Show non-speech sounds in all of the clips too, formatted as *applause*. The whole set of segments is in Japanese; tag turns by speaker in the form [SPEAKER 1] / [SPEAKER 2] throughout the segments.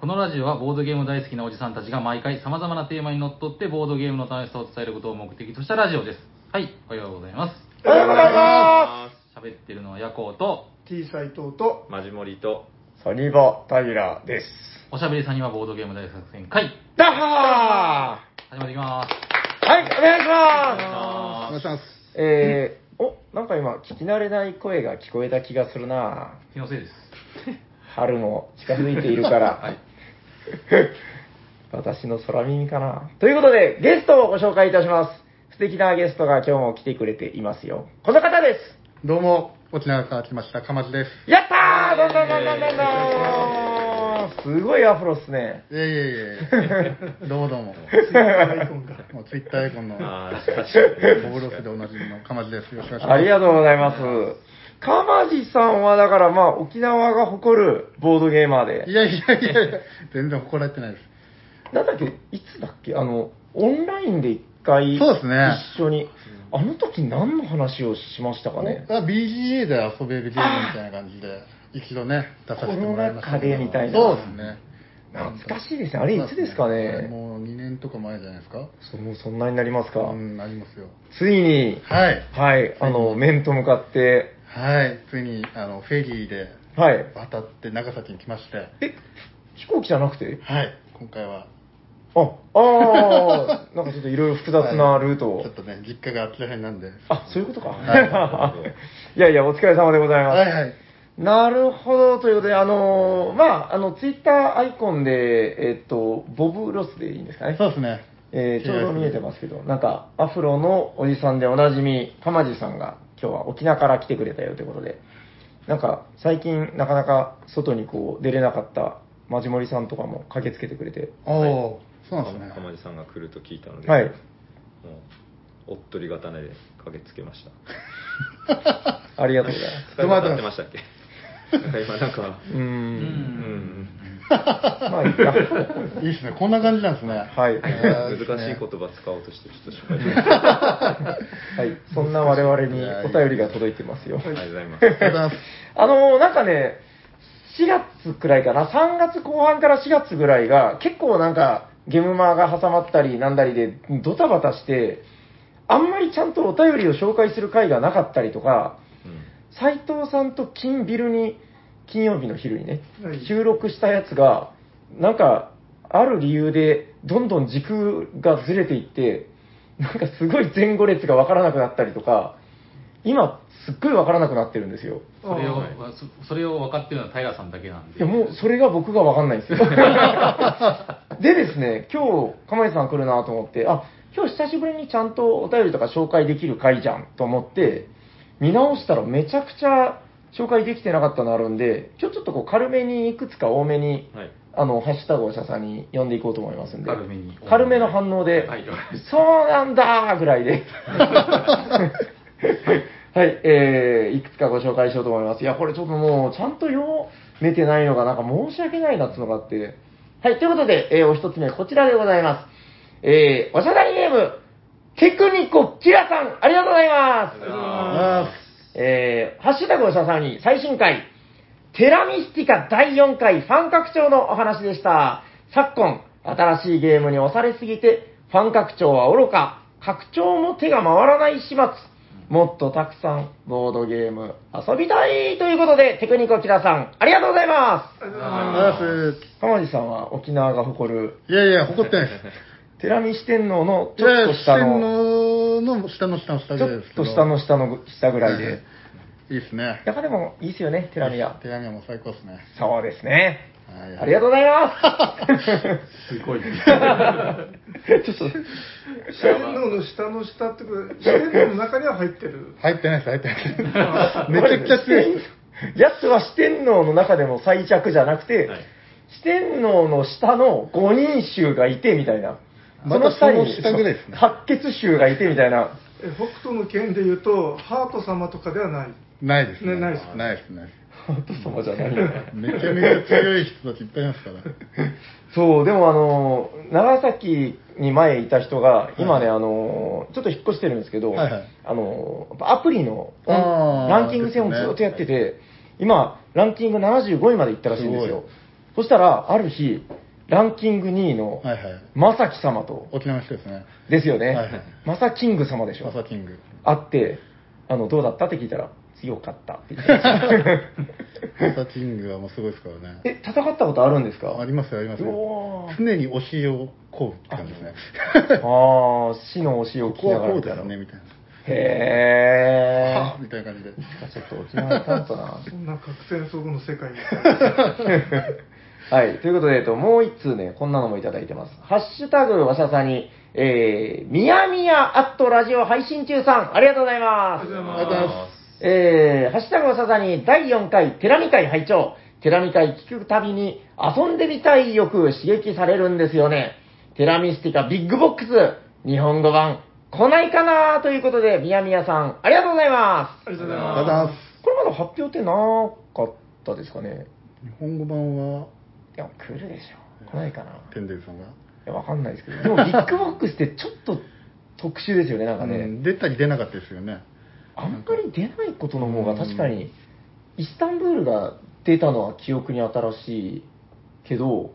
[SPEAKER 1] このラジオはボードゲーム大好きなおじさんたちが毎回様々なテーマにのっとってボードゲームの楽しさを伝えることを目的としたラジオです。はい、おはようございます。
[SPEAKER 2] おはようございま
[SPEAKER 1] 喋ってるのはヤコウと、
[SPEAKER 2] す T 斎藤と
[SPEAKER 3] マジモリと、
[SPEAKER 4] サニバ・タイラーです。
[SPEAKER 1] おしゃべりさんにはボードゲーム大作戦会、
[SPEAKER 4] ダッハ
[SPEAKER 1] 始まっていきます。
[SPEAKER 4] ーはい、お願いしま
[SPEAKER 2] お願いします
[SPEAKER 4] すえー、お、なんか今、聞き慣れない声が聞こえた気がするな
[SPEAKER 1] 気のせいです。
[SPEAKER 4] 春も近づいているから。私の空耳かなということで、ゲストをご紹介いたします。素敵なゲストが今日も来てくれていますよ。この方で
[SPEAKER 2] どうも沖縄から来ましたかまじ
[SPEAKER 4] *laughs*
[SPEAKER 2] です
[SPEAKER 4] すやったーどんどんどんどんどんどんすごいアフロっすね。
[SPEAKER 2] いえいえいえどうもどうもツイッターアイコンがもうツイッターアイコンの
[SPEAKER 3] あー確かに
[SPEAKER 2] ボブロスでおなじみのかまじですよろしくお願いします
[SPEAKER 4] ありがとうございます。かまじさんは、だからまあ、沖縄が誇るボードゲーマー
[SPEAKER 2] い
[SPEAKER 4] で、
[SPEAKER 2] やいやいやいや全然誇られてないです
[SPEAKER 4] なんだっけ、いつだっけ、あの、オンラインで一回、
[SPEAKER 2] そうですね
[SPEAKER 4] 一緒に、あの時何の話をしましたかね。
[SPEAKER 2] あ BGA で遊べるゲームみたいな感じで一度ね出させてもらいましたけど
[SPEAKER 4] コロナ禍でみたいな
[SPEAKER 2] そうですね
[SPEAKER 4] 懐かしいですね。あれ、いつですか
[SPEAKER 2] あれ
[SPEAKER 4] ね。
[SPEAKER 2] もう2年とか前じゃないですか
[SPEAKER 4] そうもうそんなになりますか。
[SPEAKER 2] うんありますよ
[SPEAKER 4] ついに、
[SPEAKER 2] はい
[SPEAKER 4] はい、あの、面と向かって、
[SPEAKER 2] はいついにあのフェリーで
[SPEAKER 4] はい。
[SPEAKER 2] 渡って長崎に来まして
[SPEAKER 4] え、飛行機じゃなくて
[SPEAKER 2] はい今回は
[SPEAKER 4] あ、あ
[SPEAKER 2] *laughs*
[SPEAKER 4] ー、なんかちょっといろいろ複雑なルートを。
[SPEAKER 2] ちょっとね実家があっちらへんなんで
[SPEAKER 4] あ、そういうことか。、
[SPEAKER 2] はい
[SPEAKER 4] *laughs* やいや、お疲れ様でございます。
[SPEAKER 2] はいはい
[SPEAKER 4] なるほど。ということで、あのーまあ、あの、ツイッターアイコンで、えっと、ボブロスでいいんですかね。
[SPEAKER 2] そうですね
[SPEAKER 4] えーちょうど見えてますけど、なんか、アフロのおじさんでおなじみ、かまじさんが、今日は沖縄から来てくれたよということで、なんか、最近、なかなか外にこう、出れなかった、まじもりさんとかも駆けつけてくれて、
[SPEAKER 2] おおーそうなんです
[SPEAKER 3] かま
[SPEAKER 2] ね
[SPEAKER 3] じさんが来ると聞いたので、
[SPEAKER 4] はい。
[SPEAKER 3] もう、おっとり刀で駆けつけました。
[SPEAKER 4] ありがとうございま
[SPEAKER 3] 使い方合ってましたっけ *laughs* なんか今なんか、
[SPEAKER 4] す。うー。
[SPEAKER 1] うん
[SPEAKER 3] うん、
[SPEAKER 4] まあ、いいか。
[SPEAKER 2] いいですねこんな感じなんですね
[SPEAKER 4] はい
[SPEAKER 2] や
[SPEAKER 3] 難しい
[SPEAKER 2] ーですね
[SPEAKER 3] 言葉使おうとして、ちょっと失敗しまし
[SPEAKER 4] はい、そんな我々にお便りが届いてますよ
[SPEAKER 3] た。。ありがとうございます。
[SPEAKER 2] ありがとうございます
[SPEAKER 4] あのーなんかね、4月くらいかな、3月後半から4月ぐらいが、結構なんか、ゲムマーが挟まったりなんだりで、ドタバタして、あんまりちゃんとお便りを紹介する回がなかったりとか、斉藤さんと金ビルに、金曜日の昼にね、
[SPEAKER 2] はい
[SPEAKER 4] 収録したやつが、なんか、ある理由で、どんどん時空がずれていって、なんかすごい前後列がわからなくなったりとか、今、すっごいわからなくなってるんですよ。
[SPEAKER 1] それを
[SPEAKER 2] はい、
[SPEAKER 1] そそれを分かってるのはタイガーさんだけなん
[SPEAKER 4] い
[SPEAKER 1] で。
[SPEAKER 4] や、もうそれが僕がわかん
[SPEAKER 1] *laughs*
[SPEAKER 4] ないんですよ。でですね、今日、釜石さん来るなと思って、あ、今日久しぶりにちゃんとお便りとか紹介できる回じゃんと思って、見直したらめちゃくちゃ紹介できてなかったのあるんで、今日ちょっとこう軽めにいくつか多めに、
[SPEAKER 3] はい。
[SPEAKER 4] あの、ハッシュタグを社さんに呼んでいこうと思いますんで。
[SPEAKER 1] 軽めに
[SPEAKER 4] 軽めの反応で。
[SPEAKER 1] はい
[SPEAKER 4] そうなんだーぐらいで。はい、えー、いくつかご紹介しようと思います。いや、これちょっともう、ちゃんと読めてないのが、なんか申し訳ないなってのがあって。はい、ということで、えー、お一つ目、こちらでございます。えー、おしゃべりゲーム、テクニコキラさん、ありがとうございます。
[SPEAKER 3] あ
[SPEAKER 4] えー、ハッシュタグおしゃさんに最新回、テラミスティカ第4回ファン拡張のお話でした。昨今、新しいゲームに押されすぎて、ファン拡張は愚か、拡張も手が回らない始末。もっとたくさんボードゲーム遊びたいということで、テクニコキラさん、ありがとうございま。
[SPEAKER 2] ありがとうございます
[SPEAKER 4] 浜地さんは沖縄が誇る、
[SPEAKER 2] すいやいや誇ってないです
[SPEAKER 4] テラミ四天王の
[SPEAKER 2] い
[SPEAKER 4] *laughs* ち
[SPEAKER 2] やい
[SPEAKER 4] ょっと
[SPEAKER 2] や
[SPEAKER 4] 下の、
[SPEAKER 2] 四天王の下の下の下
[SPEAKER 4] ち
[SPEAKER 2] ぐらい
[SPEAKER 4] ょっ
[SPEAKER 2] ですけど
[SPEAKER 4] と下の下の下ぐらいで。
[SPEAKER 2] いいですね
[SPEAKER 4] やっぱでもいいですよね、テラミは。
[SPEAKER 2] 手紙はもう最高ですね
[SPEAKER 4] そうですね。
[SPEAKER 2] はい
[SPEAKER 4] ありがとうございます
[SPEAKER 1] ごい。
[SPEAKER 4] *laughs* すちょっと、
[SPEAKER 5] 四天王の下の下ってことで、四天王の中には入ってる。
[SPEAKER 2] 入ってないです入ってないですめちゃくちゃ強いです
[SPEAKER 4] やつは四天王の中でも最弱じゃなくて、
[SPEAKER 3] はい
[SPEAKER 4] 四天王の下の五人衆がいてみたいな。
[SPEAKER 2] またその下ぐらいですね
[SPEAKER 4] 白血衆がいてみた
[SPEAKER 2] *laughs*
[SPEAKER 4] いな。
[SPEAKER 5] え北斗の剣で言うと、ハート様とかではない。
[SPEAKER 2] ないですね。
[SPEAKER 5] ねないですね
[SPEAKER 2] ないですね。
[SPEAKER 4] ハート様じゃないよね
[SPEAKER 2] めちゃめちゃ強い人たちいっぱいいますから。
[SPEAKER 4] そう、でもあの、長崎に前いた人が、今ね、
[SPEAKER 2] は
[SPEAKER 4] あの、ちょっと引っ越してるんですけど、
[SPEAKER 2] はいはい
[SPEAKER 4] あの、やっぱアプリの
[SPEAKER 2] あー
[SPEAKER 4] ランキング戦をずっとやってて、今、ランキング75位まで行ったらしいんですよ。そしたら、ある日、ランキング2位の
[SPEAKER 2] はいはい。
[SPEAKER 4] まさき様と、
[SPEAKER 2] 沖縄の人ですね。
[SPEAKER 4] ですよね、
[SPEAKER 2] はいはい
[SPEAKER 4] まさキング様でしょ
[SPEAKER 2] マ、サキング。
[SPEAKER 4] 会って、あのどうだったって聞いたら、強かったって
[SPEAKER 2] *laughs*
[SPEAKER 4] 言 *laughs* ってました。
[SPEAKER 2] マサキングはもうすごいですからね。
[SPEAKER 4] え、戦ったことあるんですか
[SPEAKER 2] ありますよ、あります
[SPEAKER 4] お
[SPEAKER 2] よ
[SPEAKER 4] ー。
[SPEAKER 2] 常に推しをこうって感じですね。
[SPEAKER 4] *laughs* ああ、死の推しを
[SPEAKER 2] こ
[SPEAKER 4] 聞き
[SPEAKER 2] こ
[SPEAKER 4] な
[SPEAKER 2] は
[SPEAKER 4] がら
[SPEAKER 2] こう
[SPEAKER 4] みた
[SPEAKER 2] で
[SPEAKER 4] いな。
[SPEAKER 2] すね、みたいな。
[SPEAKER 4] へ
[SPEAKER 2] はぁみたいな感じで。
[SPEAKER 4] え。ちょっと沖縄担当な。
[SPEAKER 5] そんな核戦争後の世界みたいな。
[SPEAKER 4] はい。ということで、えっと、もう一通ね、こんなのもいただいてます。ハッシュタグ、わしゃさんに、えー、みやみやアットラジオ配信中さん、ありがとうございます。
[SPEAKER 5] ありがとうございま
[SPEAKER 4] えー、ハッシュタグをささに第4回テラミ会拝聴テラミ会聞くたびに遊んでみたい欲刺激されるんですよね。テラミスティカビッグボックス、日本語版、来ないかなということで、みやみやさん、ありがとうございま
[SPEAKER 5] ありがとうござい
[SPEAKER 2] ありがとうござい
[SPEAKER 5] ま。
[SPEAKER 2] ますす。
[SPEAKER 4] す。これまだ発表ってなかったですかね
[SPEAKER 2] 日本語版は、
[SPEAKER 4] いや、来るでしょ。来ないかな。い
[SPEAKER 2] 天ンさんが。
[SPEAKER 4] や、わかんないですけど。でも、ビッグボックスってちょっと特殊ですよね、なんかね。
[SPEAKER 2] うん出たり出なかったですよね。
[SPEAKER 4] あんまり出ないことの方が確かに、イスタンブールが出たのは記憶に新しいけど、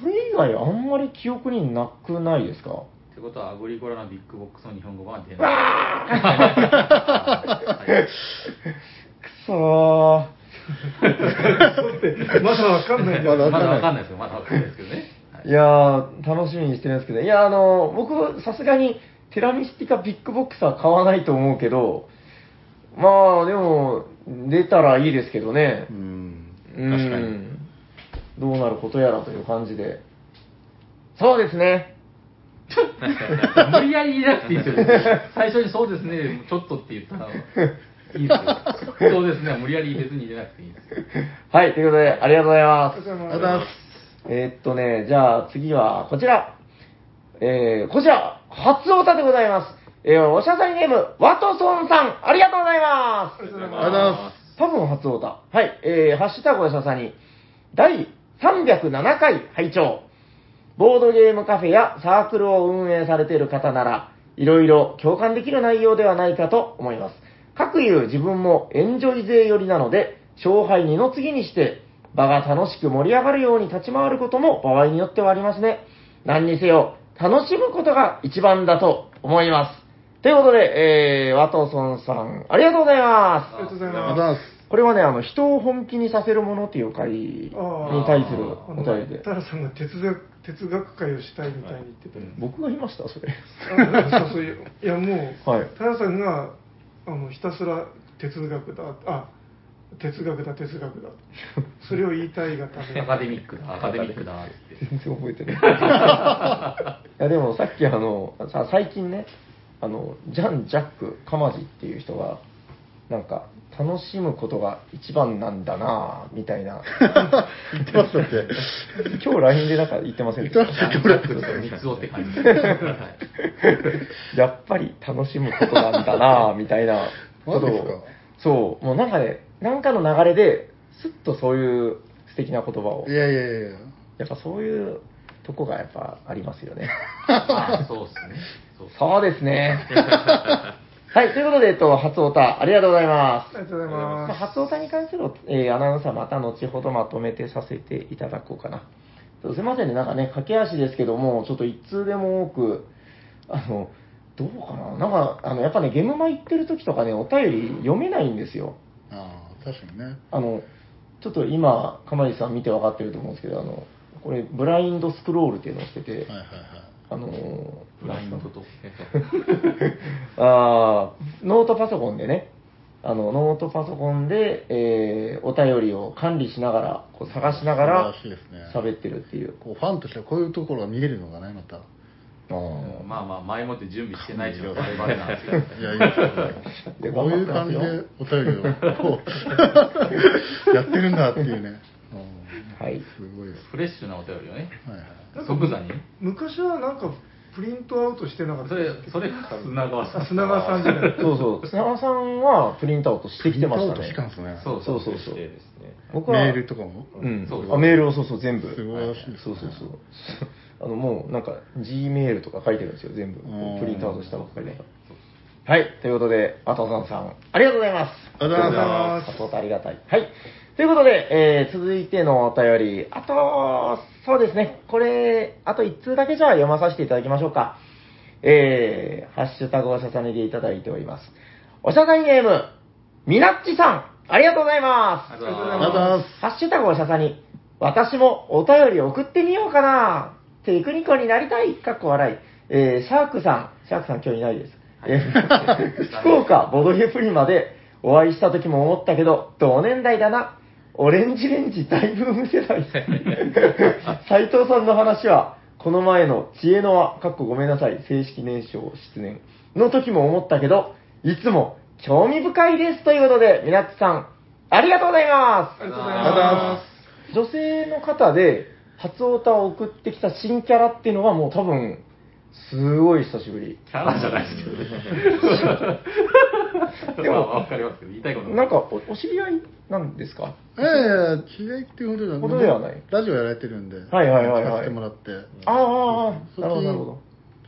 [SPEAKER 4] それ以外あんまり記憶になくないですか
[SPEAKER 1] ってことは、アグリコラのビッグボックスの日本語版は出ない。
[SPEAKER 4] くそー。
[SPEAKER 5] まだわかんないんだ
[SPEAKER 2] まだ
[SPEAKER 1] ま
[SPEAKER 2] わ
[SPEAKER 1] だ
[SPEAKER 2] かん
[SPEAKER 1] わかんな
[SPEAKER 2] ない
[SPEAKER 1] いですよ。まだわかんないですけどね。はい
[SPEAKER 4] いやー、楽しみにしてるんですけど、いやー、あのー僕、さすがに、テラミスティカビッグボックスは買わないと思うけど、まあ、でも、出たらいいですけどね
[SPEAKER 2] う。ん。確
[SPEAKER 4] う
[SPEAKER 2] かに。
[SPEAKER 4] ん。どうなることやらという感じで。そうですね。
[SPEAKER 1] *laughs* 無理やり言いなくていいですよ。最初にそうですね、ちょっとって言ったら、いいですよ。そうですね、無理やり別に入れなくていいですよ。
[SPEAKER 4] *laughs* はい、ということで、ありがとうございま
[SPEAKER 5] ありが
[SPEAKER 4] す。
[SPEAKER 5] とうご
[SPEAKER 2] あり
[SPEAKER 5] ざ
[SPEAKER 2] が
[SPEAKER 5] い
[SPEAKER 2] とうご
[SPEAKER 5] ま
[SPEAKER 2] ざい
[SPEAKER 5] す
[SPEAKER 2] ます。
[SPEAKER 4] えーっとね、じゃあ次はこちら。えー、こちら、初オタでございます。えー、おしゃさりネーム、ワトソンさん、ありがとうございま
[SPEAKER 5] ありがとうご
[SPEAKER 4] す。
[SPEAKER 5] ざい
[SPEAKER 2] ありがとうござい
[SPEAKER 5] ま
[SPEAKER 2] ます。
[SPEAKER 4] 多分初オタ。はい、えー、ハッシュタグおしゃさに、第307回拝聴ボードゲームカフェやサークルを運営されている方なら、いろいろ共感できる内容ではないかと思います。各有自分もエンジョイ勢寄りなので、勝敗2の次にして、場が楽しく盛り上がるように立ち回ることも場合によってはありますね。何にせよ、楽しむことが一番だと思います。ということで、えー、ワトソンさん、ありがとうございます
[SPEAKER 5] あり。がとうござい
[SPEAKER 2] ありがとうご
[SPEAKER 5] ます。
[SPEAKER 2] ざいます。
[SPEAKER 4] これはね、あの、人を本気にさせるものっていう会に対する
[SPEAKER 5] あ
[SPEAKER 4] お便り
[SPEAKER 5] の
[SPEAKER 4] で
[SPEAKER 5] タ。ラさんが哲学哲学会をしたいみたいに言ってたよ
[SPEAKER 4] 僕が言いましたそれ。 *laughs*
[SPEAKER 5] あそうそういういやもう、
[SPEAKER 4] はい
[SPEAKER 5] タラさんがあのひたすら哲学だあ哲学だ哲学だそれを言いたいがため
[SPEAKER 1] アカデミックだ、アカデミックだ、って言って。
[SPEAKER 4] 全然覚えてない。いや、でもさっきあの、さ最近ね、あの、ジャン・ジャック・カマジっていう人が、なんか、楽しむことが一番なんだなぁ、みたいな。
[SPEAKER 2] *laughs* 言ってましたって。
[SPEAKER 4] *laughs* 今日 LINE でなんか言ってませんでした
[SPEAKER 2] 言ってまし
[SPEAKER 1] ジャンジャックと三つって感じです。はい
[SPEAKER 4] *laughs* やっぱり楽しむことなんだな
[SPEAKER 2] *laughs*
[SPEAKER 4] ぁ、みたいなこと
[SPEAKER 2] マジですか
[SPEAKER 4] を。そう、もうなんかね、なんかの流れで、すっとそういう素敵な言葉を
[SPEAKER 2] い。やいやいやいや。
[SPEAKER 4] やっぱそういうとこがやっぱありますよね。 *laughs*
[SPEAKER 1] あそうですね。そう
[SPEAKER 4] そうですね。
[SPEAKER 2] *laughs*
[SPEAKER 4] はい、ということで、えっと、初オタ、ありがとうございま
[SPEAKER 5] あ
[SPEAKER 4] す。
[SPEAKER 5] りがとうござい
[SPEAKER 4] まあ
[SPEAKER 5] ます
[SPEAKER 4] 初オタに関する、えーアナウンサーまた後ほどまとめてさせていただこうかな。そうすいませんね、なんかね、駆け足ですけども、ちょっと一通でも多く、あの、どうかななんか、あの、やっぱね、ゲームマ行ってる時とかね、お便り読めないんですよ。
[SPEAKER 2] ああ、確かにね。
[SPEAKER 4] あの、ちょっと今、かまりさん見て分かってると思うんですけど、あの、これ、ブラインドスクロールっていうのをしてて、
[SPEAKER 2] はいはい
[SPEAKER 4] あのー
[SPEAKER 1] ブラインドと。
[SPEAKER 4] *laughs* あーノートパソコンでね、あの、ノートパソコンで、えーお便りを管理しながら、こう探しながら
[SPEAKER 2] 素晴らしいですね、
[SPEAKER 4] 喋ってるっていう。
[SPEAKER 2] こうファンとしてはこういうところが見れるのがね、また。
[SPEAKER 4] あー
[SPEAKER 1] まあまあ、前もって準備してないっていうのはバレバレなんですけど。
[SPEAKER 2] いや、いいです
[SPEAKER 4] で
[SPEAKER 2] ね。こういう感じでお便りをこう
[SPEAKER 4] *laughs*
[SPEAKER 2] やってるんだっていうね。うん
[SPEAKER 4] はい
[SPEAKER 2] すごいよ。
[SPEAKER 1] フレッシュなお便りをね。
[SPEAKER 2] はいはい。
[SPEAKER 1] 即座に。
[SPEAKER 5] 昔はなんかプリントアウトしてなかった
[SPEAKER 1] それ、それが砂川さ
[SPEAKER 5] あ
[SPEAKER 1] ん。
[SPEAKER 5] 砂川さんじゃない
[SPEAKER 4] そうそう、砂川さんはプリントアウトしてきてました
[SPEAKER 2] プリ
[SPEAKER 4] ね
[SPEAKER 2] ント。アウトしたんですね。
[SPEAKER 1] そう
[SPEAKER 4] そうそうそう。
[SPEAKER 3] でですね。
[SPEAKER 4] 僕は、
[SPEAKER 2] メールとかも。
[SPEAKER 4] うん、
[SPEAKER 1] そう
[SPEAKER 4] あメールをそうそう、全部。
[SPEAKER 2] すごいらしいです
[SPEAKER 4] そう
[SPEAKER 2] ね
[SPEAKER 4] そうそう。 *laughs* あの、もうなんか、G メールとか書いてるんですよ、全部。
[SPEAKER 2] うん
[SPEAKER 4] プリントアウトしたばっかりだから。はい、ということで、アトさんさん、ありがとうございます。
[SPEAKER 2] ありがとうござい
[SPEAKER 5] ありがとうござい
[SPEAKER 2] ま
[SPEAKER 5] ます
[SPEAKER 4] サポートありがたい。はい。ということで、えー、続いてのお便り、あと、そうですね、これ、あと1通だけじゃあ読まさせていただきましょうか。えー、ハッシュタグをささねでいただいております。おしゃさにネーム、みなっちさん、ありがとうございます。
[SPEAKER 1] ありがとうござ
[SPEAKER 2] あ
[SPEAKER 1] い
[SPEAKER 2] りがとうござい
[SPEAKER 1] ま
[SPEAKER 2] ます。
[SPEAKER 4] ハッシュタグをささに、私もお便り送ってみようかな。テクニコになりたい、かっこ笑い。えーシャークさん、シャークさん今日いないです。えー福岡ボドゲプリマでお会いした時も思ったけど、同年代だな。オレンジレンジ大ブーム世代。斉藤さんの話は、この前の知恵の輪、かっこごめんなさい、正式年称失念の時も思ったけど、いつも興味深いですということで、みなっちさん、ありがとうございます
[SPEAKER 5] ありがとうござい
[SPEAKER 2] ありがとうござい
[SPEAKER 5] ま。
[SPEAKER 2] ます
[SPEAKER 4] 女性の方で初オタを送ってきた新キャラっていうのはもう多分すごい久しぶり
[SPEAKER 1] す。キャラじゃないですけどね。
[SPEAKER 4] で
[SPEAKER 1] で
[SPEAKER 4] も
[SPEAKER 1] も、わかりますけど、言いたいこと
[SPEAKER 4] なんかおお知り合いなんですか
[SPEAKER 2] いやいやいや、嫌いっていうほどじゃ
[SPEAKER 4] ほどではない
[SPEAKER 2] ラジオやられてるんで、
[SPEAKER 4] はいはいはいはい
[SPEAKER 2] 聞かせてもらって。
[SPEAKER 4] ああああ
[SPEAKER 2] そっち
[SPEAKER 4] なるほどなるほど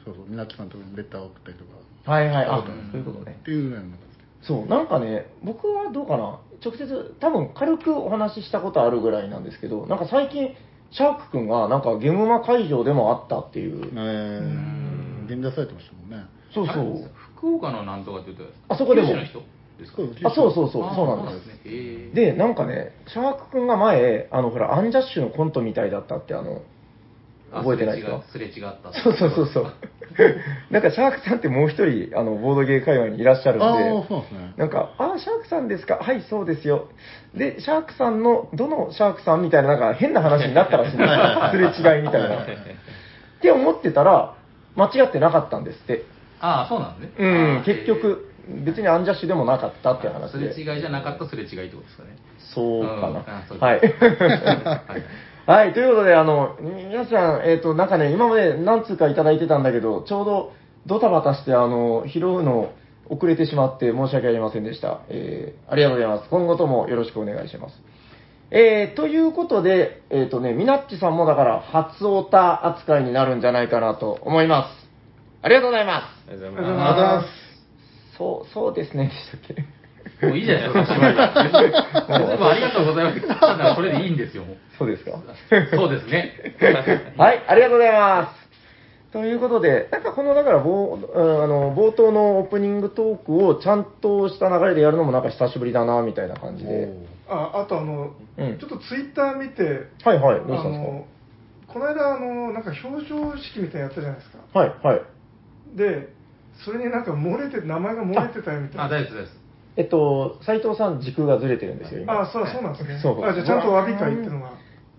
[SPEAKER 2] そうそう、みなっちさんのとこにレターを送ったりとか。
[SPEAKER 4] はいはいあ
[SPEAKER 2] うん
[SPEAKER 4] そういうことね
[SPEAKER 2] っていうぐらいのなんですけ
[SPEAKER 4] そうなんかね僕はどうかな直接多分軽くお話ししたことあるぐらいなんですけどなんか最近シャークくんがなんかゲムマ会場でもあったっていう
[SPEAKER 2] ど。えー、現出されてましたもんね。
[SPEAKER 4] そうそ
[SPEAKER 1] あれ
[SPEAKER 4] う
[SPEAKER 1] 福岡のなんとかって言ってた
[SPEAKER 4] あそこでも
[SPEAKER 1] 九州の人ですか
[SPEAKER 2] そう
[SPEAKER 4] あそうそうそうそうなんです
[SPEAKER 1] ね。へー
[SPEAKER 4] で、なんかね、シャークくんが前、あの、ほら、アンジャッシュのコントみたいだったって、あの、
[SPEAKER 1] あ
[SPEAKER 4] 覚えてないですか
[SPEAKER 1] すれ違すれ違った。
[SPEAKER 4] そうそうそう *laughs* そう。なんか、シャークさんってもう一人、あの、ボードゲー界隈にいらっしゃるん
[SPEAKER 2] ああ、
[SPEAKER 4] で、
[SPEAKER 2] そうなんですね。
[SPEAKER 4] なんか、ああ、シャークさんですかはい、そうですよ。で、シャークさんの、どのシャークさんみたいな、なんか変な話になったらしいんですよすれ違いみたいな。って思ってたら、間違ってなかったんですって。
[SPEAKER 1] ああ、そうなんですね。
[SPEAKER 4] うん
[SPEAKER 1] あ、ー
[SPEAKER 4] 結局、別にアンジャッシュでもなかったっていう話
[SPEAKER 1] すれ
[SPEAKER 4] で。
[SPEAKER 1] 違いじゃなかったすれ違いってことですかね。
[SPEAKER 4] そうか
[SPEAKER 1] うん
[SPEAKER 4] な
[SPEAKER 1] あ。そう
[SPEAKER 4] はい。
[SPEAKER 1] *laughs*
[SPEAKER 4] はい、ということで、あの、皆さん、えっ、と、なんかね、今まで何通かいただいてたんだけど、ちょうどドタバタして、あの、拾うの遅れてしまって申し訳ありませんでした。えー、ありがとうございます。今後ともよろしくお願いします。えー、ということで、えっ、とね、みなっちさんもだから、初オタ扱いになるんじゃないかなと思います。ありがとうございま
[SPEAKER 3] ありがとう
[SPEAKER 5] あ
[SPEAKER 3] ご
[SPEAKER 5] り
[SPEAKER 3] ざ
[SPEAKER 5] がと
[SPEAKER 3] いう
[SPEAKER 5] ご
[SPEAKER 3] ま
[SPEAKER 5] ざいます。
[SPEAKER 4] す。そう、そうですね、でしたっけ。
[SPEAKER 1] もういいじゃないですか、それは別にもうありがとうございます。ただ、それでいいんですよ、もう。
[SPEAKER 4] そうです *laughs* か。
[SPEAKER 1] そうですね。
[SPEAKER 4] はい、ありがとうございます。ということで、なんかこの、だから冒、うんあの、冒頭のオープニングトークをちゃんとした流れでやるのもなんか久しぶりだな、みたいな感じで。
[SPEAKER 5] ああとあの、
[SPEAKER 4] うん
[SPEAKER 5] ちょっとツイッター見て、
[SPEAKER 4] はいはい、
[SPEAKER 5] あ
[SPEAKER 4] どうしたんで
[SPEAKER 5] のこの間あの、なんか表彰式みたいなのやったじゃないですか。
[SPEAKER 4] すかはいはい。
[SPEAKER 5] で、それになんか漏れて、名前が漏れてたよみた
[SPEAKER 1] あ、
[SPEAKER 5] いな。
[SPEAKER 1] 大丈夫です。
[SPEAKER 4] えっと、斉藤さん時空がずれてるんですよ、今。
[SPEAKER 5] あ、そうそうなんですね。
[SPEAKER 4] そう
[SPEAKER 5] あじゃあちゃんと詫び会っていうのが。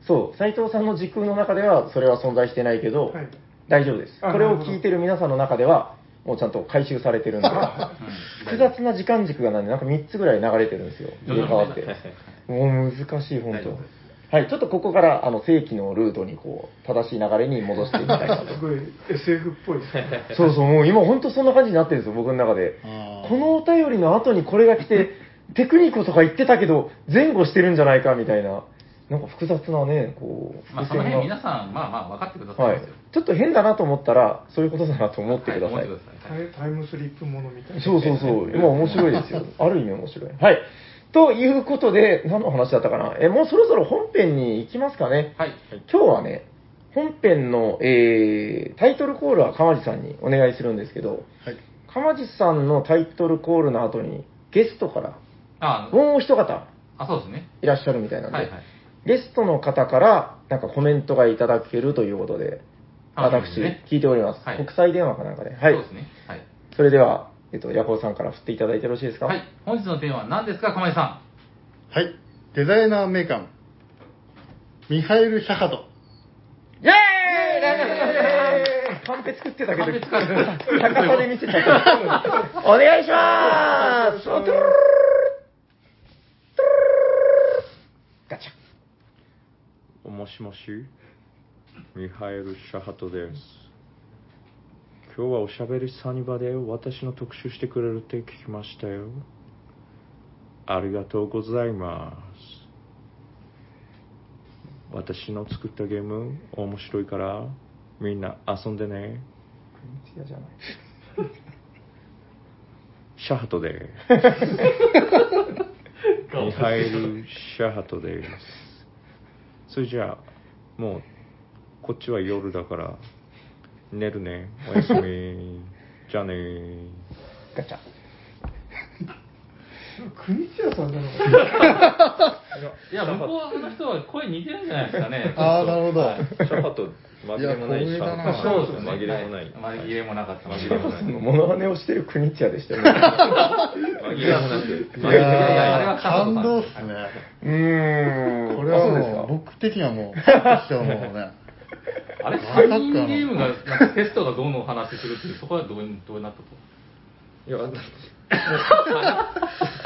[SPEAKER 4] そう、斉藤さんの時空の中ではそれは存在してないけど、
[SPEAKER 5] はい
[SPEAKER 4] 大丈夫です。
[SPEAKER 5] あ
[SPEAKER 4] これ
[SPEAKER 5] な
[SPEAKER 4] を
[SPEAKER 5] るほど
[SPEAKER 4] 聞いてる皆さんの中では、もうちゃんと回収されて *laughs* るんで、複雑な時間軸がなんで、なんか3つぐらい流れてるんですよ、
[SPEAKER 1] 徐
[SPEAKER 4] 入れ
[SPEAKER 1] 々
[SPEAKER 4] 替
[SPEAKER 1] に *laughs*
[SPEAKER 4] わって。もう難しい、本
[SPEAKER 1] 大丈夫です
[SPEAKER 4] 当。はい、ちょっとここから、あの、正規のルートに、こう、正しい流れに戻していきたいな
[SPEAKER 1] *laughs*
[SPEAKER 4] と。
[SPEAKER 5] すごい SF っぽいですね。
[SPEAKER 4] そうそう、もう今本当そんな感じになってるんですよ、僕の中で。
[SPEAKER 2] あー
[SPEAKER 4] このお便りの後にこれが来て、テクニコとか言ってたけど、前後してるんじゃないか、みたいな。なんか複雑なね、こう、
[SPEAKER 1] まあ、そ
[SPEAKER 4] 伏
[SPEAKER 1] の
[SPEAKER 4] 線が
[SPEAKER 1] 辺皆さん、まあまあ、分かってくださ
[SPEAKER 4] はいい
[SPEAKER 1] ですよ。。
[SPEAKER 4] ちょっと変だなと思ったら、そういうことだなと思ってくださ。
[SPEAKER 1] はい思ってくださ
[SPEAKER 5] タ
[SPEAKER 1] い。
[SPEAKER 5] イタイムスリップものみたいな。
[SPEAKER 4] そうそう
[SPEAKER 1] *laughs*
[SPEAKER 4] そう。今面白いですよ。ある意味面白い。はい。ということで、何の話だったかな。え、もうそろそろ本編に行きますかね。
[SPEAKER 1] はい。
[SPEAKER 4] 今日はね、本編の、えー、タイトルコールは釜地さんにお願いするんですけど、
[SPEAKER 2] はい。
[SPEAKER 4] 釜地さんのタイトルコールの後に、ゲストから、
[SPEAKER 1] あ、
[SPEAKER 4] もう一方
[SPEAKER 1] あそうですね。
[SPEAKER 4] いらっしゃるみたいなんで、
[SPEAKER 1] はいはい。
[SPEAKER 4] ゲストの方から、なんかコメントがいただけるということで、
[SPEAKER 1] あそうで
[SPEAKER 4] 私
[SPEAKER 1] すね、
[SPEAKER 4] 聞いております。
[SPEAKER 1] はい
[SPEAKER 4] 国際電話かなんかで。はい
[SPEAKER 1] そう。ですね。はい。
[SPEAKER 4] それでは、えっと、ヤコウさんから振っていただいてよろしいですか
[SPEAKER 1] はい。本日のテーマは何ですか、釜井さ
[SPEAKER 2] はい。デザイナー名鑑。ミハイル・シャハト。
[SPEAKER 4] イェーイカンペ作ってたけど、
[SPEAKER 1] カンペ作ってた
[SPEAKER 4] *laughs* 高さで見せちゃった。お願いしますトゥルルルルルルガチャ。
[SPEAKER 3] す。もしもし、ミハイル・シャハトです。今日はおしゃべりサニバで私の特集してくれるって聞きましたよ。ありがとうございます。私の作ったゲーム面白いからみんな遊んでね。
[SPEAKER 4] 違うじゃ
[SPEAKER 3] *laughs*
[SPEAKER 4] ない
[SPEAKER 3] シャハトで。
[SPEAKER 1] ん。
[SPEAKER 3] ミハイル・シャハトです。それじゃあ、もう、こっちは夜だから、寝るね。おやすみ。じゃあね
[SPEAKER 4] ガチャ。
[SPEAKER 5] 国千代さんなのかな
[SPEAKER 1] いや、向こうの人は声似てるんじゃないですかね。
[SPEAKER 2] *laughs* ああ、なるほど。
[SPEAKER 3] シャハト、紛れもない
[SPEAKER 2] いや光栄
[SPEAKER 3] し、
[SPEAKER 2] だな
[SPEAKER 3] シャ
[SPEAKER 1] そうで
[SPEAKER 3] ハト
[SPEAKER 1] すね。
[SPEAKER 3] 紛れもない。
[SPEAKER 1] は紛れもなかった。
[SPEAKER 3] 紛れもない
[SPEAKER 4] モノマネをしてる国千代でしたよ *laughs* ね。
[SPEAKER 3] 紛れもなく。
[SPEAKER 2] い
[SPEAKER 1] いやいやいやあれ
[SPEAKER 2] や
[SPEAKER 1] は
[SPEAKER 2] ー感
[SPEAKER 1] 感
[SPEAKER 2] 動
[SPEAKER 1] 動
[SPEAKER 2] っ
[SPEAKER 1] っ
[SPEAKER 2] す
[SPEAKER 1] す
[SPEAKER 2] ね。
[SPEAKER 4] うーん。
[SPEAKER 2] これは
[SPEAKER 4] あ
[SPEAKER 2] もう、
[SPEAKER 4] そうで
[SPEAKER 2] 僕的には *laughs* もう、師匠もうね、
[SPEAKER 1] あれ、
[SPEAKER 2] まさかの
[SPEAKER 1] 3人ゲームが、なんかテストがどうのお話するっていう、そこはどうにどうなったと。
[SPEAKER 3] いや、だって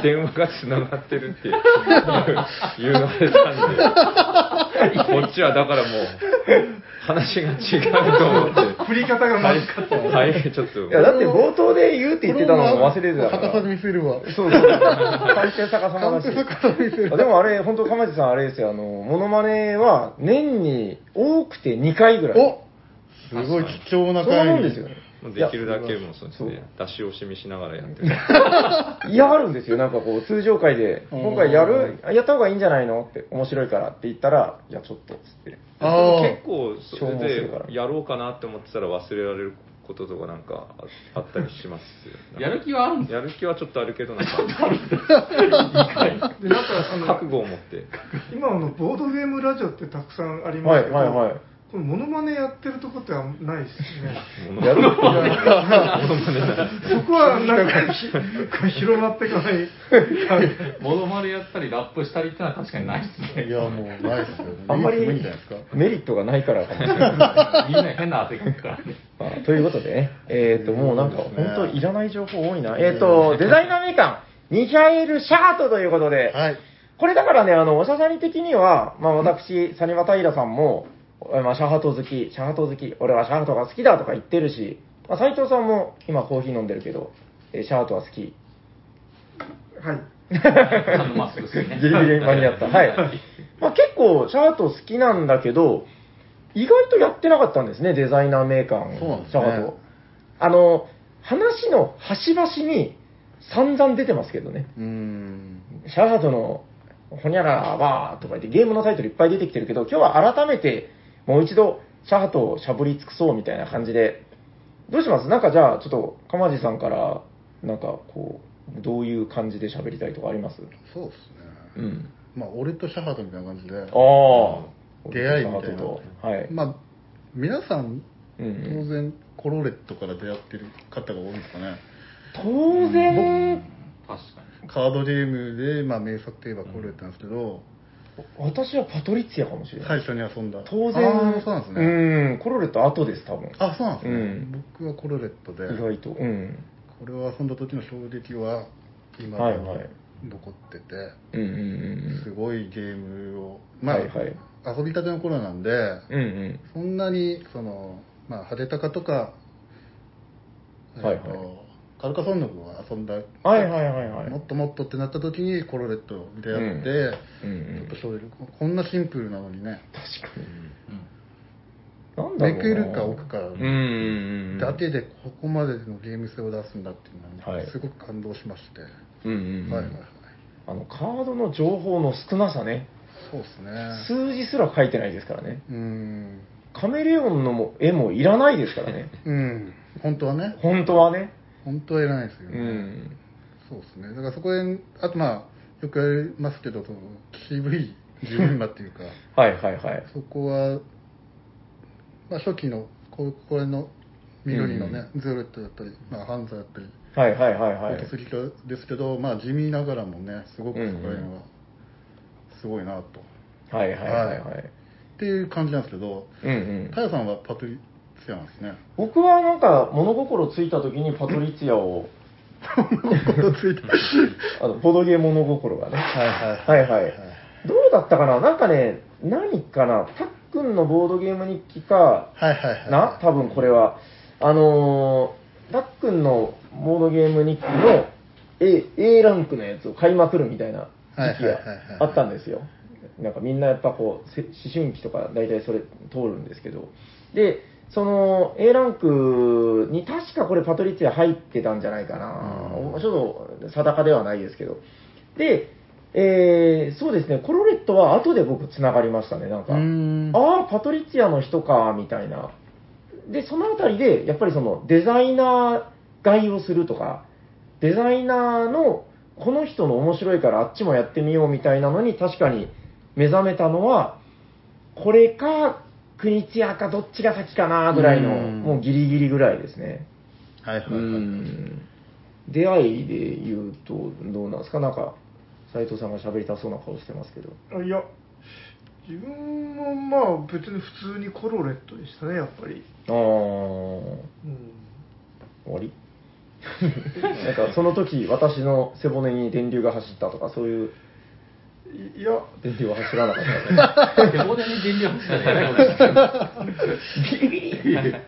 [SPEAKER 3] 電話がつながってるっていう言うあれなんで、こっちはだからもう、話が違うと思って、
[SPEAKER 5] 振り方がまずかった
[SPEAKER 3] はい、ちょっと
[SPEAKER 4] すか。いや、だって冒頭で言うって言ってたのも忘れてたから。
[SPEAKER 2] 逆さに見せるわ。
[SPEAKER 4] そうそう。探偵逆さまだし。
[SPEAKER 2] 見せる
[SPEAKER 4] あでもあれ、本当釜地さんあれですよ、あの、モノマネは年に多くて2回ぐらい。
[SPEAKER 2] おすごい貴重な
[SPEAKER 4] そんな
[SPEAKER 2] 回
[SPEAKER 4] もん
[SPEAKER 2] に
[SPEAKER 4] ですよね。
[SPEAKER 3] もうできるだけもうそうです
[SPEAKER 4] いや
[SPEAKER 3] ね、出し惜しみしながらやってる。
[SPEAKER 4] いや、あるんですよ。なんかこう、通常会で、
[SPEAKER 2] うん
[SPEAKER 4] 今回やる、やった方がいいんじゃないのって、面白いからって言ったら、いや、ちょっと、つって。
[SPEAKER 2] あー
[SPEAKER 3] 結構、そ
[SPEAKER 4] 消耗す
[SPEAKER 3] れ
[SPEAKER 4] るから
[SPEAKER 3] でやろうかなって思ってたら忘れられることとかなんかああったりしますよ
[SPEAKER 1] やる気はあるんです
[SPEAKER 3] やる気はちょっとあるけ
[SPEAKER 1] *laughs*
[SPEAKER 3] ど、なんか、
[SPEAKER 5] でなんかあの
[SPEAKER 3] 覚悟を持って。
[SPEAKER 5] 今あのボードゲームラジオってたくさんありますけど、
[SPEAKER 4] はいはいはい
[SPEAKER 5] このモノマネやってるとこってあんまないです
[SPEAKER 4] *laughs*
[SPEAKER 5] ね
[SPEAKER 4] やる気
[SPEAKER 5] そこはなんかひ広まっていかない
[SPEAKER 1] モノマネやったり、ラップしたりってのは確かにないですね。
[SPEAKER 2] いや、もう、ないですよね。
[SPEAKER 4] あんまり
[SPEAKER 2] 唯一無二じゃないですか。
[SPEAKER 4] メリットがないからかもしれない。
[SPEAKER 1] みんな変な汗かくからね。
[SPEAKER 4] ま *laughs* あということでね、えっ、と、もうなんか、
[SPEAKER 2] そうですね
[SPEAKER 4] 本当いらない情報多いな。えっ、と、デザイナーメーカー、ミヒャエル・シャートということで、
[SPEAKER 2] はい。
[SPEAKER 4] これだからね、あの、おしゃさに的には、まあ私、サニバタイラさんも、えまあ、シャハト好き、シャハト好き、俺はシャハトが好きだとか言ってるし、まあ、斉藤さんも今コーヒー飲んでるけど、えーシャハトは好き。
[SPEAKER 5] はい
[SPEAKER 1] あの、マスクしてね。
[SPEAKER 4] *laughs* ギリギリ間に
[SPEAKER 2] *laughs*
[SPEAKER 4] 合った。はい。まあ結構、シャハト好きなんだけど、意外とやってなかったんですね、デザイナーメーカーの
[SPEAKER 2] そうなんですね
[SPEAKER 4] シャハト。あの、話の端々に散々出てますけどね。
[SPEAKER 2] うーん。
[SPEAKER 4] シャハトのほにゃららはとか言ってゲームのタイトルいっぱい出てきてるけど、今日は改めてもう一度シャハトをしゃぶり尽くそうみたいな感じで、どうしますなんかじゃあちょっと、かまじさんから、なんかこう、どういう感じで喋りたいとかあります
[SPEAKER 2] そうです
[SPEAKER 4] う
[SPEAKER 2] ね。
[SPEAKER 4] ん。
[SPEAKER 2] まあ、俺とシャハトみたいな感じで、
[SPEAKER 4] ああ。
[SPEAKER 2] 出会いみたいな
[SPEAKER 4] と。はい。
[SPEAKER 2] まあ、皆さん、当
[SPEAKER 4] うんうん
[SPEAKER 2] 然、コロレットから出会ってる方が多いんですかね。
[SPEAKER 4] 当然、
[SPEAKER 1] 確かに。
[SPEAKER 2] カードゲームで、まあ、名作といえばコロレットなんですけど、
[SPEAKER 4] 私はパトリッツィアかもしれない。
[SPEAKER 2] 最初に遊んだ。
[SPEAKER 4] 当然、
[SPEAKER 2] ああ、そうなんですね。
[SPEAKER 4] うん、コロレット後です、多分。
[SPEAKER 2] あ、そうなんですね。
[SPEAKER 4] うん
[SPEAKER 2] 僕はコロレットで。
[SPEAKER 4] 意外と。うん。
[SPEAKER 2] これを遊んだ時の衝撃は今
[SPEAKER 4] は
[SPEAKER 2] で
[SPEAKER 4] い
[SPEAKER 2] も
[SPEAKER 4] はい
[SPEAKER 2] 残ってて、
[SPEAKER 4] うんうんうん
[SPEAKER 2] すごいゲームをまあ、
[SPEAKER 4] はいはい
[SPEAKER 2] 遊びたての頃なんで、
[SPEAKER 4] うん。うんうん。
[SPEAKER 2] そんなにそのまあ派手高とか、
[SPEAKER 4] はいはい
[SPEAKER 2] えーとカルカソンヌを遊んだ、
[SPEAKER 4] はいはいはいはい。
[SPEAKER 2] もっともっとってなった時にコロレットでやって、
[SPEAKER 4] うんうん
[SPEAKER 2] ちょっと衝撃こんなシンプルなのにね
[SPEAKER 4] 確かに。
[SPEAKER 1] うん
[SPEAKER 4] なんだろう
[SPEAKER 2] め
[SPEAKER 4] な。
[SPEAKER 2] くるか奥か
[SPEAKER 4] うんうんうん。
[SPEAKER 2] だけでここまでのゲーム性を出すんだっていうのは、
[SPEAKER 4] はい
[SPEAKER 2] すごく感動しまして、
[SPEAKER 4] うんうんうん。
[SPEAKER 2] はいはいはい
[SPEAKER 4] あの、カードの情報の少なさね。
[SPEAKER 2] そうですね
[SPEAKER 4] 数字すら書いてないですからね。
[SPEAKER 2] うん
[SPEAKER 4] カメレオンのも絵もいらないですから *laughs* ね。
[SPEAKER 2] うん、本当はね、
[SPEAKER 4] 本当はね。
[SPEAKER 2] 本当はいらないです
[SPEAKER 4] う
[SPEAKER 2] よね、
[SPEAKER 4] ん。
[SPEAKER 2] そうですね、だからそこで、あとまあ、よくやりますけど、その渋い自分らって
[SPEAKER 4] *laughs*
[SPEAKER 2] いうか、
[SPEAKER 4] はいはいはい。
[SPEAKER 2] そこは、まあ、初期の、こうこれの緑のね、ゼロットだったり、まあ、ハンザだったり、
[SPEAKER 4] はいはいはいは。
[SPEAKER 2] はいい、ですけど、まあ、地味ながらもね、すごくそこら辺
[SPEAKER 4] うんうん
[SPEAKER 2] は、すごいなと、
[SPEAKER 4] はいはいはいはい。
[SPEAKER 2] っていう感じなんですけど、
[SPEAKER 4] うんうん
[SPEAKER 2] タ。ヤさんはパトリツヤなんですね。
[SPEAKER 4] 僕はなんか物心ついた時にパトリツィアを、
[SPEAKER 2] ついて
[SPEAKER 4] *laughs* あの、ボードゲーム物心がね。
[SPEAKER 2] はいはい
[SPEAKER 4] はいはい。どうだったかななんかね、何かなたっくんのボードゲーム日記か、
[SPEAKER 2] はいはいはい。
[SPEAKER 4] な多分これは。あのー、たっくんのボードゲーム日記の A, A ランクのやつを買いまくるみたいな時期があったんですよ。なんかみんなやっぱこう、せ思春期とか大体それ通るんですけど。で、その A ランクに確かこれパトリッツィア入ってたんじゃないかな。
[SPEAKER 2] うん
[SPEAKER 4] ちょっと定かではないですけど。で、えー、そうですね、コロレットは後で僕繋がりましたね、なんか。
[SPEAKER 2] うーん
[SPEAKER 4] ああ、パトリツィアの人か、みたいな。で、そのあたりで、やっぱりそのデザイナー買いをするとか、デザイナーのこの人の面白いからあっちもやってみようみたいなのに確かに目覚めたのは、これか、クニツィアかどっちが先かなぐらいの、
[SPEAKER 2] うん
[SPEAKER 4] もうギリギリぐらいですね。
[SPEAKER 2] はいはい、
[SPEAKER 4] う
[SPEAKER 2] はい。
[SPEAKER 4] ん出会いで言うとどうなんですかなんか斉藤さんが喋りたそうな顔してますけど
[SPEAKER 5] あいや自分もまあ別に普通にコロレットでしたねやっぱり、
[SPEAKER 4] ああ終
[SPEAKER 5] うん、
[SPEAKER 4] わり *laughs* なんかその時私の背骨に電流が走ったとかそういう
[SPEAKER 5] いいや
[SPEAKER 4] 電流は走らなかった
[SPEAKER 1] 手放題に電流走ったね。
[SPEAKER 4] ですねビリビリ
[SPEAKER 1] 痛い痛
[SPEAKER 4] *laughs*
[SPEAKER 1] い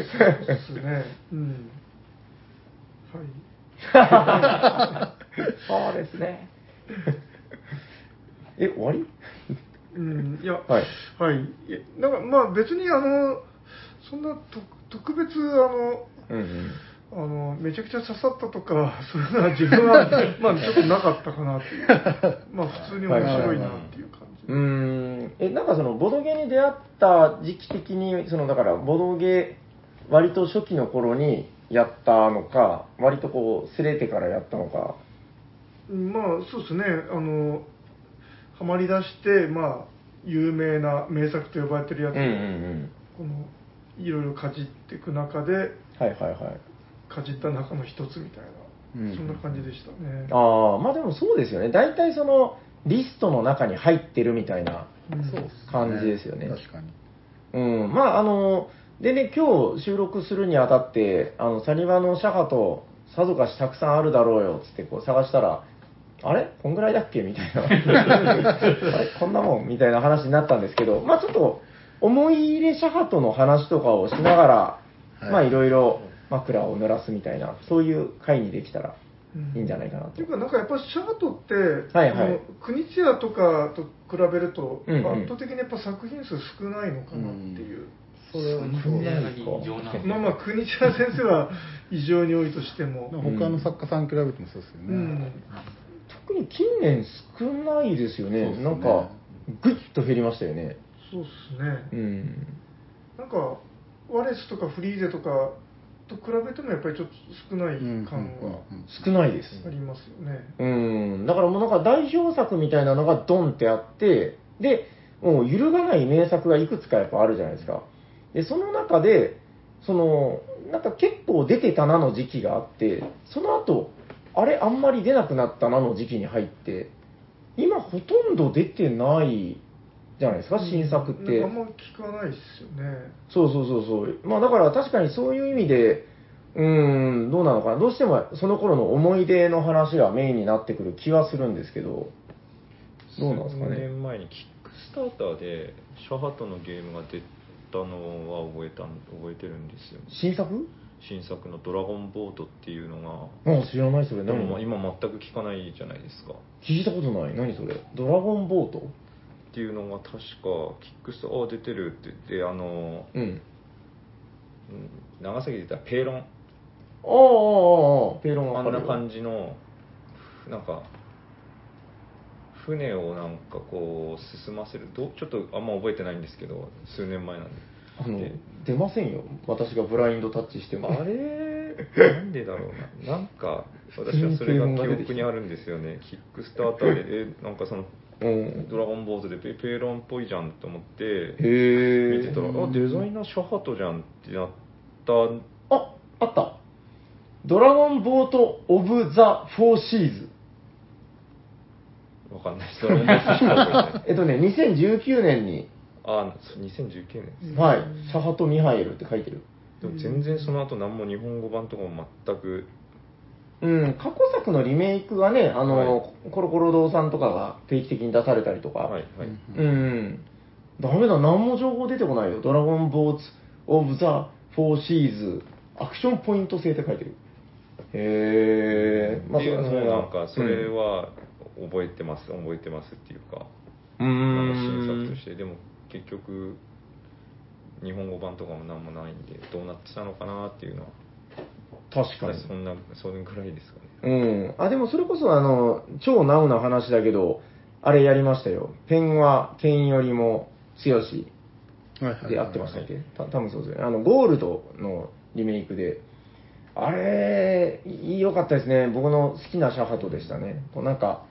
[SPEAKER 5] そうですねうんはい
[SPEAKER 4] そうですね *laughs* え終わり
[SPEAKER 5] うんいや
[SPEAKER 4] はい
[SPEAKER 5] はいいやなんかまあ別にあのそんなと特別あの
[SPEAKER 4] うんうん
[SPEAKER 5] あのめちゃくちゃ刺さったとか *laughs* そういうのは自分はまあちょっとなかったかなっていうまあ普通に面白いなっていう感じ
[SPEAKER 4] うーんえなんかそのボドゲに出会った時期的にそのだからボドゲ割と初期の頃にやったのか割とこうすれてからやったのか
[SPEAKER 5] まあそうですねあのハマりだしてまあ有名な名作と呼ばれてる
[SPEAKER 4] う
[SPEAKER 5] や
[SPEAKER 4] ん
[SPEAKER 5] つ、
[SPEAKER 4] うんうん
[SPEAKER 5] このいろいろかじっていく中で
[SPEAKER 4] はいはいはい
[SPEAKER 5] かじった中の一つみたいな、
[SPEAKER 2] うん
[SPEAKER 5] そんな感じでしたね
[SPEAKER 4] ああまあでもそうですよね大体そのリストの中に入ってるみたいな
[SPEAKER 5] うん
[SPEAKER 2] そうっ
[SPEAKER 4] 感じですよね
[SPEAKER 2] 確かに。
[SPEAKER 4] うん、まああの、でね、今日収録するにあたって、あの、サニバのシャカとさぞかしたくさんあるだろうよ、つってこう探したら、あれこんぐらいだっけみたい *laughs* な。あれこんなもんみたいな話になったんですけど、まあちょっと、思い入れシャカとの話とかをしながら、
[SPEAKER 2] はい
[SPEAKER 4] まあいろいろ枕を濡らすみたいな、そういう回にできたら
[SPEAKER 5] うん
[SPEAKER 4] いいんじゃないかな
[SPEAKER 5] っ
[SPEAKER 4] と
[SPEAKER 5] てい。うか、なんかやっぱシャートって、
[SPEAKER 4] はいはい
[SPEAKER 5] あの国津屋とかと比べると、
[SPEAKER 4] うんうん
[SPEAKER 5] 圧倒的にやっぱ作品数少ないのかなっていう、
[SPEAKER 2] それは
[SPEAKER 1] そんなのに異常な
[SPEAKER 5] *laughs* まあまあ、国津屋先生は異常に多いとして
[SPEAKER 4] *laughs*
[SPEAKER 5] も、
[SPEAKER 2] 他の作家さんに比べてもそうですよ
[SPEAKER 5] う
[SPEAKER 2] ね。
[SPEAKER 5] ん、
[SPEAKER 4] 特に近年少ないですよね。
[SPEAKER 2] そうですね
[SPEAKER 4] なんか、ぐっと減りましたよね。
[SPEAKER 5] そうですね、
[SPEAKER 4] うん。
[SPEAKER 5] なんか、ワレスとかフリーゼとかと比べても、やっぱりちょっと少ない感は
[SPEAKER 2] うん
[SPEAKER 4] 少ないです。
[SPEAKER 5] ありますよね。
[SPEAKER 4] うん、だからもうなんか代表作みたいなのがドンってあって、で、もう揺るがない名作がいくつかやっぱあるじゃないですか。で、その中で、その、なんか結構出てたなの時期があって、その後、あれあんまり出なくなったなの時期に入って、今ほとんど出てないじゃないですか、新作って。
[SPEAKER 5] なんかあんま聞かないですよね。
[SPEAKER 4] そうそうそうそう。まあだから確かにそういう意味で、うーん、どうなのかな。どうしてもその頃の思い出の話がメインになってくる気はするんですけど、どうなんですか
[SPEAKER 3] 数
[SPEAKER 4] ね。
[SPEAKER 3] 年前にキックスターターでシャハトのゲームが出たのは覚えたん覚えてるんですよね
[SPEAKER 4] 新作
[SPEAKER 3] 新作の「ドラゴンボート」っていうの
[SPEAKER 4] あ知らないそれ。
[SPEAKER 3] がで
[SPEAKER 4] 何
[SPEAKER 3] も今全く聞かないじゃないですかっ
[SPEAKER 4] 聞いたことない。何それ。ドラゴンボート
[SPEAKER 3] ていうのが確かキックスターあー出てるって言ってあの
[SPEAKER 4] うん。
[SPEAKER 3] うん長崎で言ったらペーロン
[SPEAKER 4] ああ、ああ、ああ、ペイロン
[SPEAKER 3] あんな感
[SPEAKER 4] じ。
[SPEAKER 3] じのなんか船をなんかこう進ませるどちょっとあんま覚えてないんですけど数年前なんで
[SPEAKER 4] あの
[SPEAKER 3] で、
[SPEAKER 4] 出ませんよ。私がブラインドタッチしても。
[SPEAKER 3] あれなんでだろう *laughs* ななんか私はそれが記憶にあるんですよねキックスターターでえなんかその
[SPEAKER 4] うん。
[SPEAKER 3] ドラゴンボートでペペーロンっぽいじゃんと思って
[SPEAKER 4] へえ。
[SPEAKER 3] 見てたらあデザイナーシャハトじゃんってなった
[SPEAKER 4] あ、あった。ドラゴンボート・オブ・ザ・フォー・シーズ。
[SPEAKER 3] わかんないですドラゴンボートしか覚えてない
[SPEAKER 4] えっとね、2019年に、
[SPEAKER 3] あそう2019年です
[SPEAKER 4] はい、シャハト・ミハエルって書いてる。
[SPEAKER 3] でも全然その後何も日本語版とかも全く
[SPEAKER 4] うん、過去作のリメイクがね、あの、
[SPEAKER 3] は
[SPEAKER 4] コロコロ堂さんとかが定期的に出されたりとか、
[SPEAKER 3] はいはい、
[SPEAKER 4] うん、ダメだ、何も情報出てこないよ。ドラゴンボーツ・オブ・ザ・フォー・シーズ、アクションポイント制って書いてる。へえ、
[SPEAKER 3] っていうの
[SPEAKER 4] れ
[SPEAKER 3] も
[SPEAKER 4] が
[SPEAKER 3] なんかそれは覚えてます、覚えてますっていうか
[SPEAKER 4] う
[SPEAKER 3] なん
[SPEAKER 4] ん、
[SPEAKER 3] か新作としてでも結局日本語版とかも何もないんでどうなってたのかなっていうのは
[SPEAKER 4] 確かに。
[SPEAKER 3] そんなそれぐらいですかね
[SPEAKER 4] うん。あ、でもそれこそあの、超ナウな話だけど、あれやりましたよ。ペンは剣よりも強し
[SPEAKER 2] はいはいはい
[SPEAKER 4] で合ってましたっけた多分そうですね。あの、ゴールドのリメイクで、あれ、い良かったですね。僕の好きなシャハトでしたね。こうなんか、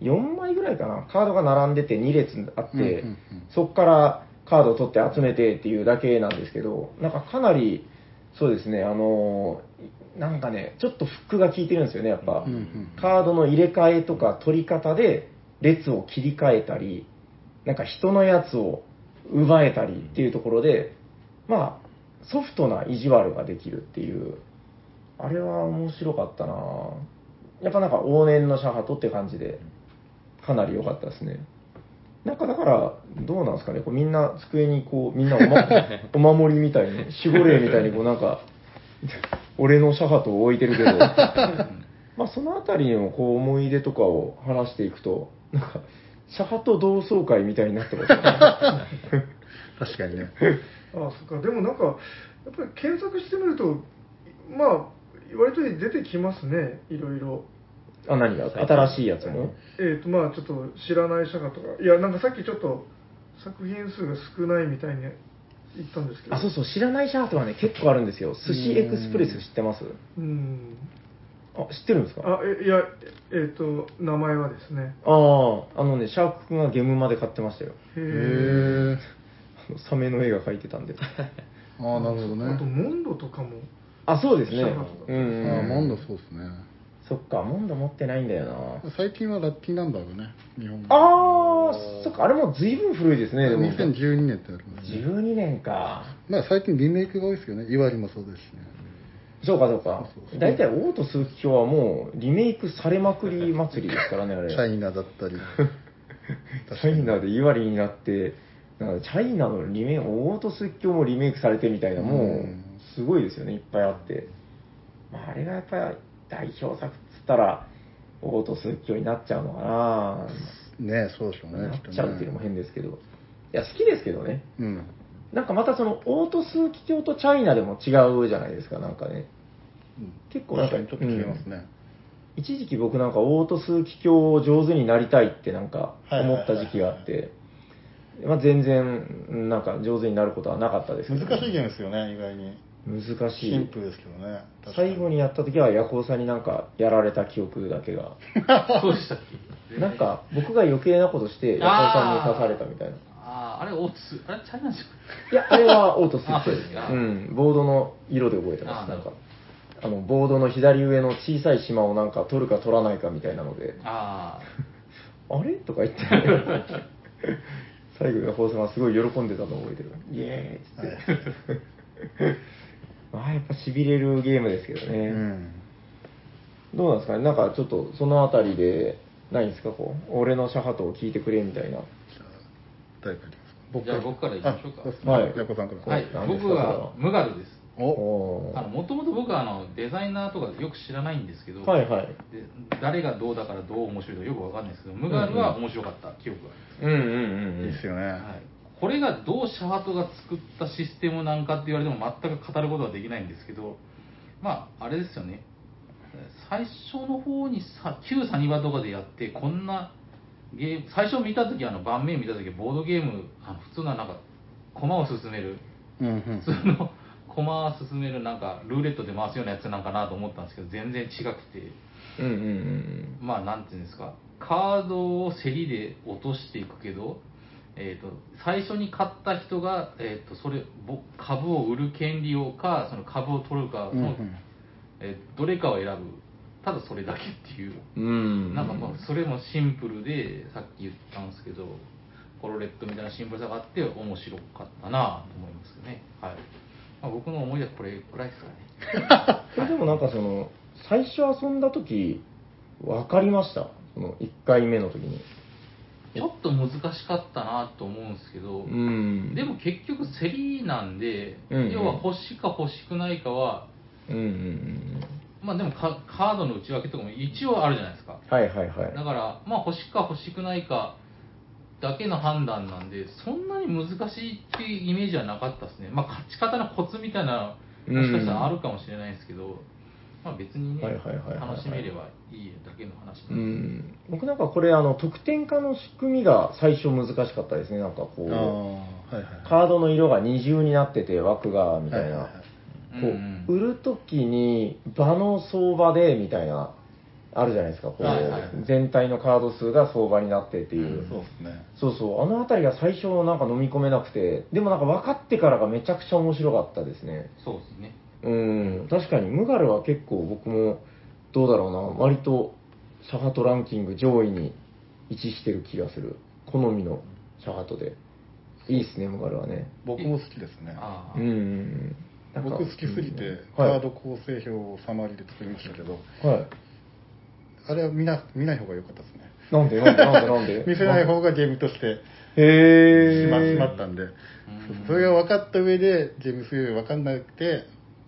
[SPEAKER 4] 4枚ぐらいかな。カードが並んでて2列あって、
[SPEAKER 2] うんうんうん
[SPEAKER 4] そこからカードを取って集めてっていうだけなんですけど、なんかかなり、そうですね、あのーなんかね、ちょっとフックが効いてるんですよね、やっぱ。
[SPEAKER 2] うんうん
[SPEAKER 4] カードの入れ替えとか取り方で列を切り替えたり、なんか人のやつを奪えたりっていうところで、まあ、ソフトな意地悪ができるっていう、あれは面白かったなぁやっぱなんか往年のシャハトって感じで、かなり良かったですね。なんかだから、どうなんですかね、こうみんな机にこう、みんなお,、ま、お守りみたいに、守護霊みたいにこうなんか、俺のシャハトを置いてるけど、まあそのあたりのこう思い出とかを話していくと、なんか、シャハト同窓会みたいになってますね。
[SPEAKER 2] 確かにね
[SPEAKER 5] あそっかでもなんかやっぱり検索してみるとまあ割と出てきますねいろいろ
[SPEAKER 4] あ、何が新しいやつも
[SPEAKER 5] えっ、とまあちょっと知らない社歌とかいやなんかさっきちょっと作品数が少ないみたいに言ったんですけど
[SPEAKER 4] あ、そうそう、知らないシャハトはね、結構あるんですよ。寿司エクスプレス知ってます
[SPEAKER 5] うん
[SPEAKER 4] あ、知ってるんですか
[SPEAKER 5] あえいやえっ、と名前はですね
[SPEAKER 4] ああ、あのね、シャーク君がゲームまで買ってましたよ。
[SPEAKER 5] へえ
[SPEAKER 2] へえ
[SPEAKER 4] あのサメの絵が描いてたんで。
[SPEAKER 2] ああなるほどね
[SPEAKER 5] あとモンドとかも
[SPEAKER 4] あ、そうですね。
[SPEAKER 5] シ
[SPEAKER 4] う
[SPEAKER 5] ャハト
[SPEAKER 4] ん
[SPEAKER 2] あ
[SPEAKER 4] うん、
[SPEAKER 2] ーモンドそうですね
[SPEAKER 4] そっか、モンド持ってないんだよな。
[SPEAKER 2] 最近はラッキーナンバーがね日本
[SPEAKER 4] あー、そっか、あれも随分古いですね、でも。
[SPEAKER 2] 2012年ってあるんですね
[SPEAKER 4] 12年か。
[SPEAKER 2] まあ最近リメイクが多いですけどねいわりもそうですしね
[SPEAKER 4] そうかそうか
[SPEAKER 2] そうそうそ。う
[SPEAKER 4] 大体、王と鈴木卿はもう、リメイクされまくり祭りですからね、あれ。
[SPEAKER 2] チャイナだ
[SPEAKER 4] *laughs*
[SPEAKER 2] ったり
[SPEAKER 4] チャイナでイワリになって、なんかチャイナのリメイク、オートスッキョもリメイクされてみたいな、もう
[SPEAKER 2] うん、
[SPEAKER 4] すごいですよね、いっぱいあって。まあ、あれがやっぱり代表作っつったら、オートスッキョになっちゃうのかな、
[SPEAKER 2] ねそうでしょうね
[SPEAKER 4] な
[SPEAKER 2] き
[SPEAKER 4] っ
[SPEAKER 2] とね
[SPEAKER 4] ちゃうっていうのも変ですけど。いや、好きですけどね。
[SPEAKER 2] うん
[SPEAKER 4] なんかまたその、オートスーキ卿とチャイナでも違うじゃないですか、なんかね。結構なん
[SPEAKER 2] 確
[SPEAKER 4] か
[SPEAKER 2] かにちょっと違いますね、
[SPEAKER 4] 一時期僕なんかオート数機卿を上手になりたいってなんか
[SPEAKER 2] はいはい
[SPEAKER 4] 思
[SPEAKER 2] はいはい
[SPEAKER 4] った時期があって、まあ、全然なんか上手になることはなかったですけど
[SPEAKER 2] 難しいゲームですよね意外に
[SPEAKER 4] 難しい
[SPEAKER 2] シンプルですけどね確かに
[SPEAKER 4] 最後にやった時はヤコウさんになんかやられた記憶だけが *laughs*
[SPEAKER 1] そうでしたっ
[SPEAKER 2] *laughs*
[SPEAKER 1] け
[SPEAKER 4] なんか僕が余計なことしてヤコウさんに刺されたみたいな
[SPEAKER 1] あーあれ大津あれチャイナじ
[SPEAKER 4] いやあれはオート数機
[SPEAKER 1] あそう
[SPEAKER 4] 卿で
[SPEAKER 1] ですすか
[SPEAKER 4] うんボードの色で覚えてま
[SPEAKER 1] あ
[SPEAKER 4] すなん
[SPEAKER 1] なるほ
[SPEAKER 4] か
[SPEAKER 1] ど
[SPEAKER 4] あのボードの左上の小さい島をなんか取るか取らないかみたいなので
[SPEAKER 1] ゃんあ
[SPEAKER 4] あれとか言って、最後の放送がすごい喜んでたのを覚えてる。イエーイっつって。 *laughs* まあやっぱしびれるゲームですけど
[SPEAKER 2] う
[SPEAKER 4] ね、
[SPEAKER 2] ん
[SPEAKER 4] どうなんですかねなんかちょっとそのあたりでないんですかこう俺のシャハトを聞いてくれみたいな
[SPEAKER 2] じゃあ誰からいきますか
[SPEAKER 1] じゃあ僕からいきましょうか
[SPEAKER 2] あそうですね
[SPEAKER 4] はい
[SPEAKER 2] ヤコさんか
[SPEAKER 1] あ
[SPEAKER 2] ら
[SPEAKER 1] はい
[SPEAKER 4] そうなんですか
[SPEAKER 1] 僕はムガルです
[SPEAKER 2] お
[SPEAKER 4] おー
[SPEAKER 1] もともと僕はあのデザイナーとかよく知らないんですけど、
[SPEAKER 4] はいはい
[SPEAKER 1] で誰がどうだからどう面白いかよくわかんないですけどムガルは面白かった記憶があります
[SPEAKER 4] うんうんうん
[SPEAKER 2] いいっすよね、
[SPEAKER 1] はい、これがどうシャートが作ったシステムなんかって言われても全く語ることはできないんですけどまああれですよね最初の方にさ旧サニバとかでやってこんなゲーム最初見た時あの盤面見た時ボードゲームあの普通のなんか駒を進める
[SPEAKER 2] うんうん
[SPEAKER 1] 普通の駒を進めるなんかルーレットで回すようなやつなんかなと思ったんですけど全然違くて
[SPEAKER 4] うんうんうん
[SPEAKER 1] まあなんていうんですか、カードを競りで落としていくけど、えー、と最初に買った人が、えー、とそれぼ株を売る権利をかその株を取るかの、
[SPEAKER 2] うんうん
[SPEAKER 1] えーどれかを選ぶただそれだけっていう、
[SPEAKER 4] うんうん
[SPEAKER 1] なんかまあそれもシンプルでさっき言ったんですけどコロレットみたいなシンプルさがあって面白かったなと思いますね、はいまあ、僕の思い出はこれくらいですかね
[SPEAKER 4] えでもなんかその最初遊んだ時分かりましたその1回目の時に
[SPEAKER 1] ちょっと難しかったなと思うんですけど、
[SPEAKER 4] うん
[SPEAKER 1] でも結局競りなんで、
[SPEAKER 4] うんうん
[SPEAKER 1] 要は欲しいか欲しくないかは、
[SPEAKER 4] うんうんうんうん
[SPEAKER 1] まあでもカカードの内訳とかも一応あるじゃないですか。
[SPEAKER 4] はいはいはい。
[SPEAKER 1] だから、まあ欲しいか欲しくないかだけの判断なんで、そんなに難しいっていうイメージはなかったですね。まあ勝ち方のコツみたいな、もしかしたらあるかもしれないですけど、まあ別にね、
[SPEAKER 4] はいはいはいはいはい
[SPEAKER 1] 楽しめればいいだけの話
[SPEAKER 4] う
[SPEAKER 1] なんで
[SPEAKER 4] ん僕なんかこれあの得点化の仕組みが最初難しかったですねなんかこ
[SPEAKER 2] ああ
[SPEAKER 4] う
[SPEAKER 2] はいはい
[SPEAKER 4] カードの色が二重になってて枠がみたい
[SPEAKER 2] はい
[SPEAKER 4] な、
[SPEAKER 2] はいはい
[SPEAKER 1] うん
[SPEAKER 4] こ
[SPEAKER 1] うん
[SPEAKER 4] う売るときに場の相場でみたいなあるじゃないですかこう、
[SPEAKER 1] はいはいはい
[SPEAKER 4] 全体のカード数が相場になってっていう、
[SPEAKER 1] うん
[SPEAKER 2] そうですね
[SPEAKER 4] そうそうあの辺りが最初なんか飲み込めなくてでもなんか分かってからがめちゃくちゃ面白かったですね
[SPEAKER 1] そうですね。
[SPEAKER 4] うん確かにムガルは結構僕もどうだろうな割とシャハトランキング上位に位置してる気がする好みのシャハトでいいっすねムガルはね
[SPEAKER 2] 僕も好きですね
[SPEAKER 1] ああ、
[SPEAKER 4] うんうんうんなんか
[SPEAKER 2] 僕好きすぎ
[SPEAKER 4] うん
[SPEAKER 2] てカ
[SPEAKER 4] はい
[SPEAKER 2] ード構成表をサマリーで作りましたけど
[SPEAKER 4] はい
[SPEAKER 2] あれは見な見ない方が良かったですね
[SPEAKER 4] なんでなんでなんでなんで
[SPEAKER 2] *laughs* 見せない方がゲームとして
[SPEAKER 4] へえ
[SPEAKER 2] しましまったんで、
[SPEAKER 1] ん
[SPEAKER 2] それが分かった上でゲームするより分かんなくて、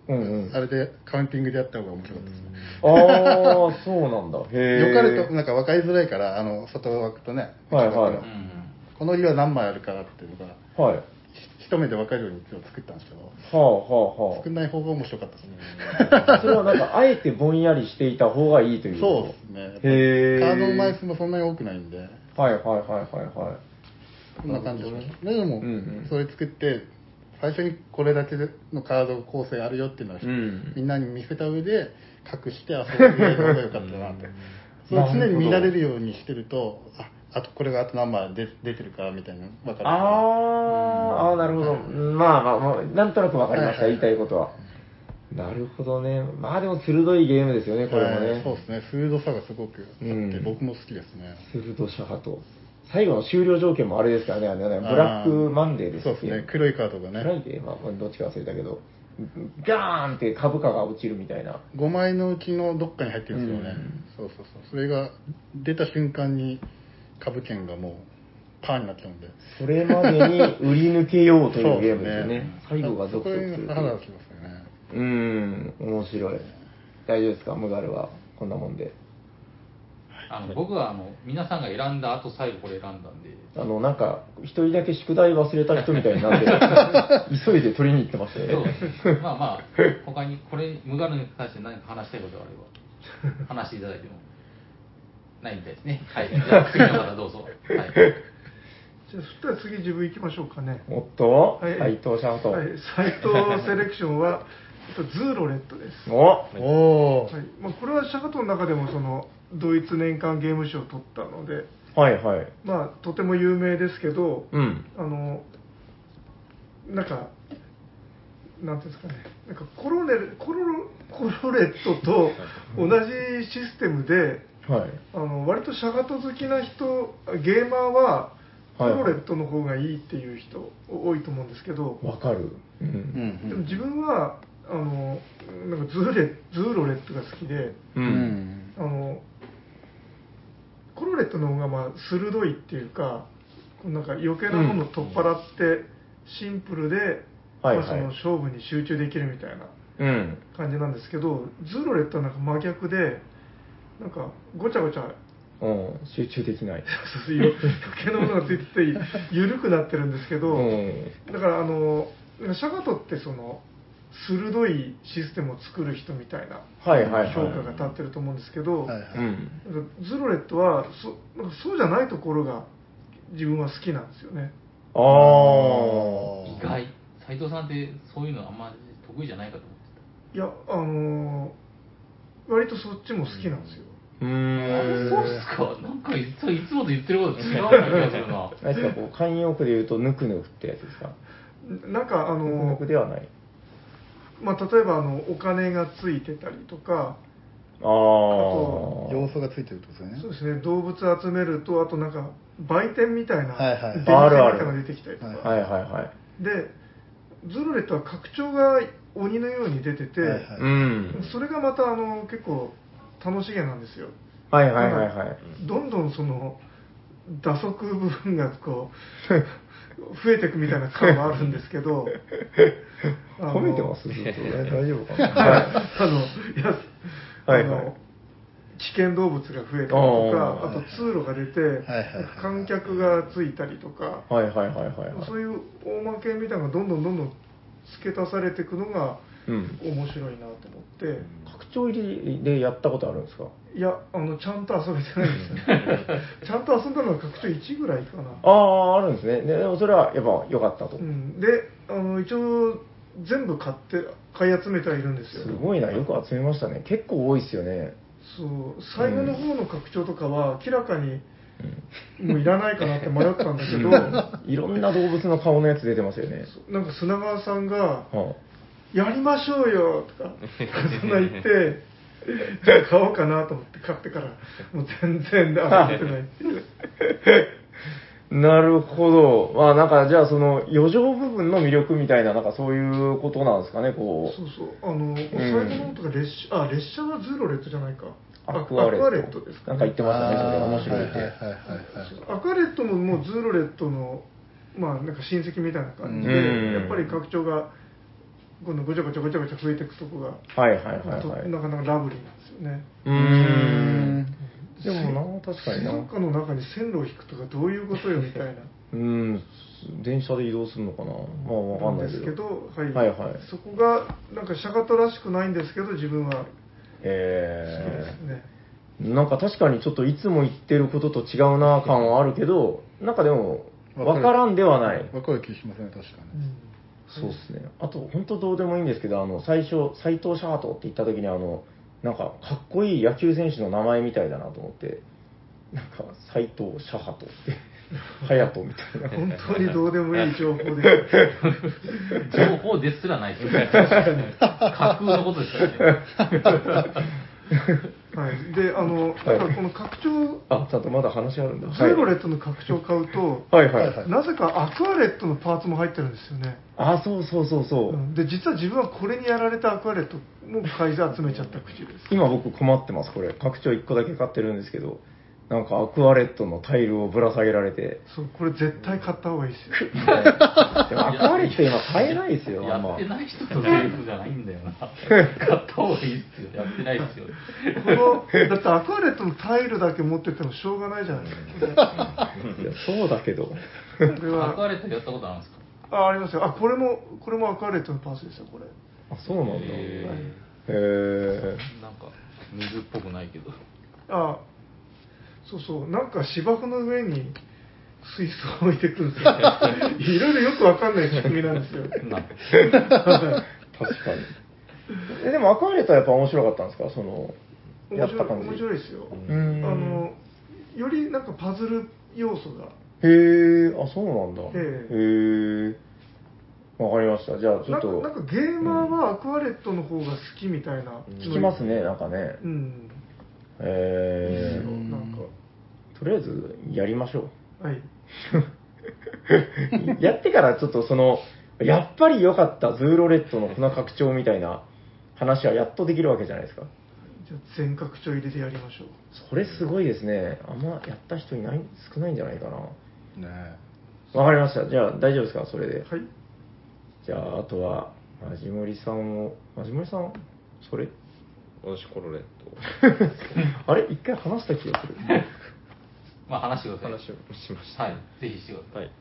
[SPEAKER 4] うんうん
[SPEAKER 2] あれでカウンティングでやった方が面白かったですね、
[SPEAKER 4] ああそうなんだへえ
[SPEAKER 2] よかれとなんか分かりづらいからあの外枠とね、
[SPEAKER 4] はい
[SPEAKER 2] 内枠
[SPEAKER 4] は
[SPEAKER 2] の
[SPEAKER 4] い
[SPEAKER 1] うん。
[SPEAKER 2] この色は何枚あるかっていうのが
[SPEAKER 4] はいは
[SPEAKER 2] ひ一目で分かるように今日作ったんですけど
[SPEAKER 4] あはあは
[SPEAKER 2] 少ない方が面白かったですね、
[SPEAKER 4] あそれはなんかあえてぼんやりしていた方がいいという
[SPEAKER 2] そう
[SPEAKER 4] こ
[SPEAKER 2] ですねやっぱ
[SPEAKER 4] とへえ
[SPEAKER 2] カードの枚数もそんなに多くないんで
[SPEAKER 4] はいはいはいはいはい
[SPEAKER 2] こんな感じですねでも、
[SPEAKER 4] うんうん
[SPEAKER 2] それ作って最初にこれだけのカード構成あるよっていうのは、
[SPEAKER 4] うん
[SPEAKER 2] みんなに見せた上で隠して遊ぶぐらいの方が良かったなってそれを常に見られるようにしてるとああとこれがあと何枚で出てるからみたいなの分かる
[SPEAKER 4] あーあーなるほど、まあまあ、まあ、なんとなくわかりました、
[SPEAKER 2] はい
[SPEAKER 4] 言いたいことはなるほどねまあでも鋭いゲームですよねこれもね、
[SPEAKER 2] はいそうですね鋭さがすごくあって、
[SPEAKER 4] うん
[SPEAKER 2] 僕も好きですね
[SPEAKER 4] 鋭シャハと最後の終了条件もあれですからねあれねブラックマンデーです
[SPEAKER 2] そうですね黒いカードが
[SPEAKER 4] フライ
[SPEAKER 2] ね
[SPEAKER 4] デーまあまあどっちか忘れたけどガーンって株価が落ちるみたいな
[SPEAKER 2] 5枚のうちのどっかに入ってるんですよね、そうそうそうそれが出た瞬間に株券がもうパーになっちゃうんで
[SPEAKER 4] それまでに売り抜けようとい
[SPEAKER 2] そう
[SPEAKER 4] ゲームですよね最後がゾクゾクす
[SPEAKER 2] そこ
[SPEAKER 4] る
[SPEAKER 2] がハラハラしますよね
[SPEAKER 4] うーん面白い大丈夫ですかムガルはこんなもんで
[SPEAKER 1] あの僕はあの皆さんが選んだ後最後これ選んだんで、
[SPEAKER 4] あのなんか一人だけ宿題忘れた人みたいになって
[SPEAKER 5] *laughs*
[SPEAKER 4] 急いで取りに行ってました
[SPEAKER 1] そ
[SPEAKER 4] よ
[SPEAKER 1] う
[SPEAKER 4] ね
[SPEAKER 1] まあまあ、他にこれ、無ガルに関して何か話したいことがあれば、話していただいても、ないみたいですね。はい。じゃあ次の方どうぞ。はい。
[SPEAKER 5] じゃあそしたら次自分行きましょうかね
[SPEAKER 4] おっと
[SPEAKER 5] はい
[SPEAKER 4] 斎藤シャハト
[SPEAKER 5] はい、斎藤セレクションは *laughs* えっとズーロレットです、は
[SPEAKER 4] お
[SPEAKER 2] おおー
[SPEAKER 5] いまあ、これはシャカトの中でもそのドイツ年間ゲーム賞を取ったので、
[SPEAKER 4] はいはい
[SPEAKER 5] まあ、とても有名ですけど、
[SPEAKER 4] うん
[SPEAKER 5] あのなんかなんていうんですかねなんかコロネルコロロコロレットと同じシステムで
[SPEAKER 4] はい
[SPEAKER 5] あの割とシャカト好きな人ゲーマーはコロレットの方がいいっていう人多いと思うんですけど、
[SPEAKER 4] わかる
[SPEAKER 2] う
[SPEAKER 4] う
[SPEAKER 2] ん
[SPEAKER 5] でも
[SPEAKER 2] ん
[SPEAKER 5] 自分はあのなんかズーレズーロレットが好きで
[SPEAKER 4] う
[SPEAKER 2] うんん
[SPEAKER 5] あのコロレットの方がまあ鋭いっていうかなんか余計なものを取っ払ってシンプルで、
[SPEAKER 4] はい
[SPEAKER 5] まあ、その
[SPEAKER 4] はい
[SPEAKER 5] 勝負に集中できるみたいな
[SPEAKER 4] うん
[SPEAKER 5] 感じなんですけどズーロレットはなんか真逆でなんかごちゃごちゃ
[SPEAKER 4] うん集中できない *laughs*
[SPEAKER 5] そういう余計なものがついてて緩くなってるんですけど、
[SPEAKER 4] うん
[SPEAKER 5] だからあのシャガトってその鋭いシステムを作る人みたいな
[SPEAKER 4] はいはいはい
[SPEAKER 5] 評価が立ってると思うんですけど、
[SPEAKER 2] はい
[SPEAKER 4] うんうん
[SPEAKER 5] なんかズロレットはそなんかそうじゃないところが自分は好きなんですよね
[SPEAKER 4] ああ
[SPEAKER 1] 意外。斎藤さんってそういうのあんま得意じゃないかと思って
[SPEAKER 5] いやあのー割とそっちも好きなんですよ、
[SPEAKER 4] うー
[SPEAKER 1] た。あ
[SPEAKER 4] ん
[SPEAKER 1] そうっすか。なんかいついつもと言ってること違うような気がする
[SPEAKER 4] *laughs*
[SPEAKER 1] な。
[SPEAKER 4] 何ですかこう慣用句で言うとぬくぬくってやつですか
[SPEAKER 5] なんかあ
[SPEAKER 4] ぬく
[SPEAKER 5] の
[SPEAKER 4] ぬ
[SPEAKER 5] ー
[SPEAKER 4] くではない
[SPEAKER 5] まあ、例えばあのお金がついてたりとか
[SPEAKER 4] ああ
[SPEAKER 5] と
[SPEAKER 2] 要素がついてるってことですね
[SPEAKER 5] そうですね動物集めるとあとなんか売店みたいな、
[SPEAKER 2] はいはい
[SPEAKER 5] 電気
[SPEAKER 4] あるある
[SPEAKER 5] みたいなのが出てきたりとか、
[SPEAKER 2] はい
[SPEAKER 4] はいはいはい
[SPEAKER 5] でズルレットは拡張が鬼のように出てて、
[SPEAKER 2] はいはい
[SPEAKER 4] うん
[SPEAKER 5] それがまたあの結構楽しげなんですよ
[SPEAKER 4] はいはいはいはい
[SPEAKER 5] どんどんその打足部分がこう *laughs* 増えていくみたいな感はあるんです
[SPEAKER 4] *laughs*
[SPEAKER 5] けどあの
[SPEAKER 4] 褒めてますずっとね大丈夫か
[SPEAKER 5] はい
[SPEAKER 4] な
[SPEAKER 5] あのいや
[SPEAKER 4] はいはい
[SPEAKER 5] あの危険動物が増えたりと
[SPEAKER 4] あ
[SPEAKER 5] か
[SPEAKER 4] ー
[SPEAKER 5] あと通路が出て、
[SPEAKER 2] はいはい
[SPEAKER 5] 観客がついたりとか、
[SPEAKER 4] はいはいはいはいはい
[SPEAKER 5] そういう大負けみたいなのがどんどんどんどん付け足されていくのが
[SPEAKER 3] うん
[SPEAKER 5] 面白いなと思って、
[SPEAKER 4] 拡張入りでやったことあるんですか
[SPEAKER 5] いやあのちゃんと遊べてないんですよ、
[SPEAKER 4] *laughs*
[SPEAKER 5] ちゃんと遊んだのは拡張1ぐらいかな
[SPEAKER 4] ああ、あるんですね。ででもそれはやっぱ良かったと。
[SPEAKER 5] うん、であの一応全部買って買い集めてはいるんですよ
[SPEAKER 4] すごいな、よく集めましたね。結構多いですよね。
[SPEAKER 5] そう最後の方の拡張とかは明らかにもういらないかなって迷ったんだけ
[SPEAKER 4] *laughs*
[SPEAKER 5] どない
[SPEAKER 4] ろんな動物の顔のやつ出てますよね。
[SPEAKER 5] んか砂川さんが
[SPEAKER 4] は
[SPEAKER 5] 「やりましょうよ」とかそんな言ってじゃあ買おうかなと思って買ってからもう全然遊べてないっていう
[SPEAKER 4] あ、なるほど。まあなんかじゃあその余剰部分の魅力みたいな、なんかそういうことなんですかね、こ
[SPEAKER 5] そうそうあの最後の方とか列車あ列車はズーロレットじゃないか
[SPEAKER 4] う。
[SPEAKER 5] あ
[SPEAKER 4] アクアレ
[SPEAKER 5] ア
[SPEAKER 4] ッ
[SPEAKER 5] ッ
[SPEAKER 4] ト
[SPEAKER 5] トですか
[SPEAKER 4] なん
[SPEAKER 5] ね
[SPEAKER 4] か言ってましたね、それ
[SPEAKER 2] あー
[SPEAKER 4] 面白いって。
[SPEAKER 2] はいはいはいはい
[SPEAKER 5] アクアレットももうズーロレットの、まあ、なんか親戚みたいな感じで、
[SPEAKER 4] うん
[SPEAKER 5] やっぱり拡張が今度ごちゃごちゃごちゃごちゃ増えていくとこが、
[SPEAKER 4] はいはいはいはい。
[SPEAKER 5] なかなかラブリーなんですよね
[SPEAKER 4] うーん。でもな、確かに
[SPEAKER 5] 水
[SPEAKER 4] な。
[SPEAKER 5] 族
[SPEAKER 4] う
[SPEAKER 5] 館の中に線路を引くとかどういうことよみたいな
[SPEAKER 4] ーん。電車で移動するのかな。まあ *laughs* わかん
[SPEAKER 5] な
[SPEAKER 4] なんい
[SPEAKER 5] です
[SPEAKER 4] け
[SPEAKER 5] け
[SPEAKER 4] ど。
[SPEAKER 5] ど、はい
[SPEAKER 4] はいはい
[SPEAKER 5] そこがなんかシャカトらしくないんですけど自分はそうで
[SPEAKER 4] え
[SPEAKER 5] すね、
[SPEAKER 4] ー。なんか確かにちょっといつも言ってることと違うな感はあるけど、なんかでも、わからんではない。
[SPEAKER 2] わかる気しませんね確かに
[SPEAKER 4] そうですね。あと、本当どうでもいいんですけど、あの、最初、斎藤シャートって言った時に、あの、なんか、かっこいい野球選手の名前みたいだなと思って、なんか、斎藤シャハトって、隼人みたいな。
[SPEAKER 5] 本当にどうでもいい
[SPEAKER 4] *laughs*
[SPEAKER 5] 情報で
[SPEAKER 1] 情報ですらないですよね。架空のことですよね。
[SPEAKER 5] はい、であの、だからこの拡張
[SPEAKER 4] あ、ちゃんとまだ話あるんだ。
[SPEAKER 5] ズーロレットの拡張を買うと、
[SPEAKER 4] はいはい。
[SPEAKER 2] はい
[SPEAKER 5] なぜかアクアレットのパーツも入ってるんですよね、
[SPEAKER 4] あ、そうそうそうそう。
[SPEAKER 5] うんで実は自分はこれにやられたアクアレットも買い集めちゃった口です
[SPEAKER 4] 今僕困ってます、これ。拡張1個だけ買ってるんですけど、なんかアクアレットのタイルをぶら下げられて、
[SPEAKER 5] そうこれ絶対買った方がいいですよ
[SPEAKER 4] でもアクアレット今買えないですよ、
[SPEAKER 1] や
[SPEAKER 4] あんま
[SPEAKER 1] ってない人とセリフじゃないんだよ
[SPEAKER 4] *laughs*
[SPEAKER 1] な。買った方がいいっすよ。やってないっすよ。
[SPEAKER 5] このだってアクアレットのタイルだけ持っててもしょうがないじゃないです
[SPEAKER 4] い
[SPEAKER 5] か
[SPEAKER 4] やそうだけど。
[SPEAKER 5] これ
[SPEAKER 1] アクア
[SPEAKER 5] は
[SPEAKER 1] レットやったことあるんですか
[SPEAKER 5] あありますよあこれもこれもアクアレットのパーツですよこれ
[SPEAKER 4] あ、そうなんだ。
[SPEAKER 1] え
[SPEAKER 4] へえ。
[SPEAKER 1] ーなんか、水っぽくないけど。
[SPEAKER 5] あそうそうなんか芝生の上に水槽を置いてくるんですよいろいろよくわかんない仕組みなんですよ
[SPEAKER 1] なんか
[SPEAKER 4] 確かに。え、でもアクアレットはやっぱ面白かったんですかその、や
[SPEAKER 5] 面
[SPEAKER 4] った
[SPEAKER 5] 白い
[SPEAKER 4] 感じ。
[SPEAKER 5] 面白いですよ
[SPEAKER 4] う
[SPEAKER 5] あ
[SPEAKER 4] ーん。
[SPEAKER 5] のよりなんかパズル要素が
[SPEAKER 4] へえ、あ、そうなんだ。
[SPEAKER 5] え
[SPEAKER 4] へえ。わかりました。じゃあちょ
[SPEAKER 5] な
[SPEAKER 4] っ
[SPEAKER 5] んか
[SPEAKER 4] と。
[SPEAKER 5] なんかゲーマーはアクアレットの方が好きみたいな、
[SPEAKER 4] 聞きますね、なんかね。
[SPEAKER 5] うん、
[SPEAKER 4] え
[SPEAKER 5] そう
[SPEAKER 4] ー、
[SPEAKER 5] なんか
[SPEAKER 4] とりあえずやりましょ
[SPEAKER 5] はい、
[SPEAKER 4] う。 *laughs* やってからちょっとその、やっぱり良かった、ズーロレットのこの拡張みたいな話はやっとできるわけじゃないですか。
[SPEAKER 5] じゃあ全拡張入れてやりましょう
[SPEAKER 4] それすごいですね。あんまやった人いない、少ないんじゃないかな。
[SPEAKER 2] ねえ
[SPEAKER 4] わかりました。じゃあ大丈夫ですか、それで。
[SPEAKER 5] はい
[SPEAKER 4] じゃああとは、マジモリさんを、マジモリさん、そ *laughs* れ
[SPEAKER 3] 私コロレッ
[SPEAKER 4] あれ一回話した気がする。
[SPEAKER 1] まあ話してく
[SPEAKER 3] ト
[SPEAKER 1] ださい。
[SPEAKER 3] 話をしました
[SPEAKER 1] はい。ぜひしてください。
[SPEAKER 3] はい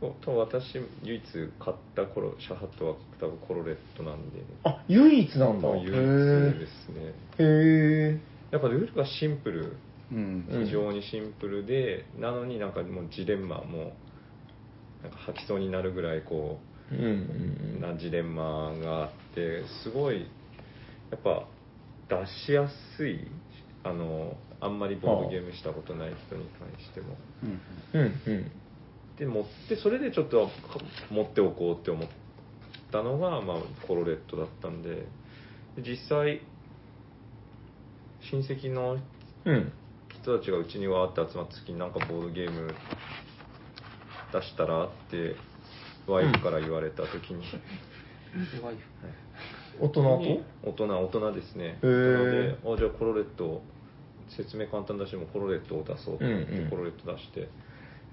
[SPEAKER 3] こと私唯一買ったコロシャハトは多分コロレットなんで
[SPEAKER 4] あ、唯一なんだ。
[SPEAKER 3] 多分
[SPEAKER 4] へ
[SPEAKER 3] 唯一ですね
[SPEAKER 4] え。
[SPEAKER 3] やっぱルールがシンプル
[SPEAKER 2] うん
[SPEAKER 4] うん
[SPEAKER 3] 非常にシンプルで、なのになんかもうジレンマもなんか吐きそうになるぐらいこ
[SPEAKER 4] うんうん
[SPEAKER 3] う
[SPEAKER 4] うん。
[SPEAKER 3] なジレンマがあってすごいやっぱ出しやすいあのあんまりボードゲームしたことない人に関しても
[SPEAKER 2] うん
[SPEAKER 4] うんうん。
[SPEAKER 3] で持ってそれでちょっとか持っておこうって思ったのが、まあ、コロレットだったんでで実際親戚の
[SPEAKER 4] うん。
[SPEAKER 3] 人たちがうちにわーって集まった時になんかボードゲーム出したらってワイフから言われた時に、
[SPEAKER 1] でワイフ
[SPEAKER 4] 大人と
[SPEAKER 3] 大人大人ですね
[SPEAKER 4] へ
[SPEAKER 3] なの
[SPEAKER 4] ー
[SPEAKER 3] であじゃあコロレットを説明簡単だしもうコロレットを出そうと思って
[SPEAKER 4] うんうん
[SPEAKER 3] コロレット出してやっ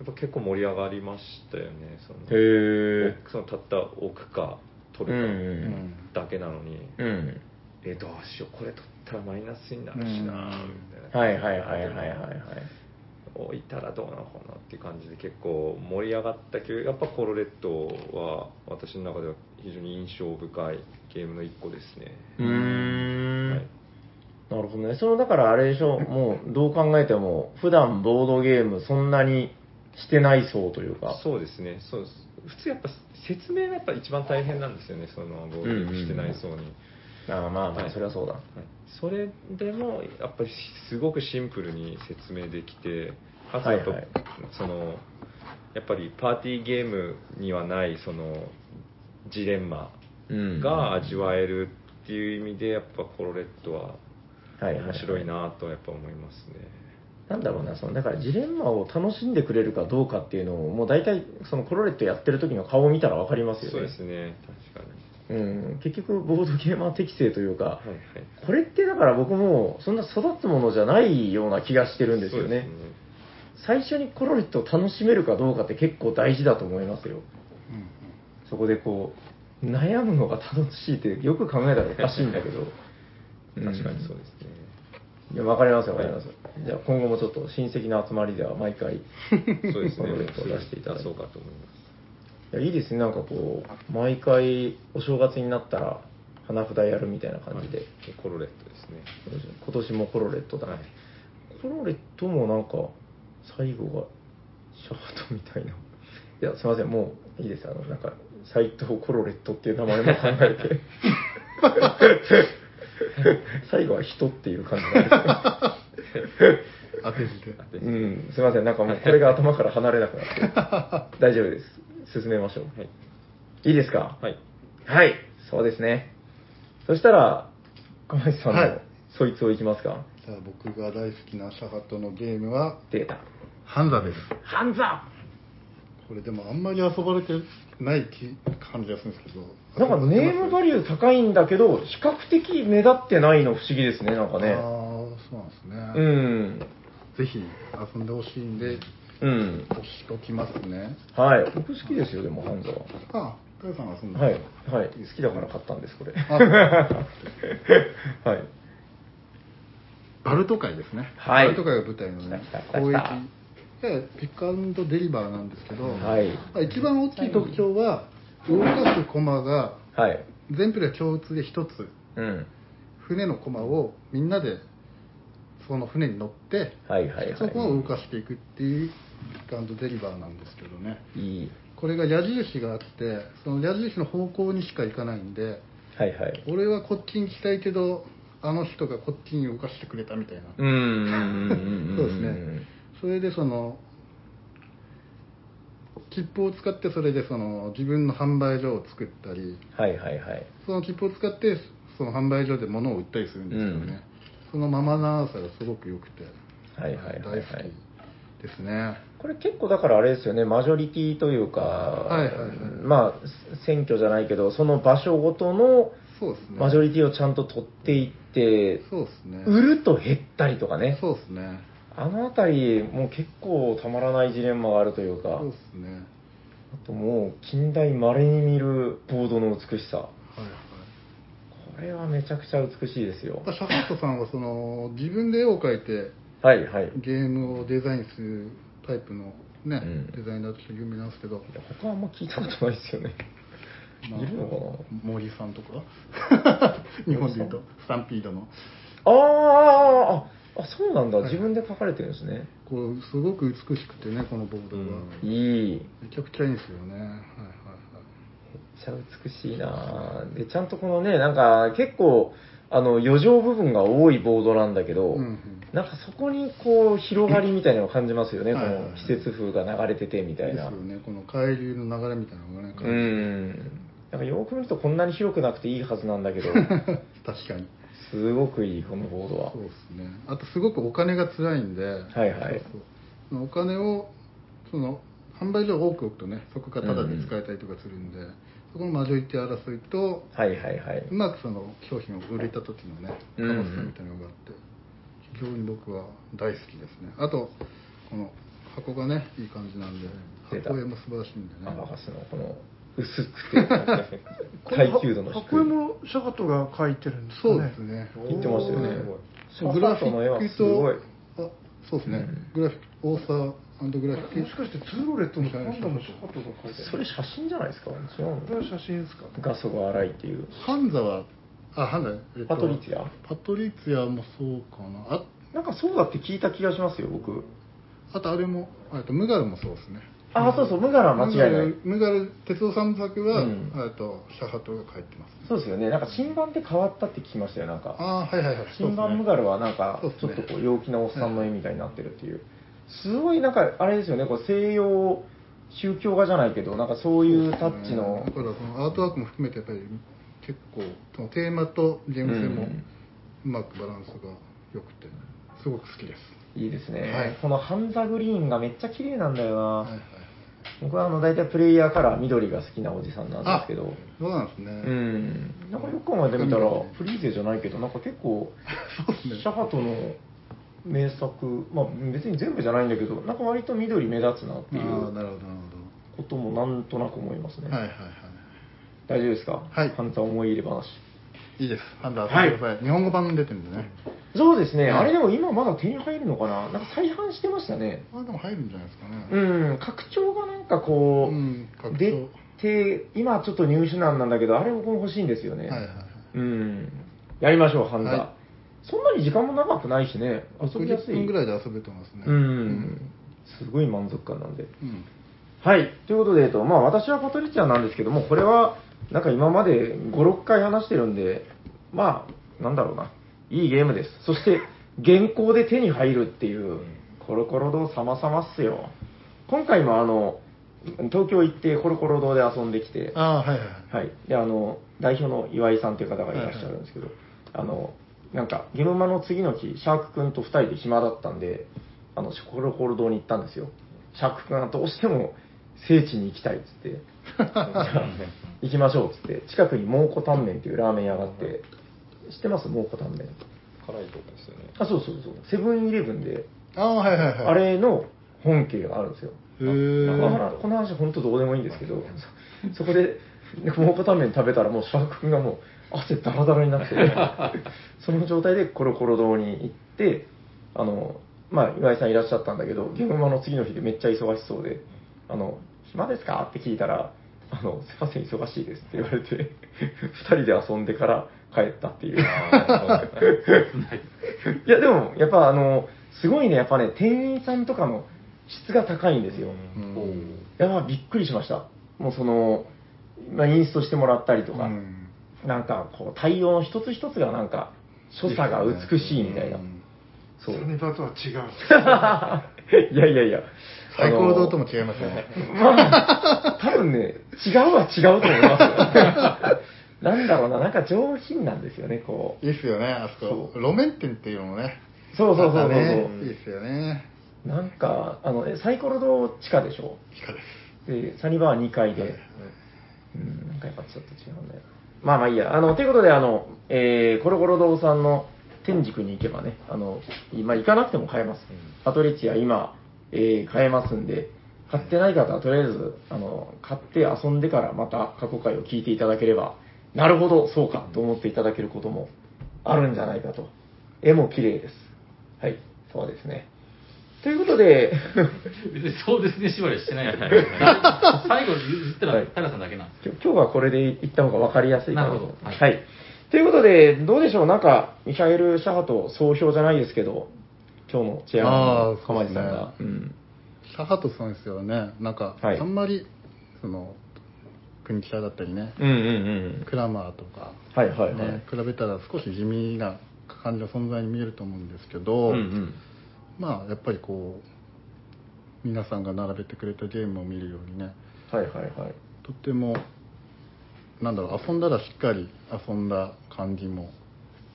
[SPEAKER 3] ぱ結構盛り上がりましたよねその
[SPEAKER 4] へえ。
[SPEAKER 3] そのたった置くか
[SPEAKER 4] う
[SPEAKER 3] 取
[SPEAKER 4] んう
[SPEAKER 3] る
[SPEAKER 4] ん。
[SPEAKER 3] かだけなのに、
[SPEAKER 4] うん。
[SPEAKER 3] えどうしようこれ取ったらマイナスになるしな
[SPEAKER 2] うん
[SPEAKER 3] みたいな
[SPEAKER 4] はいはいはいはいはいはい。
[SPEAKER 3] 置いたらどうなのかなっていう感じで結構盛り上がったけどやっぱコロレットは私の中では非常に印象深いゲームの一個ですね、
[SPEAKER 4] うーん
[SPEAKER 3] はい
[SPEAKER 4] なるほどね。その、だからあれでしょ、もう、どう考えても、普段ボードゲームそんなにしてない層というか。
[SPEAKER 3] そうですねそうです普通やっぱ説明がやっぱ一番大変なんですよねその合
[SPEAKER 4] うんうん
[SPEAKER 3] 意してないそうに、
[SPEAKER 4] ああまあま
[SPEAKER 3] は
[SPEAKER 4] あ、
[SPEAKER 3] い
[SPEAKER 4] それはそうだ。
[SPEAKER 3] はいそれでもやっぱりすごくシンプルに説明できてあとやっぱ、
[SPEAKER 4] はいはい
[SPEAKER 3] そのやっぱりパーティーゲームにはないそのジレンマ
[SPEAKER 4] うん。
[SPEAKER 3] が味わえるっていう意味でやっぱコロレットは
[SPEAKER 4] はい、
[SPEAKER 3] 面白い
[SPEAKER 4] な。
[SPEAKER 3] なとやっぱ思いますね、
[SPEAKER 4] なんだろうな、その、だからジレンマを楽しんでくれるかどうかっていうのを、もう大体、そのコロレットやってる時の顔を見たらわかりますよね。
[SPEAKER 3] そうですね確かに
[SPEAKER 4] うん。結局、ボードゲーマー適性というか
[SPEAKER 3] は、いはい
[SPEAKER 4] これってだから僕も、そんな育つものじゃないような気がしてるんですよ
[SPEAKER 3] そう。
[SPEAKER 4] ね。最初にコロレットを楽しめるかどうかって結構大事だと思いますよ。そこでこう、悩むのが楽しいってよく考えたらおかしいんだけど
[SPEAKER 3] *laughs* 確かにそう
[SPEAKER 4] す
[SPEAKER 3] ですね、
[SPEAKER 4] いや、わかりますよ、わかります。じゃあ今後もちょっと親戚の集まりでは毎回、
[SPEAKER 3] そうです
[SPEAKER 4] コ
[SPEAKER 3] ね
[SPEAKER 4] ロレットを出していただいて。
[SPEAKER 3] そう
[SPEAKER 4] い
[SPEAKER 3] かと思います
[SPEAKER 4] や、いいですね、なんかこう、毎回お正月になったら、花札やるみたいな感じで。
[SPEAKER 3] はいコロレットですね
[SPEAKER 4] 今年もコロレットだ、
[SPEAKER 3] はい
[SPEAKER 4] コロレットもなんか、最後がシャートみたいな。いや、すいません、もういいです。あの、なんか、斎藤コロレットっていう名前も考えて。最後は人っていう感じなんですよ
[SPEAKER 2] 当てて
[SPEAKER 3] あで
[SPEAKER 4] うん、すいません、なんかもうこれが頭から離れなくなって。大丈夫です。進めましょう。
[SPEAKER 3] はい
[SPEAKER 4] いいですか
[SPEAKER 3] はい
[SPEAKER 4] はい、そうですね。そしたら、釜石さんの、
[SPEAKER 2] はい
[SPEAKER 4] そいつをいきますか。
[SPEAKER 2] *laughs* じゃあ僕が大好きなシャハトのゲームは
[SPEAKER 4] データ。
[SPEAKER 2] ハンザです
[SPEAKER 4] ハンザ
[SPEAKER 2] これでもあんまり遊ばれてない気感じがするんですけ
[SPEAKER 4] な
[SPEAKER 2] ど
[SPEAKER 4] んかネームバ
[SPEAKER 2] リ
[SPEAKER 4] リュー高いんだけど、比較的目立ってないの不思議ですね、なんか
[SPEAKER 2] ああ
[SPEAKER 4] ね。
[SPEAKER 2] そうなんです
[SPEAKER 4] う
[SPEAKER 2] ね、
[SPEAKER 4] ん。
[SPEAKER 2] ぜひ遊んでほしいんで
[SPEAKER 4] うん。
[SPEAKER 2] 押しときますね
[SPEAKER 4] はい。僕好きですよ、でも、ハンザは。
[SPEAKER 2] ああ加さんが遊んで
[SPEAKER 4] はい。はい。好きだから買ったんです、これ。 *laughs* はい。
[SPEAKER 2] バルト海ですね、
[SPEAKER 4] はい
[SPEAKER 2] バルト海が舞台のね
[SPEAKER 4] 来た来た
[SPEAKER 2] 交
[SPEAKER 4] 来
[SPEAKER 2] 易
[SPEAKER 4] た
[SPEAKER 2] でピックアンドデリバーなんですけど、
[SPEAKER 4] はい
[SPEAKER 2] まあ一番大きい特徴は動かす駒が
[SPEAKER 4] はい。
[SPEAKER 2] 全プレー共通で1つ
[SPEAKER 4] うん。
[SPEAKER 2] 船の駒をみんなでその船に乗って
[SPEAKER 4] はいはいはい。
[SPEAKER 2] そこを動かしていくっていうピックアンドデリバーなんですけどね
[SPEAKER 4] いい。
[SPEAKER 2] これが矢印があってその矢印の方向にしか行かないんで
[SPEAKER 4] はいはい。
[SPEAKER 2] 俺はこっちに来たいけどあの人がこっちに動かしてくれたみたいな、
[SPEAKER 4] うんうんうんんんん。
[SPEAKER 2] そうですねそれでその切符を使ってそれでその自分の販売所を作ったり
[SPEAKER 4] はいはいはい。
[SPEAKER 2] その切符を使ってその販売所で物を売ったりするんですけどね、そのままなさがすごく良くて
[SPEAKER 4] はいはいはいは
[SPEAKER 2] 大
[SPEAKER 4] い
[SPEAKER 2] 好きですね
[SPEAKER 4] これ結構だからあれですよね、マジョリティというか、
[SPEAKER 2] はいはいはい
[SPEAKER 4] まあ、選挙じゃないけど、その場所ごとの
[SPEAKER 2] そうですね
[SPEAKER 4] マジョリティをちゃんと取っていって、
[SPEAKER 2] そうですね
[SPEAKER 4] 売ると減ったりとかね、
[SPEAKER 2] そうですね
[SPEAKER 4] あのあたり、もう結構たまらないジレンマがあるというか、
[SPEAKER 2] そうですねはい
[SPEAKER 4] あともう近代まれに見るボードの美しさ、
[SPEAKER 2] はい
[SPEAKER 4] これはめちゃくちゃ美しいですよ
[SPEAKER 2] やっ。ぱシャハットさんはその自分で絵を描いて
[SPEAKER 4] はいはい。
[SPEAKER 2] ゲームをデザインするタイプのね、
[SPEAKER 4] うん
[SPEAKER 2] デザイナーとして有名なんですけど、
[SPEAKER 4] 他あんま聞いたことないですよね。
[SPEAKER 2] まあ
[SPEAKER 4] いるのかな
[SPEAKER 2] 森さんとか *laughs* 日本でいうとスタンピードの
[SPEAKER 4] あーあーあーあ、そうなんだ、自分で書かれてるんですね。
[SPEAKER 2] こうすごく美しくてねこのボードが、
[SPEAKER 3] うん
[SPEAKER 4] いい。
[SPEAKER 2] めちゃくちゃいいんですよねはいはいはい
[SPEAKER 4] めっちゃ美しいなぁで、ちゃんとこのね、なんか結構、あの、余剰部分が多いボードなんだけど、
[SPEAKER 2] うんうん
[SPEAKER 4] なんかそこにこう、広がりみたいなのを感じますよね、こ
[SPEAKER 2] はいはい
[SPEAKER 4] の季節風が流れててみたい
[SPEAKER 2] です
[SPEAKER 4] な。
[SPEAKER 2] よねこの海流の流れみたいなのがね、
[SPEAKER 4] うん。なんかよく見るとこんなに広くなくていいはずな
[SPEAKER 2] *laughs*
[SPEAKER 4] んだけど、
[SPEAKER 2] *laughs* 確かに
[SPEAKER 4] すごくいい、このボードは
[SPEAKER 2] そ。うですねあとすごくお金が辛いんで、
[SPEAKER 4] はいはい
[SPEAKER 2] そうそうお金をその販売所を多く置くとねそこがタダで使えたりとかするんで、そこのマジョリティ争いと。
[SPEAKER 4] はいはいはいう
[SPEAKER 2] まくその商品を売れた時のね
[SPEAKER 4] うん
[SPEAKER 2] 楽しさみたいなのがあって、非常に僕は大好きですねあとこの箱がねいい感じなんで
[SPEAKER 4] 出た
[SPEAKER 2] 箱絵も素晴らしいんでね
[SPEAKER 4] アバカスのこの、薄くて、耐久度の低い。
[SPEAKER 5] 箱絵もシャカトが描いてるんですか
[SPEAKER 2] そ
[SPEAKER 5] ね
[SPEAKER 2] うですね
[SPEAKER 4] 言ってましたよね
[SPEAKER 3] すごい。
[SPEAKER 4] シャーパートの絵はすごい。
[SPEAKER 2] あそうですね。グラフィック、オーサーグラフィック。
[SPEAKER 5] もしかしてツーロレットのパンダもシャハトが書いてあ
[SPEAKER 4] それ
[SPEAKER 5] る
[SPEAKER 4] 写真じゃないですか違う
[SPEAKER 5] これは写真ですか
[SPEAKER 4] 画素が荒いっていう
[SPEAKER 2] ハンザは、あ、ハンザ、えっと
[SPEAKER 4] パトリツィア
[SPEAKER 2] パトリツィアもそうかな。あ
[SPEAKER 4] なんかそうだって聞いた気がしますよ僕
[SPEAKER 2] あとあれも、えっとムガルもそうですね。
[SPEAKER 4] ああそうそう無柄は間違いな
[SPEAKER 2] ム
[SPEAKER 4] い
[SPEAKER 2] ガル、ムガル哲夫三作は、
[SPEAKER 4] うん
[SPEAKER 2] えっとシャハトが書いてます。
[SPEAKER 4] そうですよねなんか新版って変わったって聞きましたよなんか
[SPEAKER 2] ああ、はいはいはい。
[SPEAKER 4] 新版ムガルはなんかち
[SPEAKER 2] そ
[SPEAKER 4] ょ
[SPEAKER 2] う
[SPEAKER 4] っ
[SPEAKER 2] です
[SPEAKER 4] と
[SPEAKER 2] ね
[SPEAKER 4] こう陽気なおっさんの絵みたいになってるっていうすごいなんかあれですよねこう西洋宗教画じゃないけどなんかそういうタッチの
[SPEAKER 2] だからそのアートワークも含めてやっぱり結構そのテーマとゲーム性も
[SPEAKER 4] う
[SPEAKER 2] うんまくバランスが良くてすごく好きです、
[SPEAKER 4] いいですね、
[SPEAKER 2] はい
[SPEAKER 4] このハンザグリーンがめっちゃ綺麗なんだよな、
[SPEAKER 2] はいはい
[SPEAKER 4] 僕はあの大体プレイヤーカラー緑が好きなおじさんなんですけど
[SPEAKER 2] そうなんですね、
[SPEAKER 4] うんなんかよく考えてみたらフリーゼじゃないけどなんか結構
[SPEAKER 2] そうですね
[SPEAKER 4] シャハトの名作まあ別に全部じゃないんだけどなんか割と緑目立つなってい
[SPEAKER 2] ああ
[SPEAKER 4] う
[SPEAKER 2] なるほどなる
[SPEAKER 4] こともなんとなく思います
[SPEAKER 2] ほ
[SPEAKER 4] ね、
[SPEAKER 2] どはいはいは
[SPEAKER 4] 大丈夫ですか
[SPEAKER 2] はい
[SPEAKER 4] ハンザ思い入れ話
[SPEAKER 2] いいいですハンダー遊んでください、日本語版も出てるんでね
[SPEAKER 4] そうですね、あれでも今まだ手に入るのかななんか再販してましたね
[SPEAKER 2] あでも入るんじゃないですかね
[SPEAKER 4] うん拡張がなんかこう、
[SPEAKER 2] うん拡張
[SPEAKER 4] 出て今ちょっと入手難なんだけどあれ僕も欲しいんですよね、
[SPEAKER 2] はいはいはい
[SPEAKER 4] うんやりましょうハンザ、
[SPEAKER 2] はい
[SPEAKER 4] そんなに時間も長くないしね遊びやす
[SPEAKER 2] 60
[SPEAKER 4] い
[SPEAKER 2] 分ぐらいで遊べてますね
[SPEAKER 4] うん、すごい満足感なんで
[SPEAKER 2] うん
[SPEAKER 4] はいということで、えっとまあ、私はパトリッチアなんですけどもこれはなんか今まで56回話してるんでまあなんだろうないいゲームですそして現行で手に入るっていうコロコロ堂様々っすよ今回もあの東京行ってコロコロ堂で遊んできて
[SPEAKER 2] ああはいはいはい
[SPEAKER 4] はい、であの代表の岩井さんという方がいらっしゃるんですけど、あのなんか、ゲムマの次の日、シャーク君と2人で暇だったんで、あのコロコロ堂に行ったんですよ、シャーク君はどうしても聖地に行きたいっつって、じゃあ行きましょうっつって、近くに蒙古タンメンっていうラーメン屋があって、知ってます、蒙古タンメン。
[SPEAKER 3] 辛いとこですよね
[SPEAKER 4] あ、そうそうそう、セブンイレブンで、
[SPEAKER 2] ああはいはいはい
[SPEAKER 4] あれの本家があるんですよ。
[SPEAKER 2] へ
[SPEAKER 4] こ
[SPEAKER 2] ー
[SPEAKER 4] の話この話本当どうでもいいんですけど、そそこで、蒙古タンメン食べたらもうシャーク君がもう汗だらだらになって、
[SPEAKER 2] *laughs*
[SPEAKER 4] その状態でコロコロ堂に行って、あの、まあ、岩井さんいらっしゃったんだけど、ゲームマの次の日でめっちゃ忙しそうで、あの、暇ですかって聞いたら、あの、すいません、忙しいですって言われて、二人で遊んでから帰ったっていう。
[SPEAKER 3] あーそうですね
[SPEAKER 4] いや、でも、やっぱあの、すごいね、やっぱね、店員さんとかの質が高いんですよ。
[SPEAKER 2] うん
[SPEAKER 4] いやまあびっくりしましたもうその、まあ、インストしてもらったりとか、
[SPEAKER 2] うん
[SPEAKER 4] なんかこう対応の一つ一つがなんか所作が美しいみたいな、
[SPEAKER 2] うん
[SPEAKER 4] そう *laughs*
[SPEAKER 5] サニバとは違う
[SPEAKER 4] いやいやいや
[SPEAKER 2] サイコロ堂と
[SPEAKER 4] も
[SPEAKER 2] も違いますよね
[SPEAKER 4] まあ多分ね違うは違うと思います
[SPEAKER 2] *laughs*
[SPEAKER 4] よなんだろうななんか上品なんですよねこ
[SPEAKER 2] いいっすよね、あそこ。
[SPEAKER 4] そ
[SPEAKER 2] 路面店っていうのもね。
[SPEAKER 4] うそうそうそうそうそう、
[SPEAKER 2] またねいいっすよね。
[SPEAKER 4] なんかあのえサイコロ堂地下でしょ
[SPEAKER 2] 地下です。
[SPEAKER 4] でサニバーは2階で、うん、なんかやっぱちょっと違うんだよなまあまあいいや。あの、ということで、あの、えー、コロコロ堂さんの天竺に行けばね、あの、今行かなくても買えます。パトリチア今、えー買えますんで、買ってない方はとりあえず、あの、買って遊んでからまた過去回を聞いていただければ、なるほど、そうか、と思っていただけることもあるんじゃないかと。絵も綺麗です。はい、そうですね。ということで、 *laughs*
[SPEAKER 1] 別に *laughs* そうですね縛りはしてないですね *laughs* 最後言った
[SPEAKER 4] はい
[SPEAKER 1] らタラさんだけなんです
[SPEAKER 4] 今日今日はこれでいった方が分かりやすいかなと
[SPEAKER 1] なるほど
[SPEAKER 4] はい。ということで、どうでしょう、なんか、ミハエル・シャハト総評じゃないですけど、今日のチェア
[SPEAKER 2] あ
[SPEAKER 4] の
[SPEAKER 2] ー
[SPEAKER 4] 釜地さんが。
[SPEAKER 2] そううですね
[SPEAKER 4] ん
[SPEAKER 2] シャハトさんですよね。なんか、
[SPEAKER 4] はい
[SPEAKER 2] あんまり、その、国北だったりね、
[SPEAKER 4] うんうんうん。
[SPEAKER 2] クラマーとか、
[SPEAKER 4] はいはいはい。
[SPEAKER 2] ね、比べたら少し地味な感じの存在に見えると思うんですけど、
[SPEAKER 4] うんうん
[SPEAKER 2] まあ、やっぱりこう、皆さんが並べてくれたゲームを見るようにね、
[SPEAKER 4] はいはいはい。
[SPEAKER 2] とっても、なんだろう、遊んだらしっかり遊んだ感じも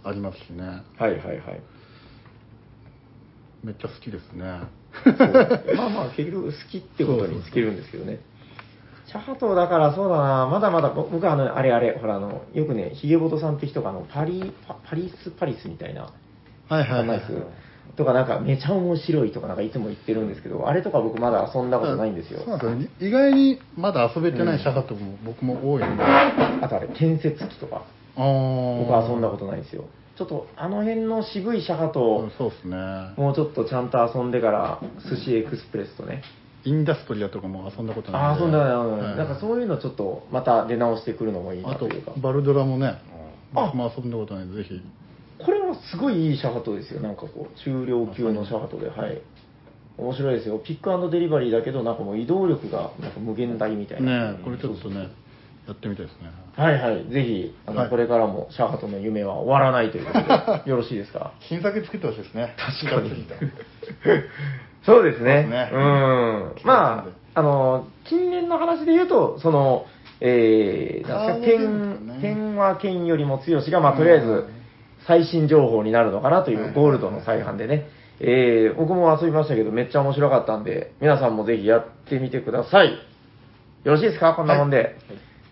[SPEAKER 2] ありますしね。
[SPEAKER 4] はいは
[SPEAKER 2] *laughs*
[SPEAKER 4] いはい。
[SPEAKER 2] めっちゃ好きですね。
[SPEAKER 4] そう
[SPEAKER 2] *laughs*
[SPEAKER 4] まあまあ、結局好きってことに尽きるんですけどね。シャハトだからそうだな、まだまだ、ぼ僕はあの、あれあれ、ほらあの、よくね、ヒゲボトさんって人があの、パリ、パパリス、パリスみたいな、
[SPEAKER 2] はい
[SPEAKER 4] わ
[SPEAKER 2] は
[SPEAKER 4] か
[SPEAKER 2] いは
[SPEAKER 4] んない
[SPEAKER 2] い、
[SPEAKER 4] ですとかなんかめちゃ面白いとかなんかいつも言ってるんですけどあれとか僕まだ遊んだことないんですよ
[SPEAKER 2] そうなんですよ意外にまだ遊べてないシャハトも僕も多いんで、あ
[SPEAKER 4] あとあれ建設機とか
[SPEAKER 2] あー
[SPEAKER 4] 僕は遊んだことないんですよちょっとあの辺の渋いシャハト
[SPEAKER 2] う
[SPEAKER 4] を
[SPEAKER 2] ん、そうですね
[SPEAKER 4] もうちょっとちゃんと遊んでから、寿司エクスプレスとね。
[SPEAKER 2] インダストリアとかも遊んだことない
[SPEAKER 4] ああ、そんな、うん
[SPEAKER 2] はい
[SPEAKER 4] なんかそういうのちょっと、また出直してくるのもいいな
[SPEAKER 2] あ
[SPEAKER 4] と
[SPEAKER 2] と
[SPEAKER 4] いうか。
[SPEAKER 2] バルドラもね
[SPEAKER 4] あ
[SPEAKER 2] 僕も遊んだことないんでぜひ
[SPEAKER 4] これはすごいいいシャハトですよ。なんかこう、中量級のシャハトで、はい。面白いですよ。ピックデリバリーだけど、なんかもう移動力が、なんか無限大みたいな。
[SPEAKER 2] ねこれちょっとねやってみたいですね
[SPEAKER 4] はいはい。ぜひ、あの、
[SPEAKER 2] はい
[SPEAKER 4] これからもシャハトの夢は終わらないということ
[SPEAKER 2] *laughs*
[SPEAKER 4] で、よろしいですか
[SPEAKER 2] 新作作ってほしいですね確か
[SPEAKER 4] *laughs*
[SPEAKER 2] に
[SPEAKER 4] そうですね。
[SPEAKER 2] そうですね
[SPEAKER 4] うん。まあ、あの、近年の話で言うと、その、えー、な
[SPEAKER 2] カード
[SPEAKER 4] んですか、
[SPEAKER 2] ゲームとか
[SPEAKER 4] 剣、
[SPEAKER 2] ね
[SPEAKER 4] 剣は剣よりも強しが、まあ、とりあえ
[SPEAKER 2] う
[SPEAKER 4] ず
[SPEAKER 2] ん、
[SPEAKER 4] 最新情報になるのかなとい、
[SPEAKER 2] はいうはい
[SPEAKER 4] ゴールドの再販でね。えー、僕も遊びましたけど、めっちゃ面白かったんで、皆さんもぜひやってみてください。よろしいですかこんなもんで。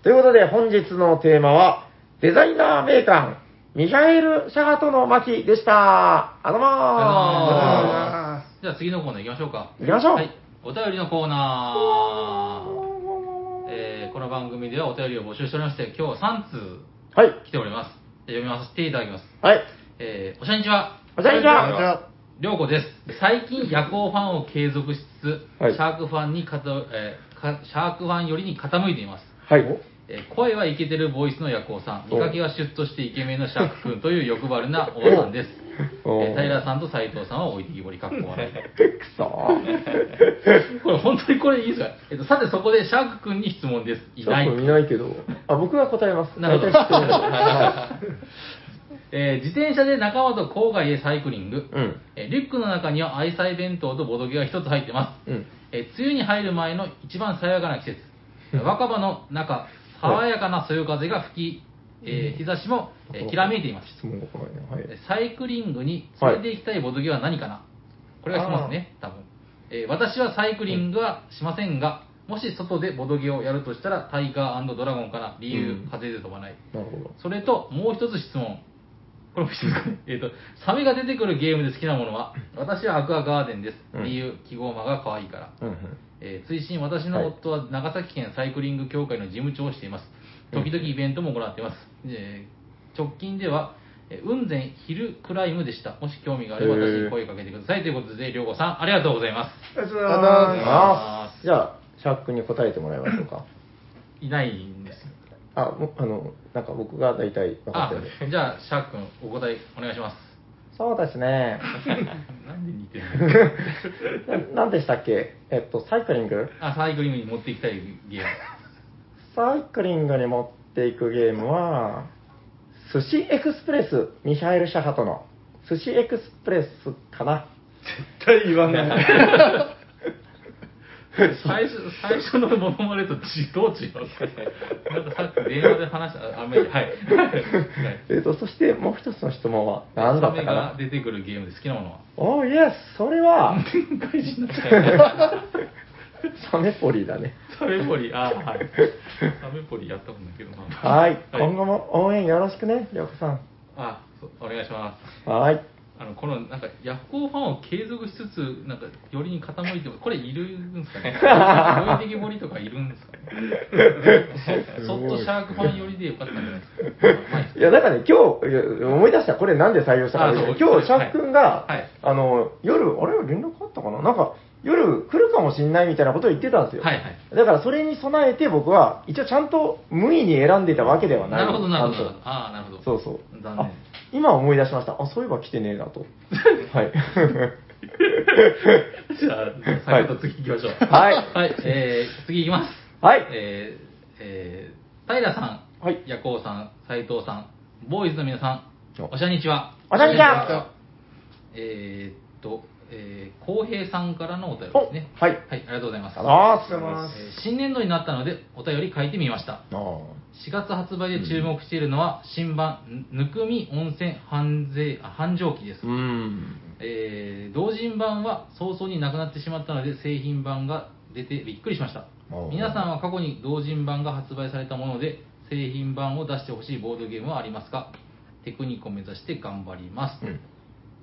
[SPEAKER 4] ということで、本日のテーマは、デザイナー名鑑、ミハエル・シャガトの巻でした。あどうもー
[SPEAKER 1] あじゃあ次のコーナー行きましょうか。
[SPEAKER 4] 行きましょう
[SPEAKER 1] はい。お便りのコーナー。えーこの番組ではお便りを募集しておりまして、今日は3通
[SPEAKER 4] はい。
[SPEAKER 1] 来ております。読みさせていただきます。
[SPEAKER 4] はい。
[SPEAKER 1] えーおしゃにちは。
[SPEAKER 4] おしゃにちは
[SPEAKER 1] こんにちは。りょうこです。最近、夜行ファンを継続しつつ、
[SPEAKER 4] はい
[SPEAKER 1] シャークファンにかた、えーかシャークファン寄りに傾いています。
[SPEAKER 4] はい。
[SPEAKER 1] えー声はイケてるボイスの夜行さん、
[SPEAKER 4] お
[SPEAKER 1] 見かけはシュッとしてイケメンのシャーク君という欲張りなおばさん
[SPEAKER 4] *laughs*
[SPEAKER 1] です。え
[SPEAKER 4] お
[SPEAKER 1] ー平さんと斉藤さんは置いてきぼり、かっこ笑い。
[SPEAKER 4] くそー。
[SPEAKER 1] これ本当にこれいいですよ。えっと、さてそこでシャーク君に質問です。い
[SPEAKER 4] い
[SPEAKER 1] な
[SPEAKER 4] ないい。。いないけど。あ、僕が答えます。
[SPEAKER 1] なるほど
[SPEAKER 4] 大体知ってるんだ
[SPEAKER 1] えー自転車で仲間と郊外へサイクリング。
[SPEAKER 4] けどうん。
[SPEAKER 1] えーリュックの中には愛妻弁当とボドゲが一つ入ってます。
[SPEAKER 4] うん。
[SPEAKER 1] えー梅雨に入る前の一番爽やかな季節。若葉の中、爽やかなそよ風が吹き、えー日差しも、えーきらめいています。
[SPEAKER 4] 質問が来ないね。はい。
[SPEAKER 1] サイクリングに連れて行きたいボドゲは何かな、これがしますね、多分、えー私はサイクリングはしませんが、もし外でボドゲをやるとしたら、タイガードラゴンかな。理由、
[SPEAKER 4] うん
[SPEAKER 1] 風で飛ばない。
[SPEAKER 4] なるほど。
[SPEAKER 1] それと、もう一つ質問。これも質問
[SPEAKER 4] *laughs*
[SPEAKER 1] かね。えっと、サメが出てくるゲームで好きなものは、私はアクアガーデンです。
[SPEAKER 4] うん
[SPEAKER 1] 理由、記号魔が可愛いから。
[SPEAKER 4] うんうん。
[SPEAKER 1] えー、追伸私の夫は長崎県サイクリング協会の事務長をしています
[SPEAKER 4] うん
[SPEAKER 1] 時々イベントも行っています、えー直近ではえー雲仙ヒルクライムでしたもし興味があれば
[SPEAKER 4] へー
[SPEAKER 1] 私に声かけてくださいということで涼子さんありがとうございま
[SPEAKER 5] ありがとうござい
[SPEAKER 2] あり
[SPEAKER 5] ま
[SPEAKER 2] が
[SPEAKER 4] あーじゃあ、シャーク君に答えてもらいましょうか。
[SPEAKER 1] すいないんですよ
[SPEAKER 4] あ、もあの、なんか僕が大体分かっ
[SPEAKER 1] あ
[SPEAKER 4] たよね。
[SPEAKER 1] じゃあシャーク君お答えお願いします *laughs*
[SPEAKER 4] そうですね。
[SPEAKER 1] なんで似てる
[SPEAKER 4] *laughs* 何でしたっけえっと、サイクリング
[SPEAKER 1] あサイクリングに持っていきたいゲー *laughs* ム
[SPEAKER 4] サイクリングに持っていくゲームは、寿司エクスプレス、ミハエル・シャハトの寿司エクスプレスかな。
[SPEAKER 5] す。絶対言わない。
[SPEAKER 1] 最初最初のモノマネとちどう違うなんかさっき電話で話したあんまりはい *laughs* はい
[SPEAKER 4] えっと、そしてもう一つの質問は何だ
[SPEAKER 1] サ
[SPEAKER 4] った
[SPEAKER 1] メ
[SPEAKER 4] か
[SPEAKER 1] が
[SPEAKER 4] な
[SPEAKER 1] 出てくるゲームで好きなものは
[SPEAKER 4] おー、イエスそれは、
[SPEAKER 1] 外人だから
[SPEAKER 4] サメポリだ *laughs* ね。
[SPEAKER 1] サメポリあーはいサメポリやったもんだけどな
[SPEAKER 4] はい、今後も応援よろしくね、りょうこさん。
[SPEAKER 1] あそうお願いします
[SPEAKER 4] はい。
[SPEAKER 1] あのこのなんかヤフコーファンを継続しつつなんかよりに傾いてもこれいるんですかね動いてきぼりとかいるんですか
[SPEAKER 4] *laughs*
[SPEAKER 1] ねそっとシャークファン寄りでよかったんじゃないですかまあまあいいです
[SPEAKER 4] いや、なんかね、今日いや、思い出した、これなんで採用したか
[SPEAKER 1] あそう
[SPEAKER 4] 今日、シャーク君が、
[SPEAKER 1] はいはい
[SPEAKER 4] あの、夜、あれ連絡あったかななんか、夜来るかもしんないみたいなことを言ってたんですよ。
[SPEAKER 1] はいはい
[SPEAKER 4] だから、それに備えて僕は、一応ちゃんと無意に選んでたわけではない。
[SPEAKER 1] なるほどなるほ
[SPEAKER 4] ちゃ
[SPEAKER 1] ど
[SPEAKER 4] んと
[SPEAKER 1] ああなるほど
[SPEAKER 4] そうそう。
[SPEAKER 1] 残
[SPEAKER 4] あ
[SPEAKER 1] 念
[SPEAKER 4] 今思い出しました。あ、そういえば来てねえな
[SPEAKER 1] *laughs*
[SPEAKER 4] と。はい。 *laughs*
[SPEAKER 1] じゃあ先ほど次行きましょう
[SPEAKER 4] はい
[SPEAKER 1] はいえー次行きます
[SPEAKER 4] はい。
[SPEAKER 1] えーえー平さん、
[SPEAKER 4] はい
[SPEAKER 1] 夜行さん、斉藤さん、ボーイズの皆さん、
[SPEAKER 4] お
[SPEAKER 1] おしゃにちは。
[SPEAKER 4] おしゃにちは
[SPEAKER 1] えーっと、えー、浩平さんからのお便り
[SPEAKER 4] お
[SPEAKER 1] ですね。
[SPEAKER 4] はい。
[SPEAKER 1] はい、ありがとうございます。
[SPEAKER 4] あ
[SPEAKER 5] ありがとうござ
[SPEAKER 4] ー
[SPEAKER 5] います。
[SPEAKER 1] えー新年度になったので、お便り書いてみました。
[SPEAKER 4] あー
[SPEAKER 1] 4月発売で注目しているのは、新版、ぬぬくみ温泉繁盛あ繁盛記です
[SPEAKER 4] う。ん。
[SPEAKER 1] えー同人版は早々になくなってしまったので製品版が出てびっくりしました
[SPEAKER 4] おう
[SPEAKER 1] 皆さんは過去に同人版が発売されたもので製品版を出してほしいボードゲームはありますかテクニックを目指して頑張ります、
[SPEAKER 4] うん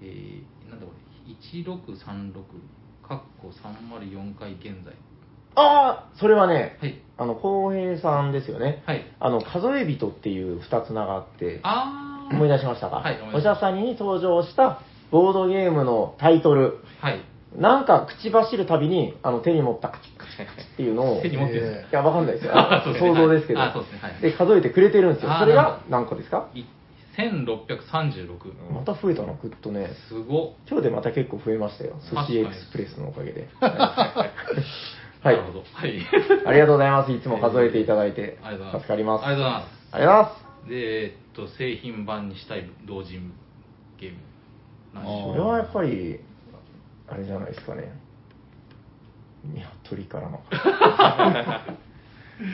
[SPEAKER 1] えーなんだこれ1636かっこ304回現在
[SPEAKER 4] あー、それはね、
[SPEAKER 1] はい
[SPEAKER 4] あの、浩平さんですよね。
[SPEAKER 1] はい
[SPEAKER 4] あの、数え人っていう二つ名があって、
[SPEAKER 1] あ
[SPEAKER 4] 思い出しましたか、
[SPEAKER 1] はい思い出しま
[SPEAKER 4] おし
[SPEAKER 1] し
[SPEAKER 4] ゃ
[SPEAKER 1] た
[SPEAKER 4] さんに登場したボードゲームのタイトル、
[SPEAKER 1] はい。
[SPEAKER 4] なんか口走るたびに、あの手に持ったカチッカチッカチッっていうのを、
[SPEAKER 1] 手に持ってるんです
[SPEAKER 2] え
[SPEAKER 4] いや、わかんないですよ。
[SPEAKER 1] あそうですね
[SPEAKER 4] 想像ですけど。
[SPEAKER 1] あそうですねはい
[SPEAKER 4] で、数えてくれてるんですよ。
[SPEAKER 1] あー
[SPEAKER 4] それが何個ですか
[SPEAKER 1] い1636。
[SPEAKER 4] また増えたな、ぐっとね。
[SPEAKER 1] すごっ。
[SPEAKER 4] 今日でまた結構増えましたよ。
[SPEAKER 1] 確
[SPEAKER 4] 寿
[SPEAKER 1] かに
[SPEAKER 4] 司エクスプレスのおかげ
[SPEAKER 1] *laughs*
[SPEAKER 4] で。はい。
[SPEAKER 1] なるほど。はい。
[SPEAKER 4] ありがとうございます。いつも数えていただいて。
[SPEAKER 1] ありがとうございます。
[SPEAKER 4] 助かります。
[SPEAKER 1] ありがとうございま。
[SPEAKER 4] ありがとうございます
[SPEAKER 1] で、えっと、製品版にしたい同人ゲーム。何でし
[SPEAKER 4] す。
[SPEAKER 1] ょ
[SPEAKER 4] こ
[SPEAKER 1] う
[SPEAKER 4] れはやっぱり、あれじゃないですかね。いや、鳥からの。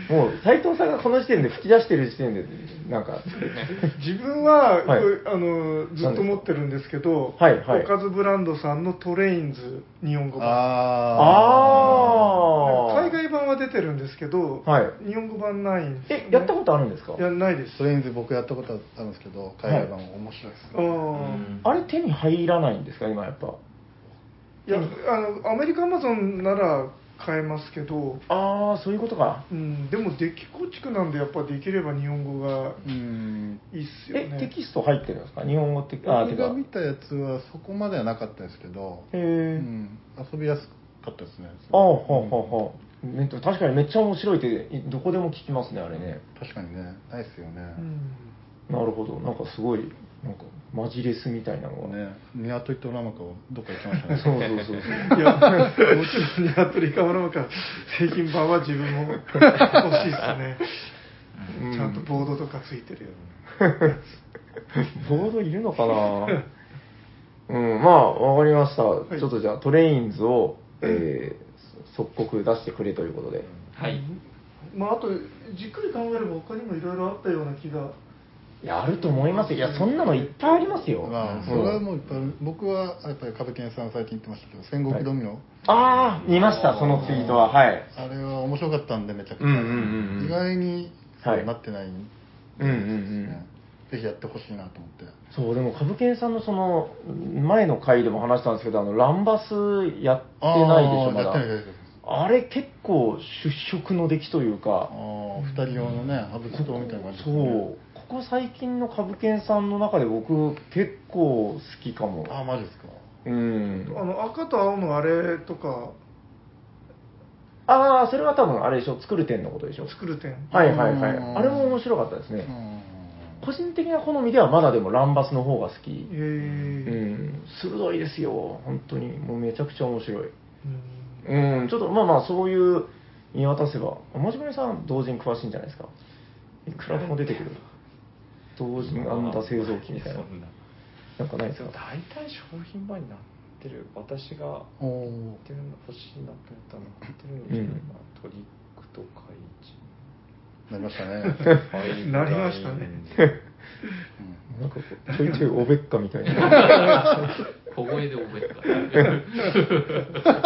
[SPEAKER 4] もう、斎藤さんがこの時点で吹き出してる時点で、なんか、 *laughs*
[SPEAKER 5] 自分は、
[SPEAKER 4] はい
[SPEAKER 5] これあのずっと持ってるんですけど、
[SPEAKER 4] はいはい
[SPEAKER 5] おかずブランドさんのトレインズ日本語版
[SPEAKER 4] あー
[SPEAKER 5] 海外版は出てるんですけど、
[SPEAKER 4] はい
[SPEAKER 5] 日本語版ないんですよね、
[SPEAKER 4] え、やったことあるんですか
[SPEAKER 5] いやないです
[SPEAKER 2] トレインズ僕やったことあるんですけど海外版面白いです、
[SPEAKER 5] あー
[SPEAKER 1] ん
[SPEAKER 4] あれ手に入らないんですか今やっぱ
[SPEAKER 5] いやあのアメリカアマゾンなら買えますけど、
[SPEAKER 4] ああそういうことか
[SPEAKER 5] うん、でもデッキ構築なんでやっぱできれば日本語が
[SPEAKER 2] うん
[SPEAKER 5] いいっすよ
[SPEAKER 4] え
[SPEAKER 5] ね
[SPEAKER 4] テキスト入ってるんですか日本語ってあーて
[SPEAKER 2] 僕
[SPEAKER 4] か
[SPEAKER 2] が見たやつはそこまではなかったですけど、
[SPEAKER 4] へ
[SPEAKER 2] う
[SPEAKER 4] え
[SPEAKER 2] ん、遊びやすかったですね
[SPEAKER 4] ああはあはあはあめっちゃ確かにめっちゃ面白いっていどこでも聞きますねあれね
[SPEAKER 2] 確かにねないですよね、
[SPEAKER 5] うん、
[SPEAKER 4] なるほどなんかすごいなんかマジレスみたいなのが、
[SPEAKER 2] ね鶏とラマカをどっか行きました
[SPEAKER 4] *laughs* そう
[SPEAKER 2] ね
[SPEAKER 4] そうそうそう
[SPEAKER 5] いやもちろんニワトリカマのか製品版は自分も欲しいっすね、
[SPEAKER 4] うん
[SPEAKER 5] ちゃんとボードとかついてるよ、ね
[SPEAKER 2] *laughs*
[SPEAKER 4] ボードいるのかなうん、まあ、わかりました。
[SPEAKER 5] い
[SPEAKER 4] ちょっとじゃあ、トレインズを、えー、即刻出してくれということで。
[SPEAKER 1] はい。
[SPEAKER 5] まあ、あとじっくり考えれば他にもいろいろあったような気が
[SPEAKER 4] いや、あると思いますよ。いや、そんなのいっぱいありますよ。
[SPEAKER 2] まあ、それはもういっぱいある僕はやっぱり歌舞伎屋さん最近言ってましたけど戦国ドミノ、
[SPEAKER 4] ああ、見ました、そのツイートは。はい。
[SPEAKER 2] あれは面白かったんでめちゃくちゃ、
[SPEAKER 4] うんうんうんうん
[SPEAKER 2] 意外に
[SPEAKER 4] はい
[SPEAKER 2] なってないん
[SPEAKER 4] うんうん
[SPEAKER 2] です
[SPEAKER 4] う
[SPEAKER 2] ね、
[SPEAKER 4] ん。
[SPEAKER 2] ぜひやってほしいなと思って
[SPEAKER 4] そう、でも、株券さんのその、前の回でも話したんですけど、あの、ランバスやってないでしょ、ま
[SPEAKER 2] あーやってない
[SPEAKER 4] だ。
[SPEAKER 2] です
[SPEAKER 4] あれ、結構、出色の出来という
[SPEAKER 2] あ
[SPEAKER 4] か
[SPEAKER 2] あ。2人用のねハブストみたいな感じです
[SPEAKER 4] そう
[SPEAKER 2] ね、
[SPEAKER 4] ここ最近の株券さんの中で僕結構好きかも
[SPEAKER 2] ああマジですか
[SPEAKER 4] うん
[SPEAKER 5] あの赤と青のあれとか
[SPEAKER 4] ああそれは多分あれでしょ作る点のことでしょ
[SPEAKER 5] 作る点
[SPEAKER 4] はいはいはい
[SPEAKER 2] うん
[SPEAKER 4] あれも面白かったです
[SPEAKER 2] う
[SPEAKER 4] ね
[SPEAKER 2] ん
[SPEAKER 4] 個人的な好みではまだでもランバスの方が好
[SPEAKER 5] え
[SPEAKER 4] き
[SPEAKER 5] え
[SPEAKER 4] う
[SPEAKER 5] ー
[SPEAKER 4] ん鋭いですよ本当にもうめちゃくちゃ面白い
[SPEAKER 5] うん
[SPEAKER 4] うんちょっとまあまあそういう見渡せばあもじまりさん同人詳しいんじゃないですかいくらでも出てくる同人アンダ製造機みたいな
[SPEAKER 1] そんな
[SPEAKER 4] なんかないです
[SPEAKER 3] で
[SPEAKER 4] か
[SPEAKER 3] も大体商品版になってる私が
[SPEAKER 2] おー
[SPEAKER 3] ってるの欲しいなと思ったのなってるんですけどな、トリックとか
[SPEAKER 2] なりましたね、
[SPEAKER 3] イチ
[SPEAKER 5] なりましたね
[SPEAKER 4] なんかこうちょいちょいおべっかみたいな
[SPEAKER 1] 小声で覚えたから。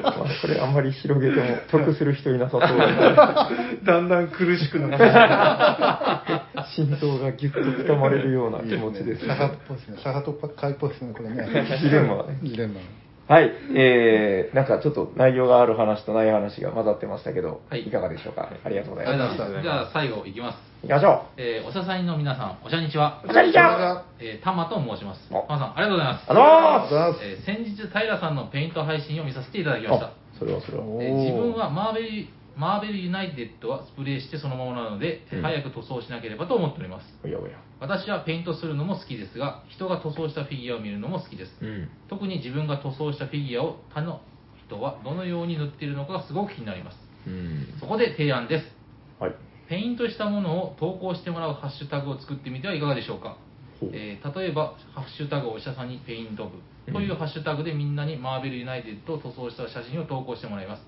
[SPEAKER 4] まあこれあんまり広げても得する人いなさそうだ
[SPEAKER 5] だんだん苦し
[SPEAKER 4] *laughs*
[SPEAKER 5] くなって
[SPEAKER 4] な心臓がギュッとつかまれるような *laughs* 気持ちです
[SPEAKER 2] いいねシャハトっぽいですねシャハトっぽいっぽいですねこれ
[SPEAKER 4] *laughs*
[SPEAKER 2] ね
[SPEAKER 4] ジレンマだね
[SPEAKER 2] ジレンマ
[SPEAKER 4] はい、えー、なんかちょっと内容がある話とない話が混ざってましたけど、
[SPEAKER 1] はい
[SPEAKER 4] かがでしょうかありがとうござい
[SPEAKER 1] あり
[SPEAKER 4] ま
[SPEAKER 1] が
[SPEAKER 4] す。
[SPEAKER 1] とうございます。じゃあ最後いきます。
[SPEAKER 4] 行きましょ
[SPEAKER 1] えーおしゃさんの皆さん、おしゃにちは
[SPEAKER 4] う。お。しゃれちゃん
[SPEAKER 1] えー、たまと申します。
[SPEAKER 4] あ
[SPEAKER 1] たまさん、ありがとうございます。
[SPEAKER 4] あのー
[SPEAKER 2] ざます
[SPEAKER 1] えー先日、平さんのペイント配信を見させていただきました
[SPEAKER 4] あ。それはそれは。
[SPEAKER 2] おー
[SPEAKER 4] う
[SPEAKER 1] えー自分はマーベルマーベルユナイテッドはスプレーしてそのままなので、えー
[SPEAKER 4] うん
[SPEAKER 1] 早く塗装しなければと思っております。
[SPEAKER 4] おやおや。
[SPEAKER 1] 私はペイントするのも好きですが、人が塗装したフィギュアを見るのも好きです。
[SPEAKER 4] うん。
[SPEAKER 1] 特に自分が塗装したフィギュアを他の人はどのように塗っているのかがすごく気になります。
[SPEAKER 4] うん。
[SPEAKER 1] そこで提案です。
[SPEAKER 4] はい。
[SPEAKER 1] ペイントしたものを投稿してもらうハッシュタグを作ってみてはいかがでしょうか。
[SPEAKER 4] ほう
[SPEAKER 1] えー例えば、ハッシュタグお医者さんにペイント部というハッシュタグでみんなにマーベルユナイテッドを塗装した写真を投稿してもらいます。